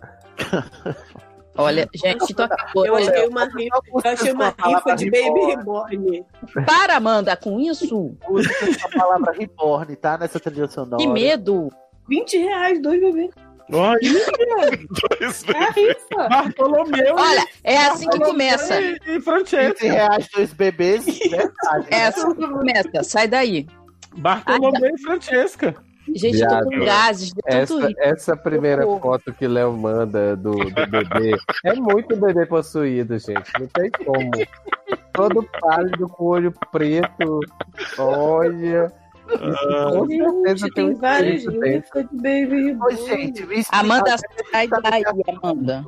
Speaker 10: Olha, gente, tu acabou.
Speaker 2: Eu achei uma rifa,
Speaker 6: é
Speaker 2: eu achei uma rifa de Baby Reborn.
Speaker 10: Para, Amanda, com isso.
Speaker 6: Usa essa palavra reborn, tá? Nessa trilha sonora.
Speaker 10: Que
Speaker 2: né?
Speaker 10: medo.
Speaker 2: 20 reais, dois bebês.
Speaker 4: Olha,
Speaker 1: Dois
Speaker 2: É a rifa.
Speaker 4: Bartolomeu
Speaker 10: Olha, é assim que começa.
Speaker 4: e, e Francesco.
Speaker 6: 15 reais, dois bebês. verdade,
Speaker 10: É
Speaker 6: né?
Speaker 10: assim que começa. Sai daí.
Speaker 4: Bartolomeu e Francesca.
Speaker 10: Gente, eu tô
Speaker 3: Viado.
Speaker 10: com gases de tanto
Speaker 3: Essa,
Speaker 10: rir.
Speaker 3: essa primeira
Speaker 10: Socorro.
Speaker 3: foto que Léo manda do, do bebê é muito bebê possuído, gente. Não tem como. Todo pálido com olho preto. Olha.
Speaker 2: Ah,
Speaker 3: Com certeza
Speaker 2: Gente, tem
Speaker 3: um
Speaker 2: várias
Speaker 3: espírito dentro.
Speaker 2: rifas de Baby
Speaker 6: Ô,
Speaker 2: Reborn.
Speaker 6: gente, me explica-
Speaker 10: Amanda, sai daí, Amanda.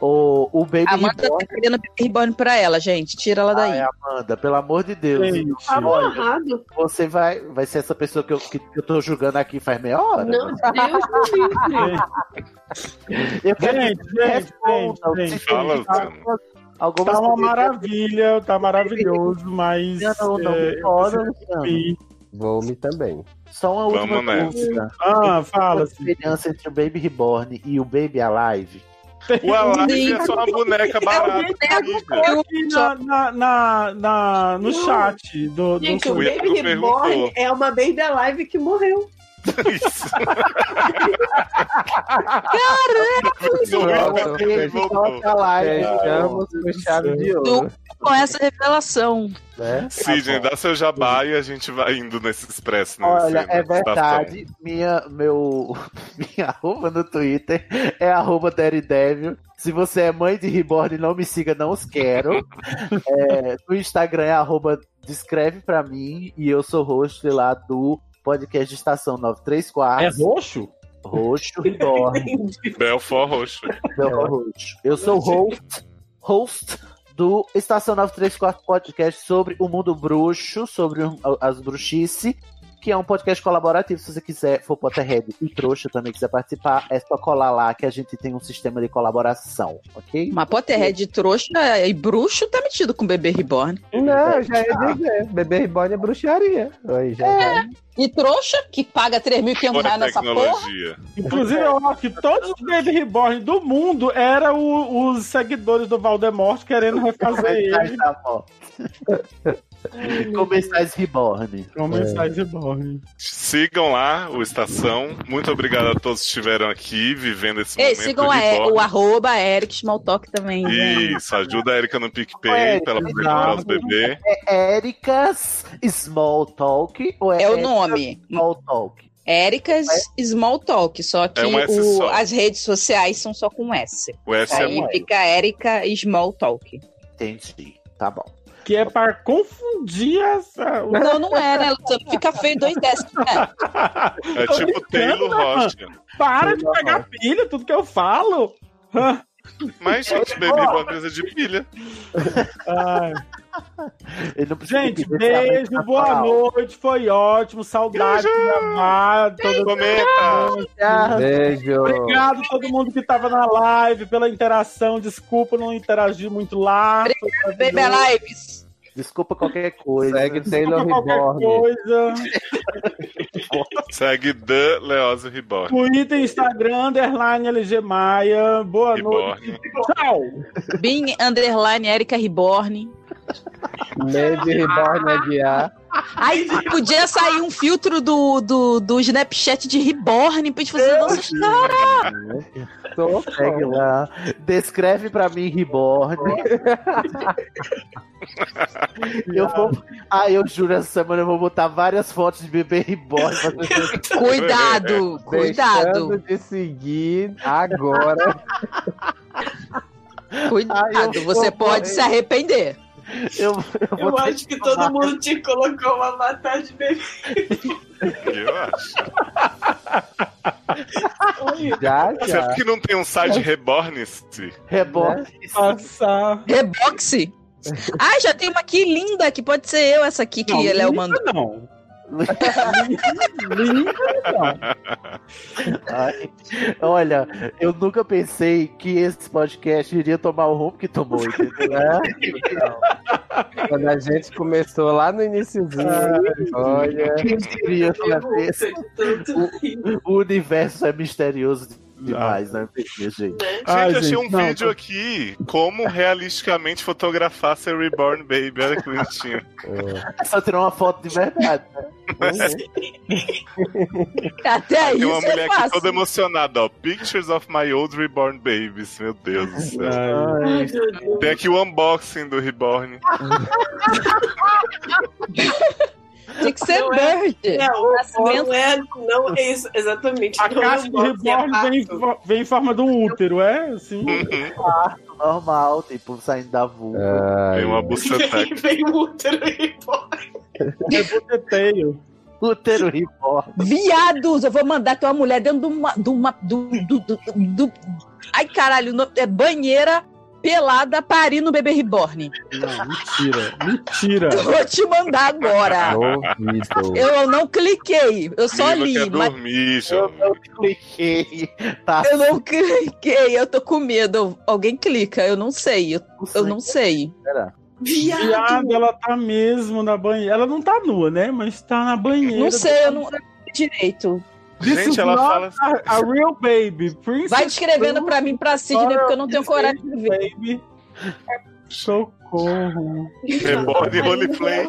Speaker 6: O, o Baby
Speaker 10: Amanda tá
Speaker 6: Reborn.
Speaker 10: querendo Baby Reborn pra ela, gente. Tira ela daí.
Speaker 6: Ai, Amanda, pelo amor de Deus.
Speaker 4: Gente.
Speaker 2: Tá
Speaker 6: Olha,
Speaker 2: amarrado.
Speaker 6: você vai, vai ser essa pessoa que eu, que eu tô julgando aqui faz meia hora?
Speaker 2: Não, Deus me livre.
Speaker 6: Eu quero
Speaker 4: Gente,
Speaker 6: que
Speaker 4: gente,
Speaker 6: respondam
Speaker 4: gente,
Speaker 6: se
Speaker 4: gente.
Speaker 6: tem
Speaker 1: Fala, Luciano.
Speaker 6: algumas
Speaker 4: Tá uma
Speaker 6: coisas-
Speaker 4: maravilha, tá maravilhoso, mas.
Speaker 6: Não, não,
Speaker 4: é,
Speaker 6: fora,
Speaker 4: eu preciso
Speaker 6: Luciano.
Speaker 4: ir.
Speaker 3: Vou-me também.
Speaker 6: Só uma
Speaker 1: Vamos
Speaker 6: última
Speaker 1: nessa.
Speaker 6: dúvida.
Speaker 4: Ah, fala.
Speaker 6: A diferença entre o Baby Reborn e o Baby Alive.
Speaker 1: O Alive é só uma boneca barata. tá amiga.
Speaker 4: Eu vi na, na, na- na- no
Speaker 2: Não.
Speaker 4: chat do. do-
Speaker 2: Gente, o
Speaker 1: O Iago
Speaker 2: Baby Reborn
Speaker 1: perguntou.
Speaker 2: é uma Baby Alive que morreu.
Speaker 1: Isso.
Speaker 2: é
Speaker 3: Voltou,
Speaker 1: Voltou,
Speaker 6: Baby
Speaker 1: voltou. É.
Speaker 6: Reborn
Speaker 3: É,
Speaker 6: Alive.
Speaker 3: Fechamos com chave de ouro.
Speaker 10: Com essa revelação.
Speaker 3: Né?
Speaker 6: Tá
Speaker 1: Sidney, dá seu jabá e a gente vai indo nesse expresso. né,
Speaker 6: Olha,
Speaker 1: nesse-
Speaker 6: é
Speaker 1: nessa estação.
Speaker 6: verdade. Minha, meu, minha arroba no Twitter é arroba Daredevil. Se você é mãe de Reborn, não me siga, não os quero. É, no Instagram é arroba descreve pra mim. E eu sou host lá do podcast de Estação 934.
Speaker 4: É roxo?
Speaker 6: Roxo Reborn.
Speaker 1: Belfort Roxo.
Speaker 6: Meu
Speaker 4: É.
Speaker 6: host. Eu sou host, host do Estação 934 Podcast sobre o mundo bruxo, sobre um- as bruxice, que é um podcast colaborativo. Se você quiser, for Potterhead e trouxa também quiser participar, é só colar lá que a gente tem um sistema de colaboração, ok?
Speaker 10: Uma Potterhead trouxa e bruxo tá metido com o bebê reborn.
Speaker 3: Não, já ia dizer. Bebê reborn é bruxaria. Aí, já vai.
Speaker 10: E trouxa que paga 3.500
Speaker 1: Olha
Speaker 10: reais
Speaker 1: a
Speaker 10: nessa porra.
Speaker 1: tecnologia.
Speaker 4: Inclusive, eu acho que todos os Baby Reborn do mundo eram o- os seguidores do Valdemort querendo refazer ele.
Speaker 6: Começar esse reborn.
Speaker 4: Começar de Reborn.
Speaker 1: Sigam lá o Estação. Muito obrigado a todos que estiveram aqui vivendo esse
Speaker 10: Ei,
Speaker 1: momento.
Speaker 10: sigam a-
Speaker 1: reborn.
Speaker 10: o arroba Eric Smalltalk também. né?
Speaker 1: Isso, ajuda a Erika no PicPay
Speaker 6: Ô, Erika,
Speaker 1: pra ela poder comprar os bebês.
Speaker 6: É Ericas Small Talk ou é,
Speaker 10: É o
Speaker 6: Ericas
Speaker 10: nome.
Speaker 6: Small Talk?
Speaker 10: Éricas Small Talk, só que
Speaker 1: É um S
Speaker 10: o-
Speaker 1: só.
Speaker 10: as redes sociais são só com S.
Speaker 1: O S é
Speaker 10: Aí
Speaker 1: muito.
Speaker 10: fica Érica Small Talk.
Speaker 6: Entendi. Tá bom.
Speaker 4: Que é para confundir essa. o-
Speaker 10: Não, não é, né, Luciano? Fica feio dois S. Né?
Speaker 1: É tipo Taylor Rocha.
Speaker 4: Para de pegar pilha, tudo que eu falo.
Speaker 1: Mas, gente, bebê uma mesa de pilha.
Speaker 4: Ai.
Speaker 6: Ele não precisa
Speaker 4: Ah, Gente,
Speaker 6: pedir esse
Speaker 4: beijo,
Speaker 6: abraço
Speaker 4: boa
Speaker 6: natural.
Speaker 4: noite, foi ótimo, saudade de gravar. todo-
Speaker 1: Comenta.
Speaker 6: Ah,
Speaker 3: Beijo.
Speaker 4: Obrigado a todo mundo que estava na live pela interação. Desculpa não interagir muito lá. Foi
Speaker 10: Baby
Speaker 4: maravilhoso.
Speaker 10: Lives.
Speaker 6: Desculpa qualquer coisa.
Speaker 3: Segue Taylor
Speaker 4: Desculpa qualquer
Speaker 3: Reborn.
Speaker 4: coisa.
Speaker 1: Segue Dan Leozio Reborn.
Speaker 4: Twitter, Instagram, underline LG Maia. Boa noite.
Speaker 1: Reborn.
Speaker 4: Tchau.
Speaker 10: Bin underline Érica Reborn.
Speaker 3: Baby reborn é guiar.
Speaker 10: Aí podia sair um filtro do, do, do Snapchat de Reborn pra gente fazer nossas caras.
Speaker 6: Segue lá. Descreve pra mim Reborn. eu vou... Ah, eu juro, essa semana eu vou botar várias fotos de bebê Reborn. pra vocês.
Speaker 10: Cuidado, cuidado,
Speaker 3: Deixando de seguir agora.
Speaker 6: Ai,
Speaker 10: cuidado.
Speaker 6: eu
Speaker 10: Você
Speaker 6: vou-
Speaker 10: pode se arrepender.
Speaker 6: Eu, eu
Speaker 2: Eu
Speaker 6: vou
Speaker 2: acho que todo mundo te colocou uma batalha de bebê.
Speaker 1: Eu acho.
Speaker 3: Já, já.
Speaker 1: Será que não tem um site Reborn-se?
Speaker 6: Reboxe.
Speaker 4: Passar.
Speaker 10: Reboxe? Ah, já tem uma aqui linda, que pode ser eu essa aqui que é
Speaker 4: Não,
Speaker 10: Léo
Speaker 4: linda
Speaker 10: mandou.
Speaker 4: Não.
Speaker 6: Ai, Olha, eu nunca pensei que esse podcast iria tomar o rumo que tomou, entendeu?
Speaker 3: Quando a gente começou lá no iníciozinho, olha.
Speaker 6: Quem diria que ia ter esse- o, o universo é misterioso demais, né, gente?
Speaker 1: Gente, eu achei um vídeo aqui como realisticamente fotografar seu Reborn Baby. Olha que bonitinho.
Speaker 6: É Só tirou uma foto de verdade. né?
Speaker 10: Até
Speaker 1: Aí
Speaker 10: isso
Speaker 1: Tem uma mulher
Speaker 10: é
Speaker 1: aqui
Speaker 10: fácil.
Speaker 1: toda emocionada, ó. Pictures of my old reborn babies. Meu Deus do
Speaker 4: É,
Speaker 1: céu.
Speaker 4: Ai.
Speaker 10: Ai, meu Deus.
Speaker 1: Tem aqui o unboxing do reborn.
Speaker 10: Tem que ser
Speaker 2: Não é-
Speaker 10: Bird.
Speaker 2: Não,
Speaker 10: Nascimento.
Speaker 2: não é, não é isso, exatamente.
Speaker 4: A
Speaker 2: não
Speaker 4: caixa
Speaker 2: é um
Speaker 4: do
Speaker 2: box, é
Speaker 4: reborn vem, em
Speaker 2: pato.
Speaker 4: fo- vem em forma de um útero, é? Assim.
Speaker 6: Parto tá normal, tipo, saindo da vulva.
Speaker 1: Tem uma tá buceteca.
Speaker 2: Vem o útero aí.
Speaker 4: É boteteio.
Speaker 6: Útero reborn.
Speaker 10: Viados, eu vou mandar ter uma mulher dentro de uma. De uma do, do, do, do- ai, caralho, o nome é banheira pelada parindo bebê reborn.
Speaker 4: Não, mentira. Mentira.
Speaker 10: Eu vou te mandar agora.
Speaker 3: Ouvido.
Speaker 10: Eu não cliquei, eu só
Speaker 1: Menino
Speaker 10: li,
Speaker 1: quer
Speaker 10: mas
Speaker 1: dormir, jovem.
Speaker 6: Eu cliquei. Tá.
Speaker 10: eu não cliquei, eu tô com medo. Alguém clica, eu não sei, eu, eu não sei.
Speaker 6: Pera.
Speaker 4: Viado, ela tá mesmo na banheira. Ela não tá nua, né? Mas tá na banheira.
Speaker 10: Não sei, eu não direito.
Speaker 4: This
Speaker 1: Gente,
Speaker 4: is
Speaker 1: ela
Speaker 4: not
Speaker 1: fala-
Speaker 4: A, a real baby. Princess
Speaker 10: Vai escrevendo
Speaker 4: Bride,
Speaker 10: pra mim, pra Sidney, porque eu não tenho coragem de ver.
Speaker 4: Baby. Socorro.
Speaker 1: assim, Reborn é roleplay.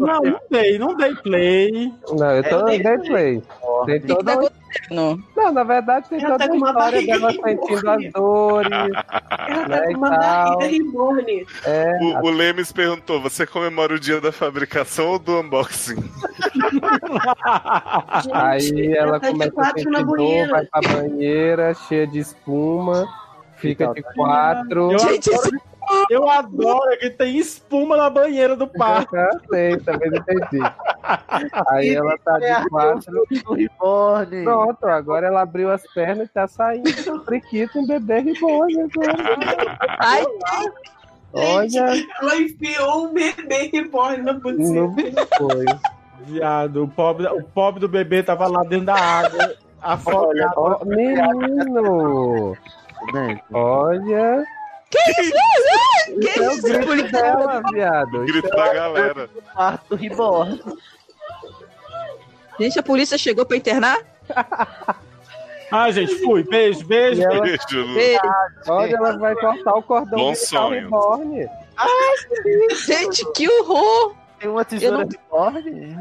Speaker 4: Não, não dei, não dei play.
Speaker 3: Não, eu tô
Speaker 10: É,
Speaker 3: no gameplay. Tem
Speaker 10: O que que tá
Speaker 3: toda
Speaker 10: acontecendo?
Speaker 3: Não, na verdade tem
Speaker 2: Ela
Speaker 3: toda
Speaker 2: tá
Speaker 3: a
Speaker 2: com uma
Speaker 3: história dela
Speaker 2: barriga
Speaker 3: sentindo
Speaker 2: enorme.
Speaker 3: as dores.
Speaker 2: Ela
Speaker 3: né,
Speaker 2: tá
Speaker 3: e
Speaker 2: com uma
Speaker 3: tal.
Speaker 2: barriga reborn.
Speaker 3: É,
Speaker 1: O, o Lemes perguntou: você comemora o dia da fabricação ou do unboxing?
Speaker 3: aí ela
Speaker 2: tá de
Speaker 3: começa a
Speaker 2: quatro
Speaker 3: sentir
Speaker 2: na
Speaker 3: dor,
Speaker 2: banheira.
Speaker 3: vai pra banheira, cheia de espuma, fica de quatro.
Speaker 4: Eu
Speaker 10: Gente,
Speaker 4: adoro, eu adoro que tem espuma na banheira do parque.
Speaker 3: Ah, sei, também não entendi. Aí ela tá de quatro.
Speaker 6: O reborn.
Speaker 3: Pronto, agora ela abriu as pernas e tá saindo. um Priquito, um bebê reborn. agora.
Speaker 10: Ai,
Speaker 3: Olha,
Speaker 2: Ela enfiou um bebê reborn na
Speaker 3: não
Speaker 2: buceta.
Speaker 3: foi.
Speaker 4: Viado, o pobre, o pobre do bebê tava lá dentro da água.
Speaker 3: Olha,
Speaker 4: Afogado.
Speaker 3: ó, menino!
Speaker 6: Né?
Speaker 3: Olha!
Speaker 10: que
Speaker 3: É o
Speaker 10: isso?
Speaker 3: grito dela, viado!
Speaker 1: Grito da galera.
Speaker 6: Parto reborn.
Speaker 10: Gente, a polícia chegou pra internar?
Speaker 4: Ah, gente, fui. Beijo, beijo.
Speaker 3: E ela-
Speaker 1: Beijo, Lu.
Speaker 10: Ei,
Speaker 3: Olha, ela vai cortar o cordão
Speaker 1: Bom
Speaker 3: umbilical
Speaker 1: sonho.
Speaker 3: reborn!
Speaker 10: Gente, que horror!
Speaker 6: Tem uma tesoura
Speaker 10: não-
Speaker 6: reborn?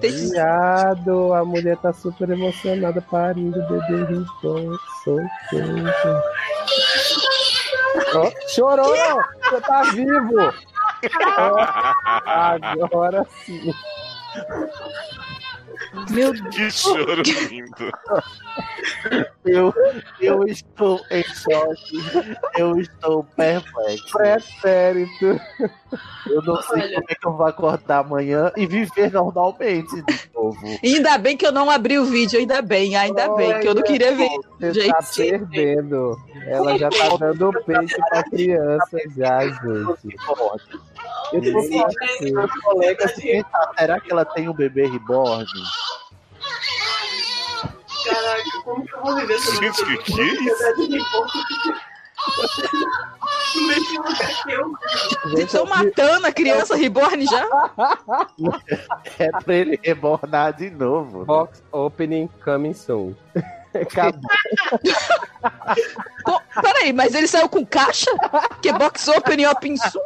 Speaker 10: Tem
Speaker 3: Viado, a mulher tá super emocionada parindo o bebê reborn. Socorro! Ó, chorou! Você tá vivo! Ó, agora sim!
Speaker 10: Meu
Speaker 1: Que choro lindo.
Speaker 6: Eu, eu estou em choque. Eu estou perplexo.
Speaker 3: Pretérito!
Speaker 6: Eu não sei
Speaker 2: Olha.
Speaker 6: como é que eu vou acordar amanhã e viver normalmente de novo.
Speaker 10: Ainda bem que eu não abri o vídeo, ainda bem, ainda bem, que eu não queria ver.
Speaker 3: Você tá
Speaker 10: Gente.
Speaker 3: perdendo. Ela já tá dando peixe pra criança já, gente. Eu tô falando assim.
Speaker 6: Colega, se pensar, será que ela tem um bebê reborn?
Speaker 2: Caraca, como que eu vou viver essa
Speaker 1: Gente, que que é isso?
Speaker 2: sociedade reborn? Não deixa eu nascer,
Speaker 10: Vocês estão matando a criança reborn já?
Speaker 6: É pra ele rebornar de novo.
Speaker 3: Box opening coming soon.
Speaker 6: Acabou.
Speaker 10: Pô, peraí, mas ele saiu com caixa? Que é box open open su-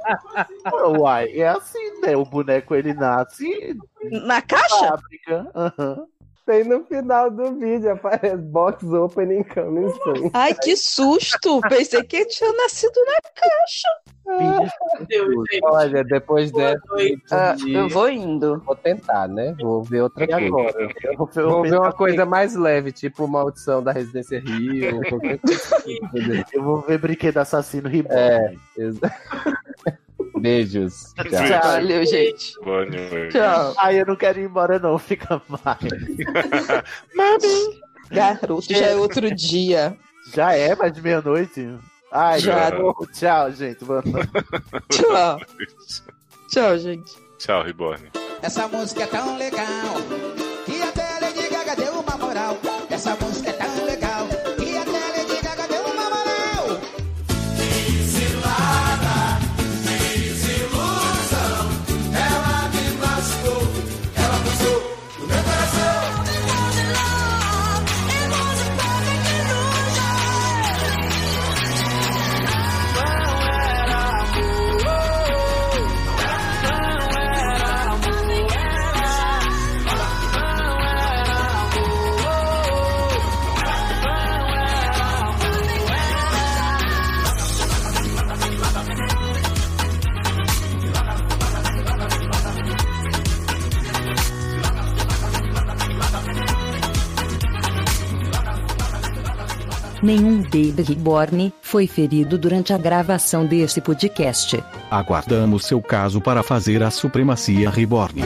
Speaker 6: Uai, é assim, né? O boneco ele nasce
Speaker 10: na caixa?
Speaker 6: fábrica. Aham.
Speaker 3: Tem no final do vídeo, aparece box opening coming soon.
Speaker 10: Ai, que susto! Pensei que ele tinha nascido na caixa.
Speaker 3: Ah,
Speaker 2: meu Deus, gente.
Speaker 3: Olha, depois
Speaker 2: Boa
Speaker 3: dessa,
Speaker 2: noite.
Speaker 10: Ah,
Speaker 3: E-
Speaker 10: eu vou indo.
Speaker 3: vou tentar, né? Vou ver outra
Speaker 6: E
Speaker 3: coisa.
Speaker 6: agora? Eu vou, eu
Speaker 3: Vou ver
Speaker 6: pensar
Speaker 3: uma coisa mais leve, tipo Maldição da Residência Rio. qualquer coisa. assim,
Speaker 6: Eu vou ver brinquedo assassino reborn.
Speaker 3: É, exa- Beijos.
Speaker 6: Tchau. Valeu, gente.
Speaker 1: Boa noite.
Speaker 6: Tchau. Ai, eu não quero ir embora, não. Fica mais.
Speaker 10: Mami. Garoto, já é outro dia.
Speaker 6: Já é, mas de meia-noite. Ai,
Speaker 10: Já.
Speaker 6: garoto. Tchau, gente. Boa noite.
Speaker 10: Tchau. Tchau, gente.
Speaker 1: Tchau, Reborn.
Speaker 21: Essa música é tão legal que até Lady Gaga deu uma moral. Essa música é tão legal que até Lady Gaga deu uma moral. Cilada, desilusão, ela me lascou, ela passou no meu
Speaker 7: Nenhum Baby Reborn foi ferido durante a gravação deste podcast.
Speaker 22: Aguardamos seu caso para fazer a Supremacia Reborn.